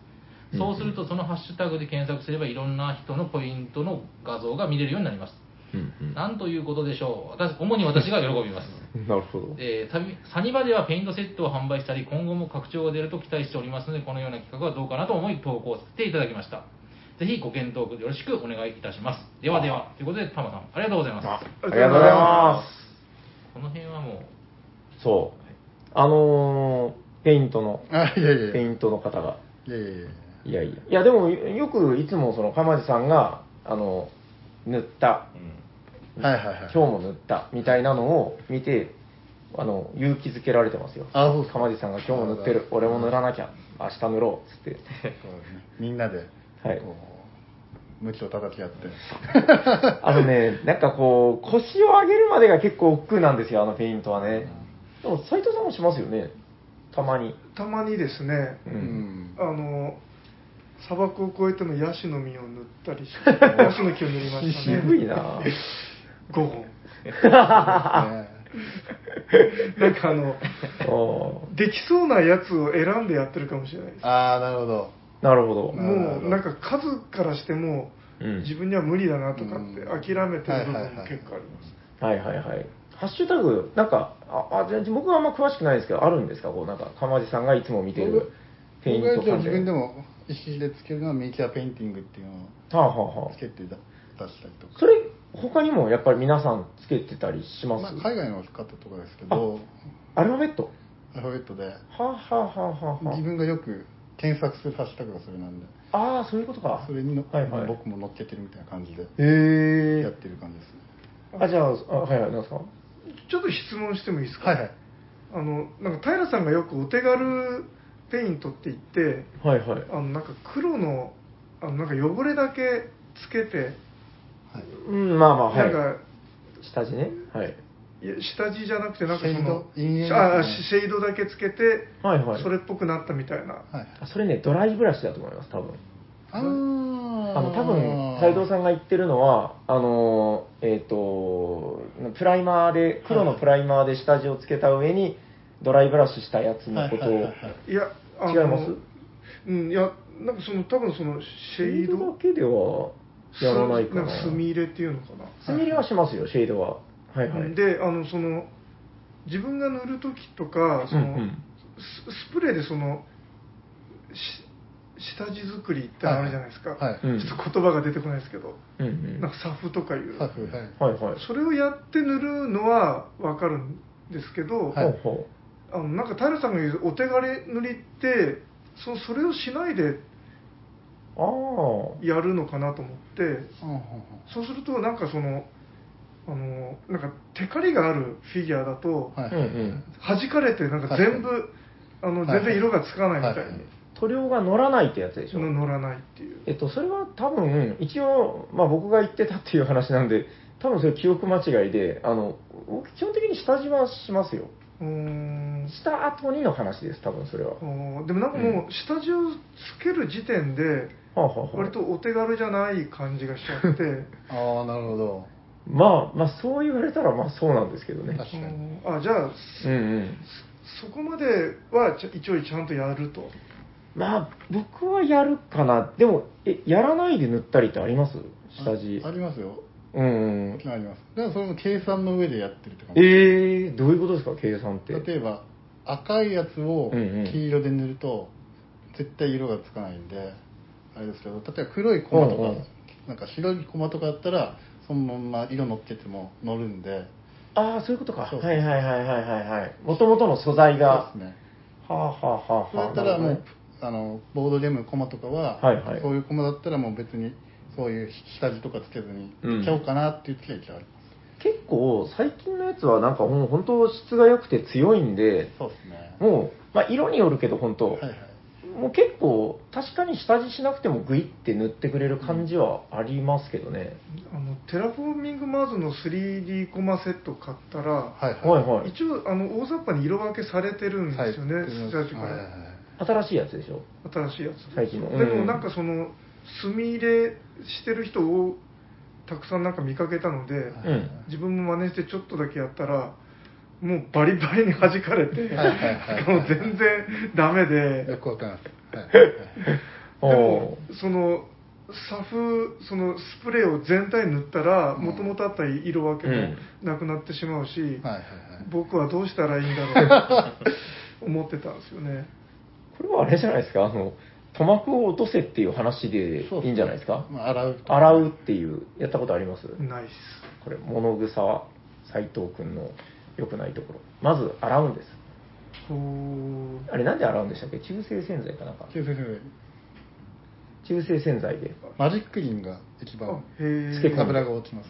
[SPEAKER 1] そうすると、そのハッシュタグで検索すればいろんな人のポイントの画像が見れるようになります。
[SPEAKER 4] うんうん
[SPEAKER 1] なんということでしょう。私主に私が喜びます。
[SPEAKER 4] なるほど。
[SPEAKER 1] えーサビサニバではペイントセットを販売したり、今後も拡張が出ると期待しておりますので、このような企画はどうかなと思い投稿させていただきました。ぜひご検討よろしくお願いいたします。ではでは、ということで、タマさん、ありがとうございます。
[SPEAKER 4] あありがとうございます。
[SPEAKER 1] この辺はも
[SPEAKER 4] そう。あのー、ペイントの、
[SPEAKER 2] あいやいやいや
[SPEAKER 4] ペイントの方が。
[SPEAKER 2] いやいやいや
[SPEAKER 4] いやいや。いや、でもよくいつもその、かまじさんが、あの、塗った
[SPEAKER 3] うん
[SPEAKER 4] 今
[SPEAKER 2] はいはいはい
[SPEAKER 4] 日も塗ったみたいなのを見てあの勇気づけられてますよ
[SPEAKER 2] あそうですか
[SPEAKER 4] 鎌地さんが今日も塗ってる俺も塗らなきゃ明日塗ろうっつ *laughs* って
[SPEAKER 2] そうですねみんなで、
[SPEAKER 4] はい
[SPEAKER 2] こう、無知を叩き合って。
[SPEAKER 4] あのね、なんかこう、腰を上げるまでが結構億劫なんですよ、あのペイントはね。でも、斎藤さんもしますよね、たまに。
[SPEAKER 5] たまにですね
[SPEAKER 4] う。
[SPEAKER 2] うんん
[SPEAKER 5] あの砂漠を越えてのヤシの実を塗ったりしてヤシの木を塗りましたね
[SPEAKER 4] *laughs* 渋いな
[SPEAKER 5] 5本
[SPEAKER 2] ね
[SPEAKER 5] なんかあの
[SPEAKER 4] おー
[SPEAKER 5] できそうなやつを選んでやってるかもしれないです
[SPEAKER 2] ああ、なるほど。
[SPEAKER 4] なるほど。
[SPEAKER 5] もうなんか数からしても
[SPEAKER 4] うん
[SPEAKER 5] 自分には無理だなとかって
[SPEAKER 2] うん
[SPEAKER 5] 諦めてる部分も
[SPEAKER 2] はいはいはい
[SPEAKER 5] 結構あります
[SPEAKER 4] はいはいはい。ハッシュタグ、なんか、ああ全然僕はあんま詳しくないですけど、あるんですかこう、なんか、鎌地さんがいつも見てるペイン
[SPEAKER 2] 僕は
[SPEAKER 4] ト
[SPEAKER 2] 一応
[SPEAKER 4] 関
[SPEAKER 2] 自
[SPEAKER 4] 連。
[SPEAKER 2] 分でも意識でつけるのはミニチュアペインティングっていうの
[SPEAKER 4] はあ、はあは
[SPEAKER 2] をつ
[SPEAKER 4] あ、
[SPEAKER 2] けて出したりとか。
[SPEAKER 4] それ、他にもやっぱり皆さんつけてたりします、
[SPEAKER 2] まあ、海外の使ったとかですけど、
[SPEAKER 4] アルファベット
[SPEAKER 2] アルファベットで、
[SPEAKER 4] はあ、はあはあはあは
[SPEAKER 2] 自分がよく検索するハッシュタグがそれなんで、
[SPEAKER 4] あ、ああ、そういうことか。
[SPEAKER 2] それにの、
[SPEAKER 4] はいはい
[SPEAKER 2] 僕も乗っけてるみたいな感じで
[SPEAKER 4] へ
[SPEAKER 2] やっ。
[SPEAKER 4] え
[SPEAKER 2] てる感じですね。
[SPEAKER 4] あ、じゃあ、あはいはい、なんですか
[SPEAKER 5] ちょっと質問してもいいですか、
[SPEAKER 2] はいはい。
[SPEAKER 5] あのなんか平さんがよくお手軽ペイントって言って
[SPEAKER 4] はいはい。
[SPEAKER 5] あのなんか黒のあのなんか汚れだけつけて、
[SPEAKER 2] はい
[SPEAKER 4] うん、まあまあ、
[SPEAKER 5] なん
[SPEAKER 4] は
[SPEAKER 5] か
[SPEAKER 4] い。下地ね。はい。
[SPEAKER 5] いや下地じゃなくてなんかそ
[SPEAKER 2] シェード陰
[SPEAKER 5] の
[SPEAKER 2] 影ですね
[SPEAKER 5] ああシェードだけつけて、
[SPEAKER 4] はいはい
[SPEAKER 5] それっぽくなったみたいな、
[SPEAKER 2] はい。
[SPEAKER 4] あそれね、ドライブラシだと思います、多分。
[SPEAKER 2] あー
[SPEAKER 4] あの、多分、斎藤さんが言ってるのは、あのー、えっ、と、プライマーで、黒のプライマーで下地をつけた上に、ドライブラシしたやつのこと
[SPEAKER 2] はいはいはい
[SPEAKER 4] を
[SPEAKER 2] はい
[SPEAKER 5] いやあの
[SPEAKER 4] 違います
[SPEAKER 5] うんいやなんかその多分そのシ
[SPEAKER 4] シ
[SPEAKER 5] ェ
[SPEAKER 4] ェ
[SPEAKER 5] ー
[SPEAKER 4] ー
[SPEAKER 5] ド
[SPEAKER 4] ドだけではやらないか
[SPEAKER 5] ん
[SPEAKER 4] な。
[SPEAKER 5] か墨入れっていうのかな、
[SPEAKER 4] 墨入れはしますよ、シェードは。はいはい。
[SPEAKER 5] であのその自分が塗る時とかその、
[SPEAKER 4] うんうん
[SPEAKER 5] ススプレーでそのし下地作りってあるじゃないですか、
[SPEAKER 2] はいはい
[SPEAKER 4] うん
[SPEAKER 5] ちょっと言葉が出てこないですけど、
[SPEAKER 4] うんうん。
[SPEAKER 5] な
[SPEAKER 4] は
[SPEAKER 5] んかサフとかいう、
[SPEAKER 2] はいはい
[SPEAKER 4] いはい。
[SPEAKER 5] それをやって塗るのは分かるんですけど、
[SPEAKER 2] はい
[SPEAKER 4] ほうほ
[SPEAKER 5] あのなんか平さんが言うお手軽塗りってそそれをしないで
[SPEAKER 4] うああ。
[SPEAKER 5] やるのかなと思って
[SPEAKER 2] うんうんうん
[SPEAKER 5] そうするとなんかそのあのなんかテカリがあるフィギュアだと、
[SPEAKER 2] はい
[SPEAKER 4] うんうん、
[SPEAKER 5] 弾かれてなんか全部、
[SPEAKER 2] は
[SPEAKER 5] あの
[SPEAKER 2] はい
[SPEAKER 5] 全然色がつかないみたいに、
[SPEAKER 2] はい
[SPEAKER 4] 塗料が乗らないってやつでしょ、
[SPEAKER 5] の乗らないっていう
[SPEAKER 4] えっと、それは多分一応、まあ、僕が言ってたっていう話なんで多分それ記憶間違いであの僕基本的に下地はしますよ
[SPEAKER 5] うーん
[SPEAKER 4] した後にの話です多分それは、
[SPEAKER 5] あーでもなんかもう下地をつける時点で
[SPEAKER 4] はあはあはあ
[SPEAKER 5] 割とお手軽じゃない感じがしちゃって
[SPEAKER 2] *laughs* ああ、なるほど。
[SPEAKER 4] まあまあそう言われたらまあそうなんですけどね
[SPEAKER 2] 確か
[SPEAKER 5] う
[SPEAKER 2] に。
[SPEAKER 5] んあじゃあ
[SPEAKER 4] うんうん
[SPEAKER 5] そこまではちゃ一応ちゃんとやると
[SPEAKER 4] まあ僕はやるかなでもえやらないで塗ったりってあります下地
[SPEAKER 2] あありますよ。
[SPEAKER 4] うん、う
[SPEAKER 2] も
[SPEAKER 4] ん
[SPEAKER 2] ち、ろんあります。でもそれも計算の上でやってるって感じ。
[SPEAKER 4] えー、どういうことですか計算って
[SPEAKER 2] 例えば、赤いやつを
[SPEAKER 4] うんうん
[SPEAKER 2] 黄色で塗ると、絶対色がつかないんで、あれですけど、例えば黒いコマとか、
[SPEAKER 4] うんうん
[SPEAKER 2] なんか白いコマとかだったら、そのまま色乗っけても乗るんで、
[SPEAKER 4] ああそういうことかは
[SPEAKER 2] そ
[SPEAKER 4] いうはいはいはいはいはいもともとの素材が
[SPEAKER 2] そうですね。
[SPEAKER 4] はあはあはあはあ
[SPEAKER 2] それだったらもう、
[SPEAKER 4] なるほどね
[SPEAKER 2] あのボードゲームのコマとかは、
[SPEAKER 4] はいはい
[SPEAKER 2] そういうコマだったらもう別にそういう下地とかつけずに
[SPEAKER 4] うん
[SPEAKER 2] いっちゃおうかなっていう時はいっちゃう、
[SPEAKER 4] 結構最近のやつはなんかもう本当質が良くて強いんで
[SPEAKER 2] そうですね
[SPEAKER 4] もう、まあ、色によるけど本当、
[SPEAKER 2] はいはい
[SPEAKER 4] もう結構確かに下地しなくてもグイって塗ってくれる感じはありますけどね、
[SPEAKER 5] あのテラフォーミングマーズの 3D コマセット買ったら、
[SPEAKER 2] はいはい
[SPEAKER 4] はいはい
[SPEAKER 5] 一応あの大雑把に色分けされてるんですよね、
[SPEAKER 2] はい
[SPEAKER 5] 下地か
[SPEAKER 2] はい
[SPEAKER 5] ら、
[SPEAKER 2] はいはい
[SPEAKER 4] 新しいやつでしょ
[SPEAKER 5] 新しいやつ
[SPEAKER 4] 最近の
[SPEAKER 5] で
[SPEAKER 4] う
[SPEAKER 5] も
[SPEAKER 4] ん
[SPEAKER 5] なんかその墨入れしてる人をたくさんなんか見かけたので、
[SPEAKER 4] うん
[SPEAKER 5] 自分も真似してちょっとだけやったらもうバリバリに弾かれて、
[SPEAKER 2] はいはいはい
[SPEAKER 5] もう全然ダメで
[SPEAKER 2] よくわかります、はいはい *laughs*
[SPEAKER 5] でも
[SPEAKER 4] お
[SPEAKER 5] そのサフそのスプレーを全体に塗ったら
[SPEAKER 2] うん
[SPEAKER 5] もともとあった色分け
[SPEAKER 4] う
[SPEAKER 5] も
[SPEAKER 4] ん
[SPEAKER 5] なくなってしまうし、
[SPEAKER 2] はいはい
[SPEAKER 5] 僕はどうしたらいいんだろうと思ってたんですよね
[SPEAKER 4] これはあれじゃないですかあの塗膜を落とせっていう話で
[SPEAKER 2] そうっすね
[SPEAKER 4] いいんじゃないですか
[SPEAKER 2] まあ、洗うと
[SPEAKER 4] 洗うっていうやったことあります、
[SPEAKER 5] ナイス
[SPEAKER 4] これ物草は斎藤君の良くないところまず洗うんです
[SPEAKER 5] ほー
[SPEAKER 4] あれなんで洗うんでしたっけ中性洗剤かなんか
[SPEAKER 2] 先生
[SPEAKER 4] 中性洗剤で
[SPEAKER 2] マジックリンが一
[SPEAKER 5] あ
[SPEAKER 2] 番
[SPEAKER 5] へえ
[SPEAKER 4] つけ込む
[SPEAKER 2] 油が落ちます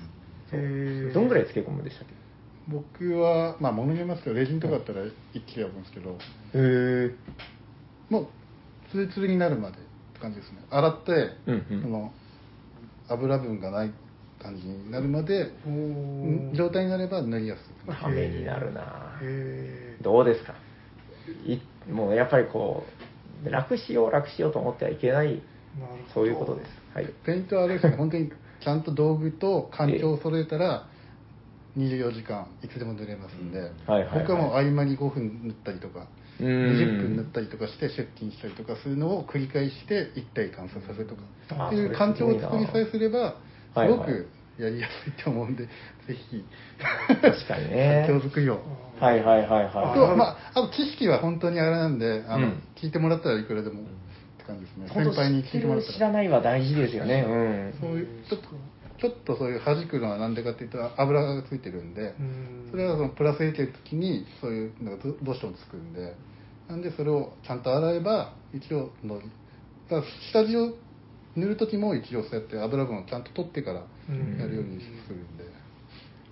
[SPEAKER 4] そ
[SPEAKER 5] へ
[SPEAKER 4] う
[SPEAKER 5] ー
[SPEAKER 4] どんぐらい漬け込むんでしたっ
[SPEAKER 2] 僕はまあ物によりますけどレジンとかだったら一気でやるんですけど
[SPEAKER 4] けへえ
[SPEAKER 2] もうツルツルになるまでって感じですね洗って、
[SPEAKER 4] うんうん
[SPEAKER 2] その油分がない感じになるまで、
[SPEAKER 5] お
[SPEAKER 2] ん
[SPEAKER 5] ー
[SPEAKER 2] 状態になれば脱ぎやすい
[SPEAKER 4] ためになるなぁ
[SPEAKER 5] へー
[SPEAKER 4] どうですかいもうやっぱりこう楽しよう楽しようと思ってはいけない
[SPEAKER 5] なるほど
[SPEAKER 4] そういうことですはい
[SPEAKER 2] ペイントはあれですね本当にちゃんと道具と環境を揃えたら24時間いつでも塗れますんで、
[SPEAKER 4] はいはい
[SPEAKER 2] 僕はもう合間に5分塗ったりとか
[SPEAKER 4] うん
[SPEAKER 2] 20分塗ったりとかして出勤したりとかするのを繰り返して一体感させるとか
[SPEAKER 4] あ
[SPEAKER 2] っていう
[SPEAKER 4] それ
[SPEAKER 2] 環
[SPEAKER 4] す
[SPEAKER 2] 境
[SPEAKER 4] ごい
[SPEAKER 2] を
[SPEAKER 4] な
[SPEAKER 2] 作りさえすればす
[SPEAKER 4] はいはい
[SPEAKER 2] ごくやりやすいと思うんで、ぜひ
[SPEAKER 4] 確か
[SPEAKER 2] *laughs*
[SPEAKER 4] にね
[SPEAKER 2] 環境作りを
[SPEAKER 4] はいはいはい
[SPEAKER 2] あ
[SPEAKER 4] は
[SPEAKER 2] と、まあ、あと知識は本当にあれなんで、あの、
[SPEAKER 4] うん
[SPEAKER 2] 聞いてもらったらいくらでもって感じですね。
[SPEAKER 4] い
[SPEAKER 2] 先輩に
[SPEAKER 4] 本当
[SPEAKER 2] 聞いてもらっ
[SPEAKER 4] 知
[SPEAKER 2] た
[SPEAKER 4] ら
[SPEAKER 2] ら。
[SPEAKER 4] ないは大事ですよねうん
[SPEAKER 2] そういう、ちょっと、ちょっとそういう弾くのはなんでかっていうと、油がついてるんで
[SPEAKER 5] う、ん
[SPEAKER 2] それはそのプラス入れてる時に、そういうのがどどうしてもつくんで、なんでそれをちゃんと洗えば、一応の、だから下地を塗る時も一応そうやって油分をちゃんと取ってから
[SPEAKER 5] うん
[SPEAKER 2] やるようにするんで。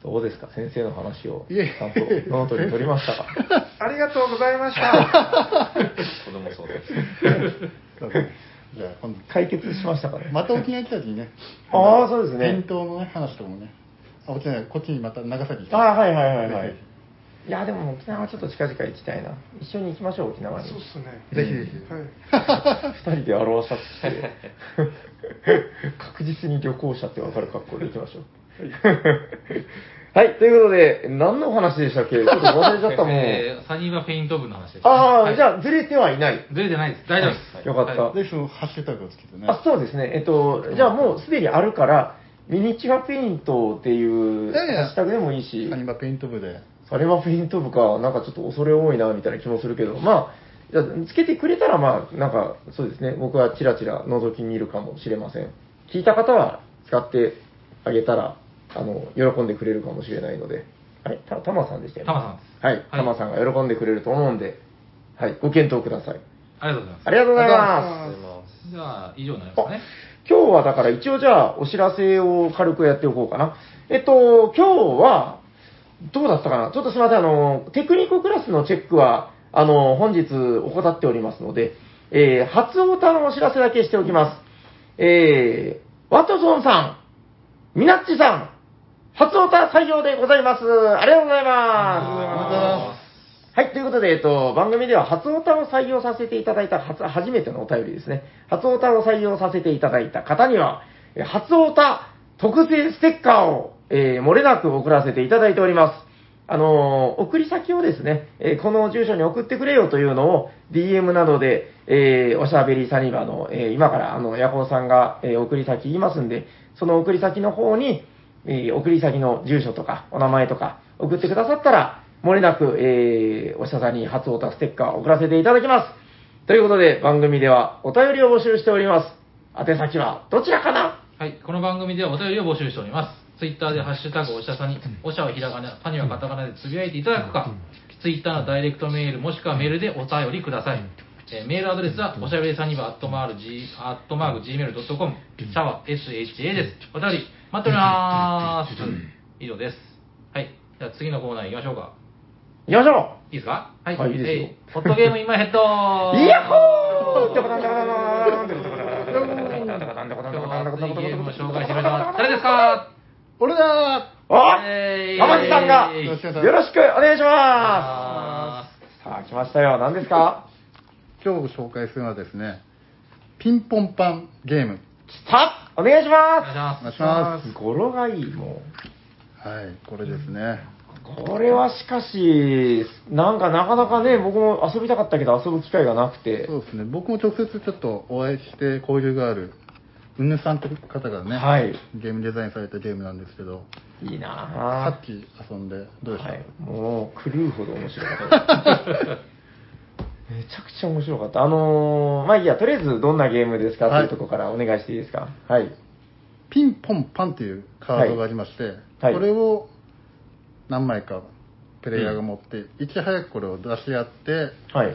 [SPEAKER 4] どうですか先生の話を
[SPEAKER 2] いえ
[SPEAKER 4] ちゃんとノートに取りました
[SPEAKER 2] *laughs*
[SPEAKER 4] か
[SPEAKER 5] ありがとうございました。
[SPEAKER 6] 子供そう
[SPEAKER 4] *laughs*
[SPEAKER 6] です。
[SPEAKER 2] そうですねじゃあ今度、
[SPEAKER 4] 解決しましたかね
[SPEAKER 2] また沖縄行った時にね、
[SPEAKER 4] ああそうですね
[SPEAKER 2] 伝統のね話とかもねあこっちじゃないこっちにまた長崎行き
[SPEAKER 4] あ
[SPEAKER 2] た
[SPEAKER 4] あはいはいはいは
[SPEAKER 2] ぜ
[SPEAKER 4] いいやでも沖縄はちょっと近々行きたいな一緒に行きましょう沖縄に
[SPEAKER 5] そうっすね。
[SPEAKER 2] ひぜひぜひ、
[SPEAKER 5] はい。
[SPEAKER 4] *laughs* 二人で表させて *laughs* 確実に旅行者って分かる格好で行きましょうはい、ということで何のお話でしたっけちょっと忘れちゃったもん
[SPEAKER 1] えーサニーはペイント部の話です。
[SPEAKER 4] ああ、じ
[SPEAKER 1] あ。
[SPEAKER 4] ゃあずれてはいない
[SPEAKER 1] ずれてないです。大丈夫です。
[SPEAKER 4] はいよかった
[SPEAKER 1] はい
[SPEAKER 2] ぜひそのハッシュタグをつけてね
[SPEAKER 4] あそうですねえっとじゃあもうすでにあるからミニチュアペイントっていう
[SPEAKER 2] いやいや
[SPEAKER 4] ハッシュタグでもいいし
[SPEAKER 2] アニマペイント部で
[SPEAKER 4] あれはペイント部か、なんかちょっと恐れ多いな、みたいな気もするけど、まあ、じゃあつけてくれたら、まあ、なんか、そうですね、僕はチラチラ覗き見るかもしれません。聞いた方は使ってあげたら、あの、喜んでくれるかもしれないので、はい、た、たまさんでしたよね。
[SPEAKER 1] タマさんです
[SPEAKER 4] はい、たまさんが喜んでくれると思うんで、はい、ご検討ください。
[SPEAKER 1] ありがとうございます
[SPEAKER 4] あ。りがとうございます。
[SPEAKER 6] ありがとうございます
[SPEAKER 1] じゃあ、以上になりますかね。
[SPEAKER 4] 今日はだから一応じゃあお知らせを軽くやっておこうかな。えっと、今日は、どうだったかなちょっとすみません、あの、テクニコクラスのチェックは、あの、本日怠っておりますので、えー、初オタのお知らせだけしておきます。えー、ワトソンさん、ミナッチさん、初オタ採用でございます。ありがとうございます。はい、ということで、えっと、番組では初オタを採用させていただいた、初、初めてのお便りですね。初オタを採用させていただいた方には、え初オタ特製ステッカーを、えー漏れなく送らせていただいております。あのー送り先をですね、えーこの住所に送ってくれよというのを DM などで、えーおしゃべりサニバの、えー今からあの、ヤコウさんが、えー送り先言いますんで、その送り先の方に、えー送り先の住所とか、お名前とか送ってくださったら、漏れなく、えーおしゃさんに初オタステッカーを送らせていただきます。ということで、番組ではお便りを募集しております。宛先はどちらかな
[SPEAKER 1] はい、この番組ではお便りを募集しております。ツイッターでハッシュタグおしゃさに、おしゃはひらがな、さにはカタカナでつぶやいていただくか、ツイッターのダイレクトメールもしくはメールでお便りください。えーメールアドレスは、おしゃべりさにば、アットマーク、G、アットマーク、gmail.com、シャワー、sha です。お便り、待っております。以上です。はい、じゃあ次のコーナー行きましょうか。
[SPEAKER 4] 行きましょ
[SPEAKER 1] いいですかはい、
[SPEAKER 4] はいいいですよ
[SPEAKER 1] えいホットゲーム今ヘッド
[SPEAKER 4] うイヤッホー
[SPEAKER 1] 今日熱いゲームを紹介してくれたのは誰ですか
[SPEAKER 2] 俺だ
[SPEAKER 4] あ
[SPEAKER 1] えい
[SPEAKER 4] 玉木さんが
[SPEAKER 1] えい
[SPEAKER 2] よろしくお願いします
[SPEAKER 4] よろしくお願いしますさあ、来ましたよ。何ですか
[SPEAKER 2] ー今日紹介するのはですねピンポンパンゲーム
[SPEAKER 4] 来たお願いし
[SPEAKER 1] お願いし
[SPEAKER 2] お
[SPEAKER 4] ま
[SPEAKER 2] 願
[SPEAKER 1] ま
[SPEAKER 2] いします
[SPEAKER 4] 語呂がいい、もう。
[SPEAKER 2] すはいこれですね
[SPEAKER 4] これはしかし、なんかなかなかね、僕も遊びたかったけど遊ぶ機会がなくて。
[SPEAKER 2] そうですね僕も直接ちょっとお会いして交流があるうぬさんという方がね、
[SPEAKER 4] はい
[SPEAKER 2] ゲームデザインされたゲームなんですけど
[SPEAKER 4] いい
[SPEAKER 2] さ
[SPEAKER 4] な
[SPEAKER 2] っき遊んでどうで
[SPEAKER 4] ぁ。
[SPEAKER 2] した、
[SPEAKER 4] はい。もう、狂うほど面白かっ
[SPEAKER 2] *laughs*
[SPEAKER 4] たです。めちゃくちゃ面白かった。あのー、まあいいや、とりあえずどんなゲームですかと
[SPEAKER 2] はい
[SPEAKER 4] いうところからお願いしていいですか。はい。
[SPEAKER 2] ピンポンパンというカードがありまして、
[SPEAKER 4] はい
[SPEAKER 2] これを何枚かプレイヤーが持って、いち早くこれを出し合って、
[SPEAKER 4] はい。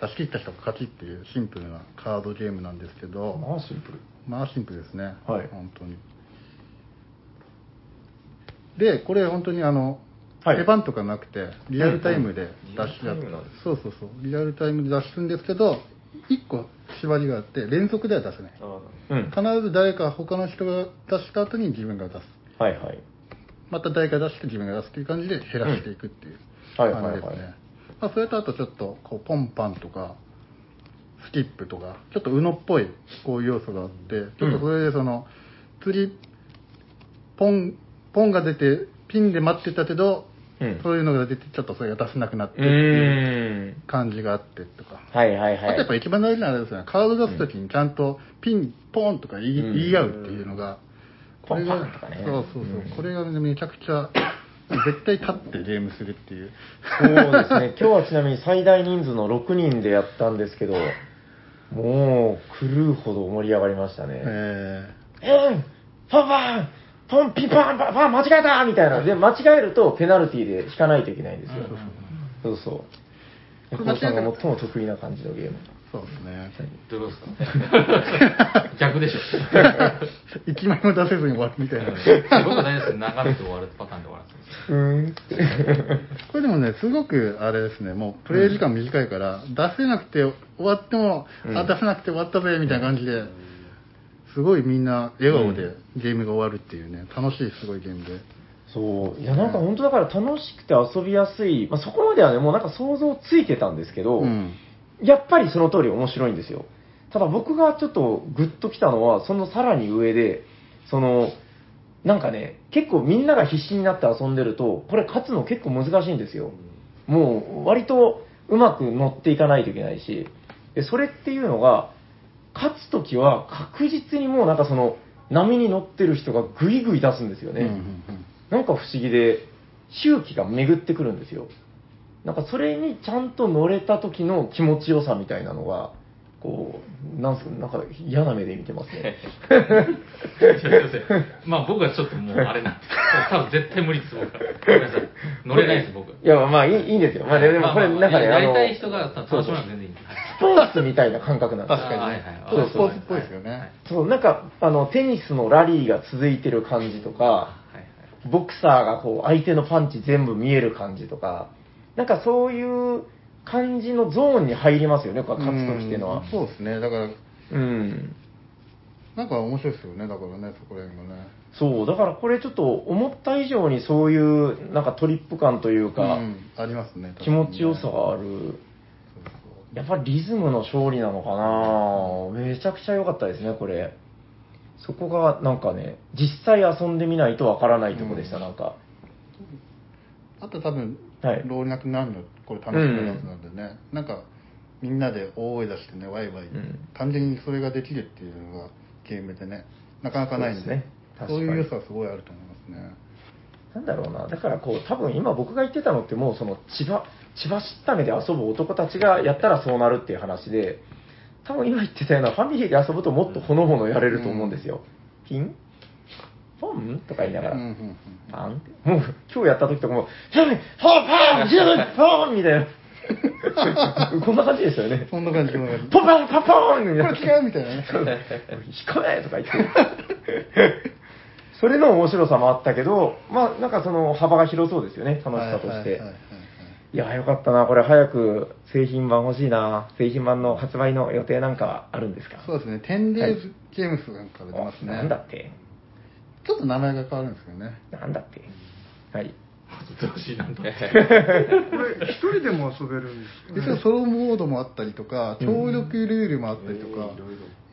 [SPEAKER 2] 出し切った人が勝ちっていうシンプルなカードゲームなんですけど、
[SPEAKER 4] まあシンプル。
[SPEAKER 2] まあシンプルですね、
[SPEAKER 4] はい
[SPEAKER 2] 本当に。でこれ本当にあの、
[SPEAKER 3] はい
[SPEAKER 2] 手番とかなくてリアルタイムで脱出
[SPEAKER 6] リア
[SPEAKER 2] や
[SPEAKER 6] ルタイ
[SPEAKER 2] っ
[SPEAKER 6] ムなんです
[SPEAKER 2] そうそうそうリアルタイムで脱出するんですけど1個縛りがあって連続では出せない
[SPEAKER 6] あー
[SPEAKER 3] うん。
[SPEAKER 2] 必ず誰か他の人が出した後に自分が出す
[SPEAKER 3] はいはい。
[SPEAKER 2] また誰か出して自分が出すっていう感じで減らしていくっていう
[SPEAKER 3] うんは
[SPEAKER 2] 感
[SPEAKER 3] いはいはい
[SPEAKER 2] じですね、まあ、それとあとちょっとこうポンパンとかスキップとかちょっと UNO っぽいこういう要素があってちょっとそれでその釣りポンポンが出てピンで待ってたけど、
[SPEAKER 4] うん
[SPEAKER 2] そういうのが出てちょっとそれが出せなくなってって
[SPEAKER 4] う
[SPEAKER 2] いう
[SPEAKER 4] ーん。
[SPEAKER 2] 感じがあってとか
[SPEAKER 4] はいはいはい。
[SPEAKER 2] あとやっぱ一番大事なのはあれですよね、カード出すときにちゃんとピン、ポーンとか言い,、
[SPEAKER 4] うん
[SPEAKER 2] 言い合うっていうのが、これが、
[SPEAKER 4] ポンパンとかね
[SPEAKER 2] そうそうそう、
[SPEAKER 4] うん
[SPEAKER 2] これがねめちゃくちゃ、絶対立ってゲームするっていう。
[SPEAKER 4] そうですね、 *laughs* 今日はちなみに最大人数の6人でやったんですけど、もう狂うほど盛り上がりましたね。
[SPEAKER 2] *laughs* え
[SPEAKER 4] うん、パンパン、ポンピンパンパンパン間違えたみたいな。で、間違えるとペナルティーで引かないといけないんですよ。そうそう。
[SPEAKER 2] これ
[SPEAKER 4] ヤコウさんが
[SPEAKER 2] 間違えたら
[SPEAKER 4] 最も得意な感じのゲーム。
[SPEAKER 2] ーそうですね。
[SPEAKER 1] どういうことですか
[SPEAKER 2] *laughs*
[SPEAKER 4] *laughs*
[SPEAKER 1] 逆でしょ。
[SPEAKER 2] 一枚も出せずに終わるみたいな。
[SPEAKER 1] 僕は大丈夫です。長めて終わるパターンで終わらせます。
[SPEAKER 4] うん。
[SPEAKER 2] これでもね、すごくあれですね、もうプレイ時間短いから、出せなくて終わっても、
[SPEAKER 4] うん
[SPEAKER 2] あ、出せなくて終わったぜ、みたいな感じで、すごいみんな笑顔でゲームが終わるっていうね、楽しいすごいゲームで。
[SPEAKER 4] そう。いや、なんか本当だから楽しくて遊びやすい。まあ、そこまではね、もうなんか想像ついてたんですけど、
[SPEAKER 2] うん
[SPEAKER 4] やっぱりその通り面白いんですよ。ただ僕がちょっとグッときたのは、そのさらに上で、その、なんかね、結構みんなが必死になって遊んでると、これ勝つの結構難しいんですよ。もう割とうまく乗っていかないといけないし、でそれっていうのが、勝つときは確実にもうなんかその波に乗ってる人がグイグイ出すんですよね。
[SPEAKER 2] うんうんうん
[SPEAKER 4] なんか不思議で、周期が巡ってくるんですよ。なんかそれにちゃんと乗れた時の気持ちよさみたいなのが、こう、なんすか、なんか嫌な目で見てますね。
[SPEAKER 1] いやすいませんまあ僕はちょっともうあれなんです。多分絶対無理です、僕は。ごめんなさい。 *laughs* 乗れないです、僕。
[SPEAKER 4] いや、まあいいいいんですよ。まあでもこれ、なんかね、
[SPEAKER 1] や
[SPEAKER 4] あ
[SPEAKER 1] り
[SPEAKER 4] の、
[SPEAKER 1] たい人が楽しむのは全然いいんで。
[SPEAKER 4] スポーツみたいな感覚なんです
[SPEAKER 2] 確かに
[SPEAKER 1] あはい
[SPEAKER 2] ちょ
[SPEAKER 1] は
[SPEAKER 2] っ
[SPEAKER 1] い
[SPEAKER 2] とスポーツっぽいですよね。
[SPEAKER 4] そう、なんか、あの、テニスのラリーが続いてる感じとか、ボクサーがこう、相手のパンチ全部見える感じとか、なんかそういう感じのゾーンに入りますよね、こう勝つ時っていうのは
[SPEAKER 2] ん。そうですねだから
[SPEAKER 4] うん。
[SPEAKER 2] なんか面白いですよねだからねそこら辺がね
[SPEAKER 4] そう、だからこれちょっと思った以上にそういうなんかトリップ感というか、
[SPEAKER 2] うんありますね
[SPEAKER 4] 気持ちよさがある。やっぱりリズムの勝利なのかなめちゃくちゃ良かったですね、これ。そこがなんかね、実際遊んでみないとわからないとこでした、
[SPEAKER 2] うん
[SPEAKER 4] なんか。
[SPEAKER 2] あと多分、
[SPEAKER 4] はい
[SPEAKER 2] 老若男女これ楽しめるやつなんでね、なんかみんなで大声出してねワイワイ、
[SPEAKER 4] ん
[SPEAKER 2] 完全にそれができるっていうのがゲームでねなかなかないんで
[SPEAKER 4] そうですね
[SPEAKER 2] そう
[SPEAKER 4] 確かに
[SPEAKER 2] いう良さはすごいあると思いますね
[SPEAKER 4] なんだろうな、だからこう、多分今僕が言ってたのってもうその千葉、千葉知った目で遊ぶ男たちがやったらそうなるっていう話で、多分今言ってたようなファミリーで遊ぶともっとほのぼのやれると思うんですよ。ピンポンとか言いながら。
[SPEAKER 2] うんうんうん
[SPEAKER 4] パンって。もう今日やった時とかも、やべパンパンジュンパンみたい
[SPEAKER 2] *laughs*
[SPEAKER 4] な。こんな感じですよね。
[SPEAKER 2] そんな感じそんな感じ
[SPEAKER 4] ポンパンパンパンみたいな。
[SPEAKER 2] これ違うみたいな
[SPEAKER 4] *laughs*
[SPEAKER 2] ね
[SPEAKER 4] 引かないとか言って。
[SPEAKER 2] *laughs*
[SPEAKER 4] それの面白さもあったけど、まあなんかその幅が広そうですよね、楽しさとして。
[SPEAKER 2] はいはいはいはい
[SPEAKER 4] いや、よかったな。これ早く製品版欲しいな。製品版の発売の予定なんかはあるんですか
[SPEAKER 2] そうですね 10days ゲームスなんかで出ますね、
[SPEAKER 4] なんだって。
[SPEAKER 2] ちょっと名前が変わるんですけどね。
[SPEAKER 4] なんだって。はい。
[SPEAKER 1] どうしいなんだ。
[SPEAKER 5] これ一人でも遊べるんで
[SPEAKER 2] 一
[SPEAKER 5] す
[SPEAKER 2] 応ソロモードもあったりとか、協力ルールもあったりとか、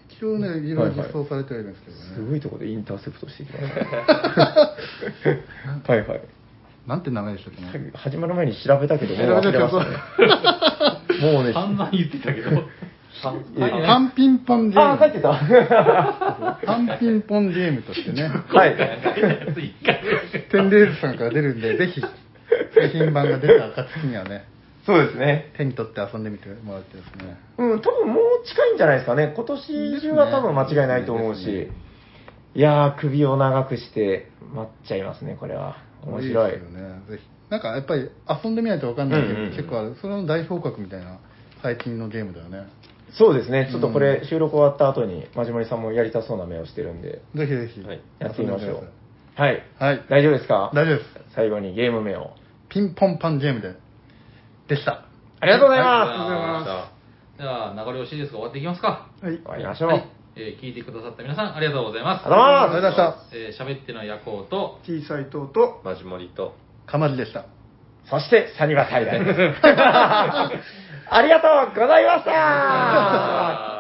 [SPEAKER 2] 一応ね、いろいろ実装されてはいるんですけどね。
[SPEAKER 4] すごいところでインターセプトしていきま
[SPEAKER 2] *laughs*
[SPEAKER 4] した。はいはい。
[SPEAKER 2] なんて名前でしたっけね。
[SPEAKER 4] 始まる前に調べたけど、もう忘れましたね。もうね、
[SPEAKER 1] 散々言ってたけど。
[SPEAKER 4] *laughs*
[SPEAKER 2] パンピンポンゲー
[SPEAKER 4] あ、
[SPEAKER 2] ム。
[SPEAKER 4] 書い
[SPEAKER 2] *laughs*
[SPEAKER 4] てた。は
[SPEAKER 2] パンピンポンゲームとして
[SPEAKER 4] *laughs*
[SPEAKER 2] ね、
[SPEAKER 4] い。
[SPEAKER 1] 一回
[SPEAKER 2] テンレーズさんから出るんで、ぜひ、製品版が出た暁にはね、
[SPEAKER 4] そうですね。
[SPEAKER 2] 手に取って遊んでみてもらってですね。
[SPEAKER 4] うん、多分もう近いんじゃないですかね。今年中は多分間違いないと思う
[SPEAKER 2] ですねで
[SPEAKER 4] し。いやー、首を長くして待っちゃいますね、これは。面白い
[SPEAKER 2] です。よね。ぜひ。なんかやっぱり遊んでみないとわかんないゲー
[SPEAKER 4] うんう
[SPEAKER 2] ム
[SPEAKER 4] んうん
[SPEAKER 2] 結構ある。それの代表格みたいな、最近のゲームだよね。
[SPEAKER 4] そうですね。ちょっとこれ収録終わった後に、まじもりさんもやりたそうな目をしてるんで。
[SPEAKER 2] ぜひぜひ、
[SPEAKER 6] はい
[SPEAKER 4] やってみましょう
[SPEAKER 2] 遊んでみてください
[SPEAKER 4] はい。
[SPEAKER 2] はい
[SPEAKER 4] 大丈夫ですか
[SPEAKER 2] 大丈夫です
[SPEAKER 4] 最後にゲーム名を。
[SPEAKER 2] ピンポンパンゲームででした
[SPEAKER 4] ありがとうござい
[SPEAKER 5] りがと
[SPEAKER 4] ま
[SPEAKER 5] うございま
[SPEAKER 1] じゃあ、流れ惜しいですが終わっていきますか。
[SPEAKER 5] はい
[SPEAKER 4] す。終わりましょう。
[SPEAKER 1] はい。えー聞いてくださった皆さん、ありがとうございます。
[SPEAKER 4] ありがとうございます
[SPEAKER 2] ありがとうございまし
[SPEAKER 1] えー喋っての夜行と、
[SPEAKER 5] T 斎藤と
[SPEAKER 6] マジモリと
[SPEAKER 2] たかまじでした
[SPEAKER 4] そして、
[SPEAKER 2] *laughs*
[SPEAKER 4] サニバ最大です。ありがとうございました